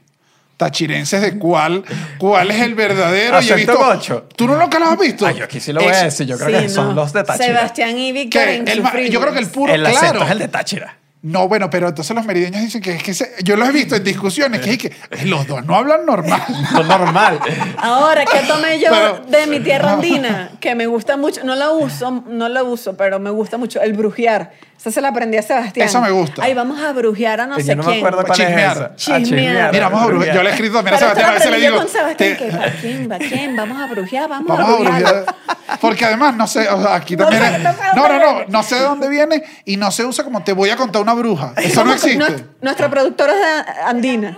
D: tachirenses de cuál, cuál es el verdadero. y he
E: Acento
D: visto,
E: gocho.
D: ¿Tú no lo que lo has visto?
E: Ay, yo aquí sí lo voy
D: Es-
E: a decir. Yo creo que
B: Sí,
E: son
B: no.
E: los de Táchira.
B: Sebastián y
D: que
B: Víctor
D: el ma- yo creo que el puro,
E: el acento
D: claro.
E: es el de Táchira.
D: No, bueno, pero entonces los merideños dicen que es que se- yo los he visto en discusiones que, es que los dos no hablan normal.
E: Lo normal.
B: Ahora, ¿qué tomé yo
D: Pero-
B: de mi tierra andina? Que me gusta mucho, no la uso, no la uso, pero me gusta mucho el brujear. Esa se la aprendí a Sebastián.
D: Eso me gusta.
B: Ahí vamos a brujear a no
E: Que
B: sé
E: yo no me
B: quién.
E: acuerdo cuál
D: Chismear.
E: es esa. Ah,
B: Chismear.
D: Mira, vamos a brujear. Yo le he escrito también a
B: Pero esto
D: Sebastián,
B: lo
D: a veces le
B: aprendí yo
D: digo.
B: con Sebastián,
D: te-
B: que, ¿para quién? ¿Para quién? Vamos a brujear, vamos,
D: Vamos a
B: brujear.
D: abreviar. Porque además, no sé, o sea, aquí
B: No
D: también.
B: sé, no sé
D: no,
B: dónde
D: no, no,
B: viene.
D: no sé de dónde viene y no se usa como te voy a contar una bruja. Eso no
B: Somos-
D: existe.
B: nues- Nuestra productora es de- andina.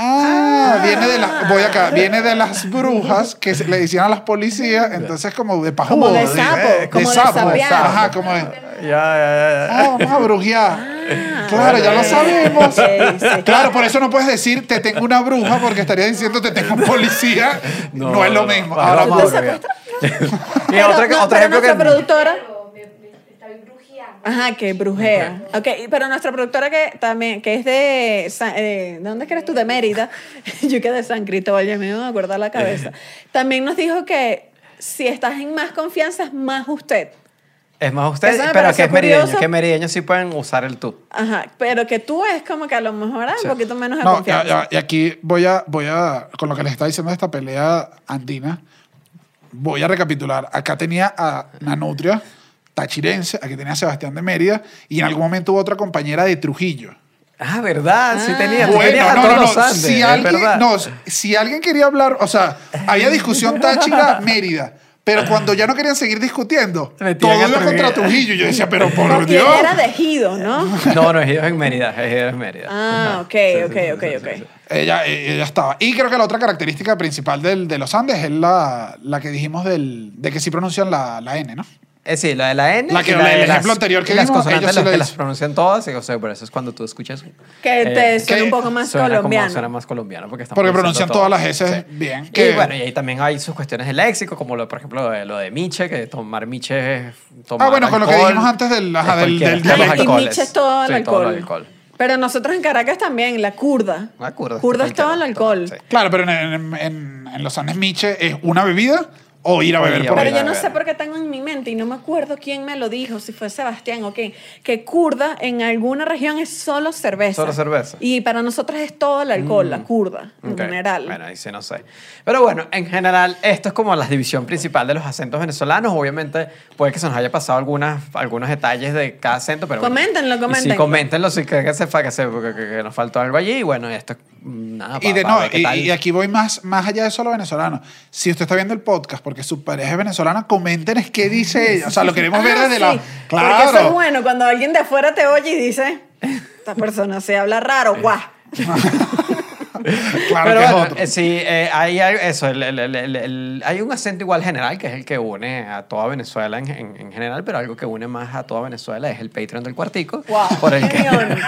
D: Ah, viene de las, voy acá, viene de las brujas que se- le decían a las policías, entonces como de pajudo.
B: Como
D: eh,
B: de sapo, como de sapear.
D: Ajá, como de,
E: Ya, ya, ya.
D: ah, vamos a brujear.
B: Ah.
D: Claro, ya lo sabemos.
B: Sí, sí.
D: Claro, por eso no puedes decir te tengo una bruja porque estaría diciendo te tengo un policía. No, es lo mismo.
E: no,
D: Ahora
E: no,
D: vamos a
E: no,
D: brujear.
E: Y otro,
B: pues, Pero- no,
E: otro
B: pero
E: ejemplo que...
B: nuestra productora...
H: Está brujeando.
B: Ajá, que brujea. Ok, pero nuestra productora que también, que es de... San- eh, ¿De dónde es que eres tú? De Mérida. Yo que de San Cristóbal, ya me voy a acordar la cabeza. También nos dijo que si estás en más confianza, es más usted.
E: Es más ustedes,
B: Eso me
E: pero que
B: pareció
E: es merideño,
B: curioso.
E: que merideño sí pueden usar el tú.
B: Ajá, pero que tú es como que a lo mejor ah, un poquito menos de
D: No, ya-
B: confianza.
D: ya- y aquí voy a, voy a, con lo que les estaba diciendo de esta pelea andina, voy a recapitular. Acá tenía a Nanutria, tachirense, aquí tenía a Sebastián de Mérida, y en algún momento hubo otra compañera de Trujillo.
E: Ah, ¿verdad? Sí tenía. tú tenías
D: Bueno,
E: a
D: no,
E: todos
D: no,
E: los
D: no.
E: Andes,
D: Si
E: es
D: alguien,
E: verdad.
D: no, si alguien quería hablar, o sea, había discusión Táchira, Mérida. Pero cuando ya no querían seguir discutiendo,
E: Metían
D: todo
E: a
D: iba contra
E: Trujillo.
D: Trujillo. Yo decía, pero por
B: Porque
D: Dios.
B: era de Ejido, ¿no?
E: No, no, es ellos en Mérida. es ellos en Mérida.
B: Ah,
E: Ajá.
B: ok,
E: Sí, sí,
B: ok,
E: sí,
B: ok,
E: sí,
B: ok.
E: sí, sí.
D: Ella, eh, ella estaba. Y creo que la otra característica principal del, de los Andes es la, la que dijimos del, de que sí pronuncian la, la N, ¿no?
E: Eh, sí, la de la N.
D: La que-
E: y la de
D: el
E: las-
D: ejemplo anterior que
E: y las
D: vimos, ellos
E: consonantes
D: sí
E: las
D: lo
E: que las
D: dicen.
E: pronuncian todas. y, o sea, por eso es cuando tú escuchas.
B: Que te
E: eh,
B: suena
D: que
B: un poco más
E: suena como-
B: colombiano.
E: suena más colombiano. Porque, estamos
D: Porque pronuncian
E: pronunciando
D: todas las
E: todo.
D: S
E: Sí.
D: bien.
E: Y
D: Que,
E: bueno, y ahí también hay sus cuestiones de léxico, como lo, por ejemplo lo de, lo de Miche, que tomar Miche es tomar
D: Ah, bueno, con lo que
E: alcohol,
D: dijimos antes del-
E: es
D: ajá, del-
E: cualquiera,
D: del
E: todos los
B: Y
D: dialecto.
E: alcoholes.
B: Miche es todo el
E: Sí,
B: alcohol.
E: el alcohol.
B: Pero nosotros en Caracas también, la kurda.
E: Ah, kurda,
B: es todo el
E: cualquiera,
B: alcohol.
E: todo, sí.
D: Claro, pero en, en- en- en los Andes Miche es una bebida o ir a
E: O
D: beber
E: ir a
D: por ahí.
B: Pero
E: Ahorita,
B: yo no
E: a ver.
B: sé por qué tengo en mi mente y no me acuerdo quién me lo dijo, si fue Sebastián o quién, que kurda en alguna región es solo cerveza.
E: Solo cerveza. Mm.
B: Y para nosotros es todo el alcohol, la kurda, en
E: Ok.
B: general.
E: Bueno, ahí sí no sé. Pero bueno, en general, esto es como la división principal de los acentos venezolanos. Obviamente, puede que se nos haya pasado algunas, algunos detalles de cada acento, pero. bueno.
B: Coméntenlo,
E: Y Sí,
B: coméntenlo.
E: coméntenlo si creen que, se, fa- que, se- que- que- que nos faltó algo allí. Y bueno, esto es. mm, Nada,
D: Y,
E: pa-
D: de,
E: pa
D: no,
E: ver qué
D: y-
E: tal.
D: y aquí voy más, más allá de solo venezolano. Si usted está viendo el podcast porque su pareja es venezolana, coméntenes qué dice ella. O sea, lo queremos ver
B: Ah,
D: desde
B: sí,
D: la.
B: Porque eso es
D: Claro.
B: bueno cuando alguien de afuera te oye y dice, esta persona se habla raro, guau.
D: Claro
E: pero
D: que es
E: bueno,
D: otro.
E: eh, sí, eh, hay algo- eso, el- el- el- el- el- hay un acento igual general que es el que une a toda Venezuela en, en- en general, pero algo que une más a toda Venezuela es el Patreon del Cuartico.
B: Wow,
E: por el que-
B: reunión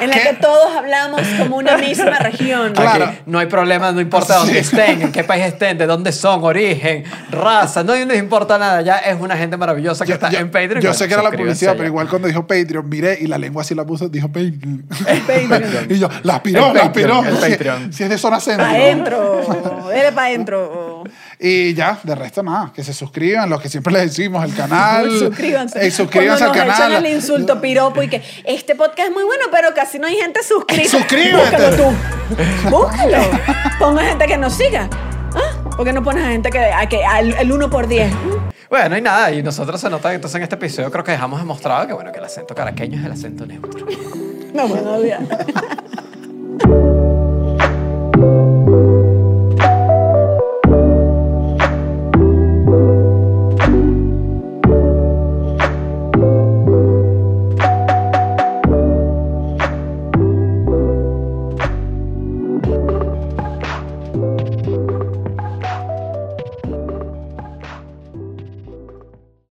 B: en la
D: ¿Qué?
B: que todos hablamos como una misma región.
D: Claro.
E: Aquí no hay problema, no importa dónde
D: Sí.
E: estén, en qué país estén, de dónde son, origen, raza, no les importa nada. Ya es una gente maravillosa que
D: Yo-
E: está
D: yo-
E: en Patreon.
D: Yo
E: Bueno,
D: sé que era la
E: suscríbanse
D: publicidad,
E: allá.
D: pero igual cuando dijo Patreon, miré y la lengua así la puso, dijo Patreon.
B: Patreon.
D: y yo, la aspiró,
E: El
D: la
E: Patreon,
D: aspiró.
E: el
D: Si-
E: Patreon.
D: Si, es de zona
B: Para
D: centro.
B: adentro, eres para adentro.
D: Y ya, de resto nada, que se suscriban, los que siempre les decimos, el canal.
B: suscríbanse.
D: Eh, suscríbanse al
B: Cuando nos
D: canal.
B: echan el insulto piropo y que este podcast es muy bueno, pero casi no hay gente suscrita.
D: Suscríbete.
B: Búscalo tú. Búscalo. Ponga gente que nos siga. ¿Ah? ¿Por qué no pones a gente que, a que al, el 1 por 10?
E: Bueno, y nada, y nosotros se nota que entonces en este episodio creo que dejamos demostrado que bueno, que el acento caraqueño es el acento neutro.
B: No, bueno, olvídate.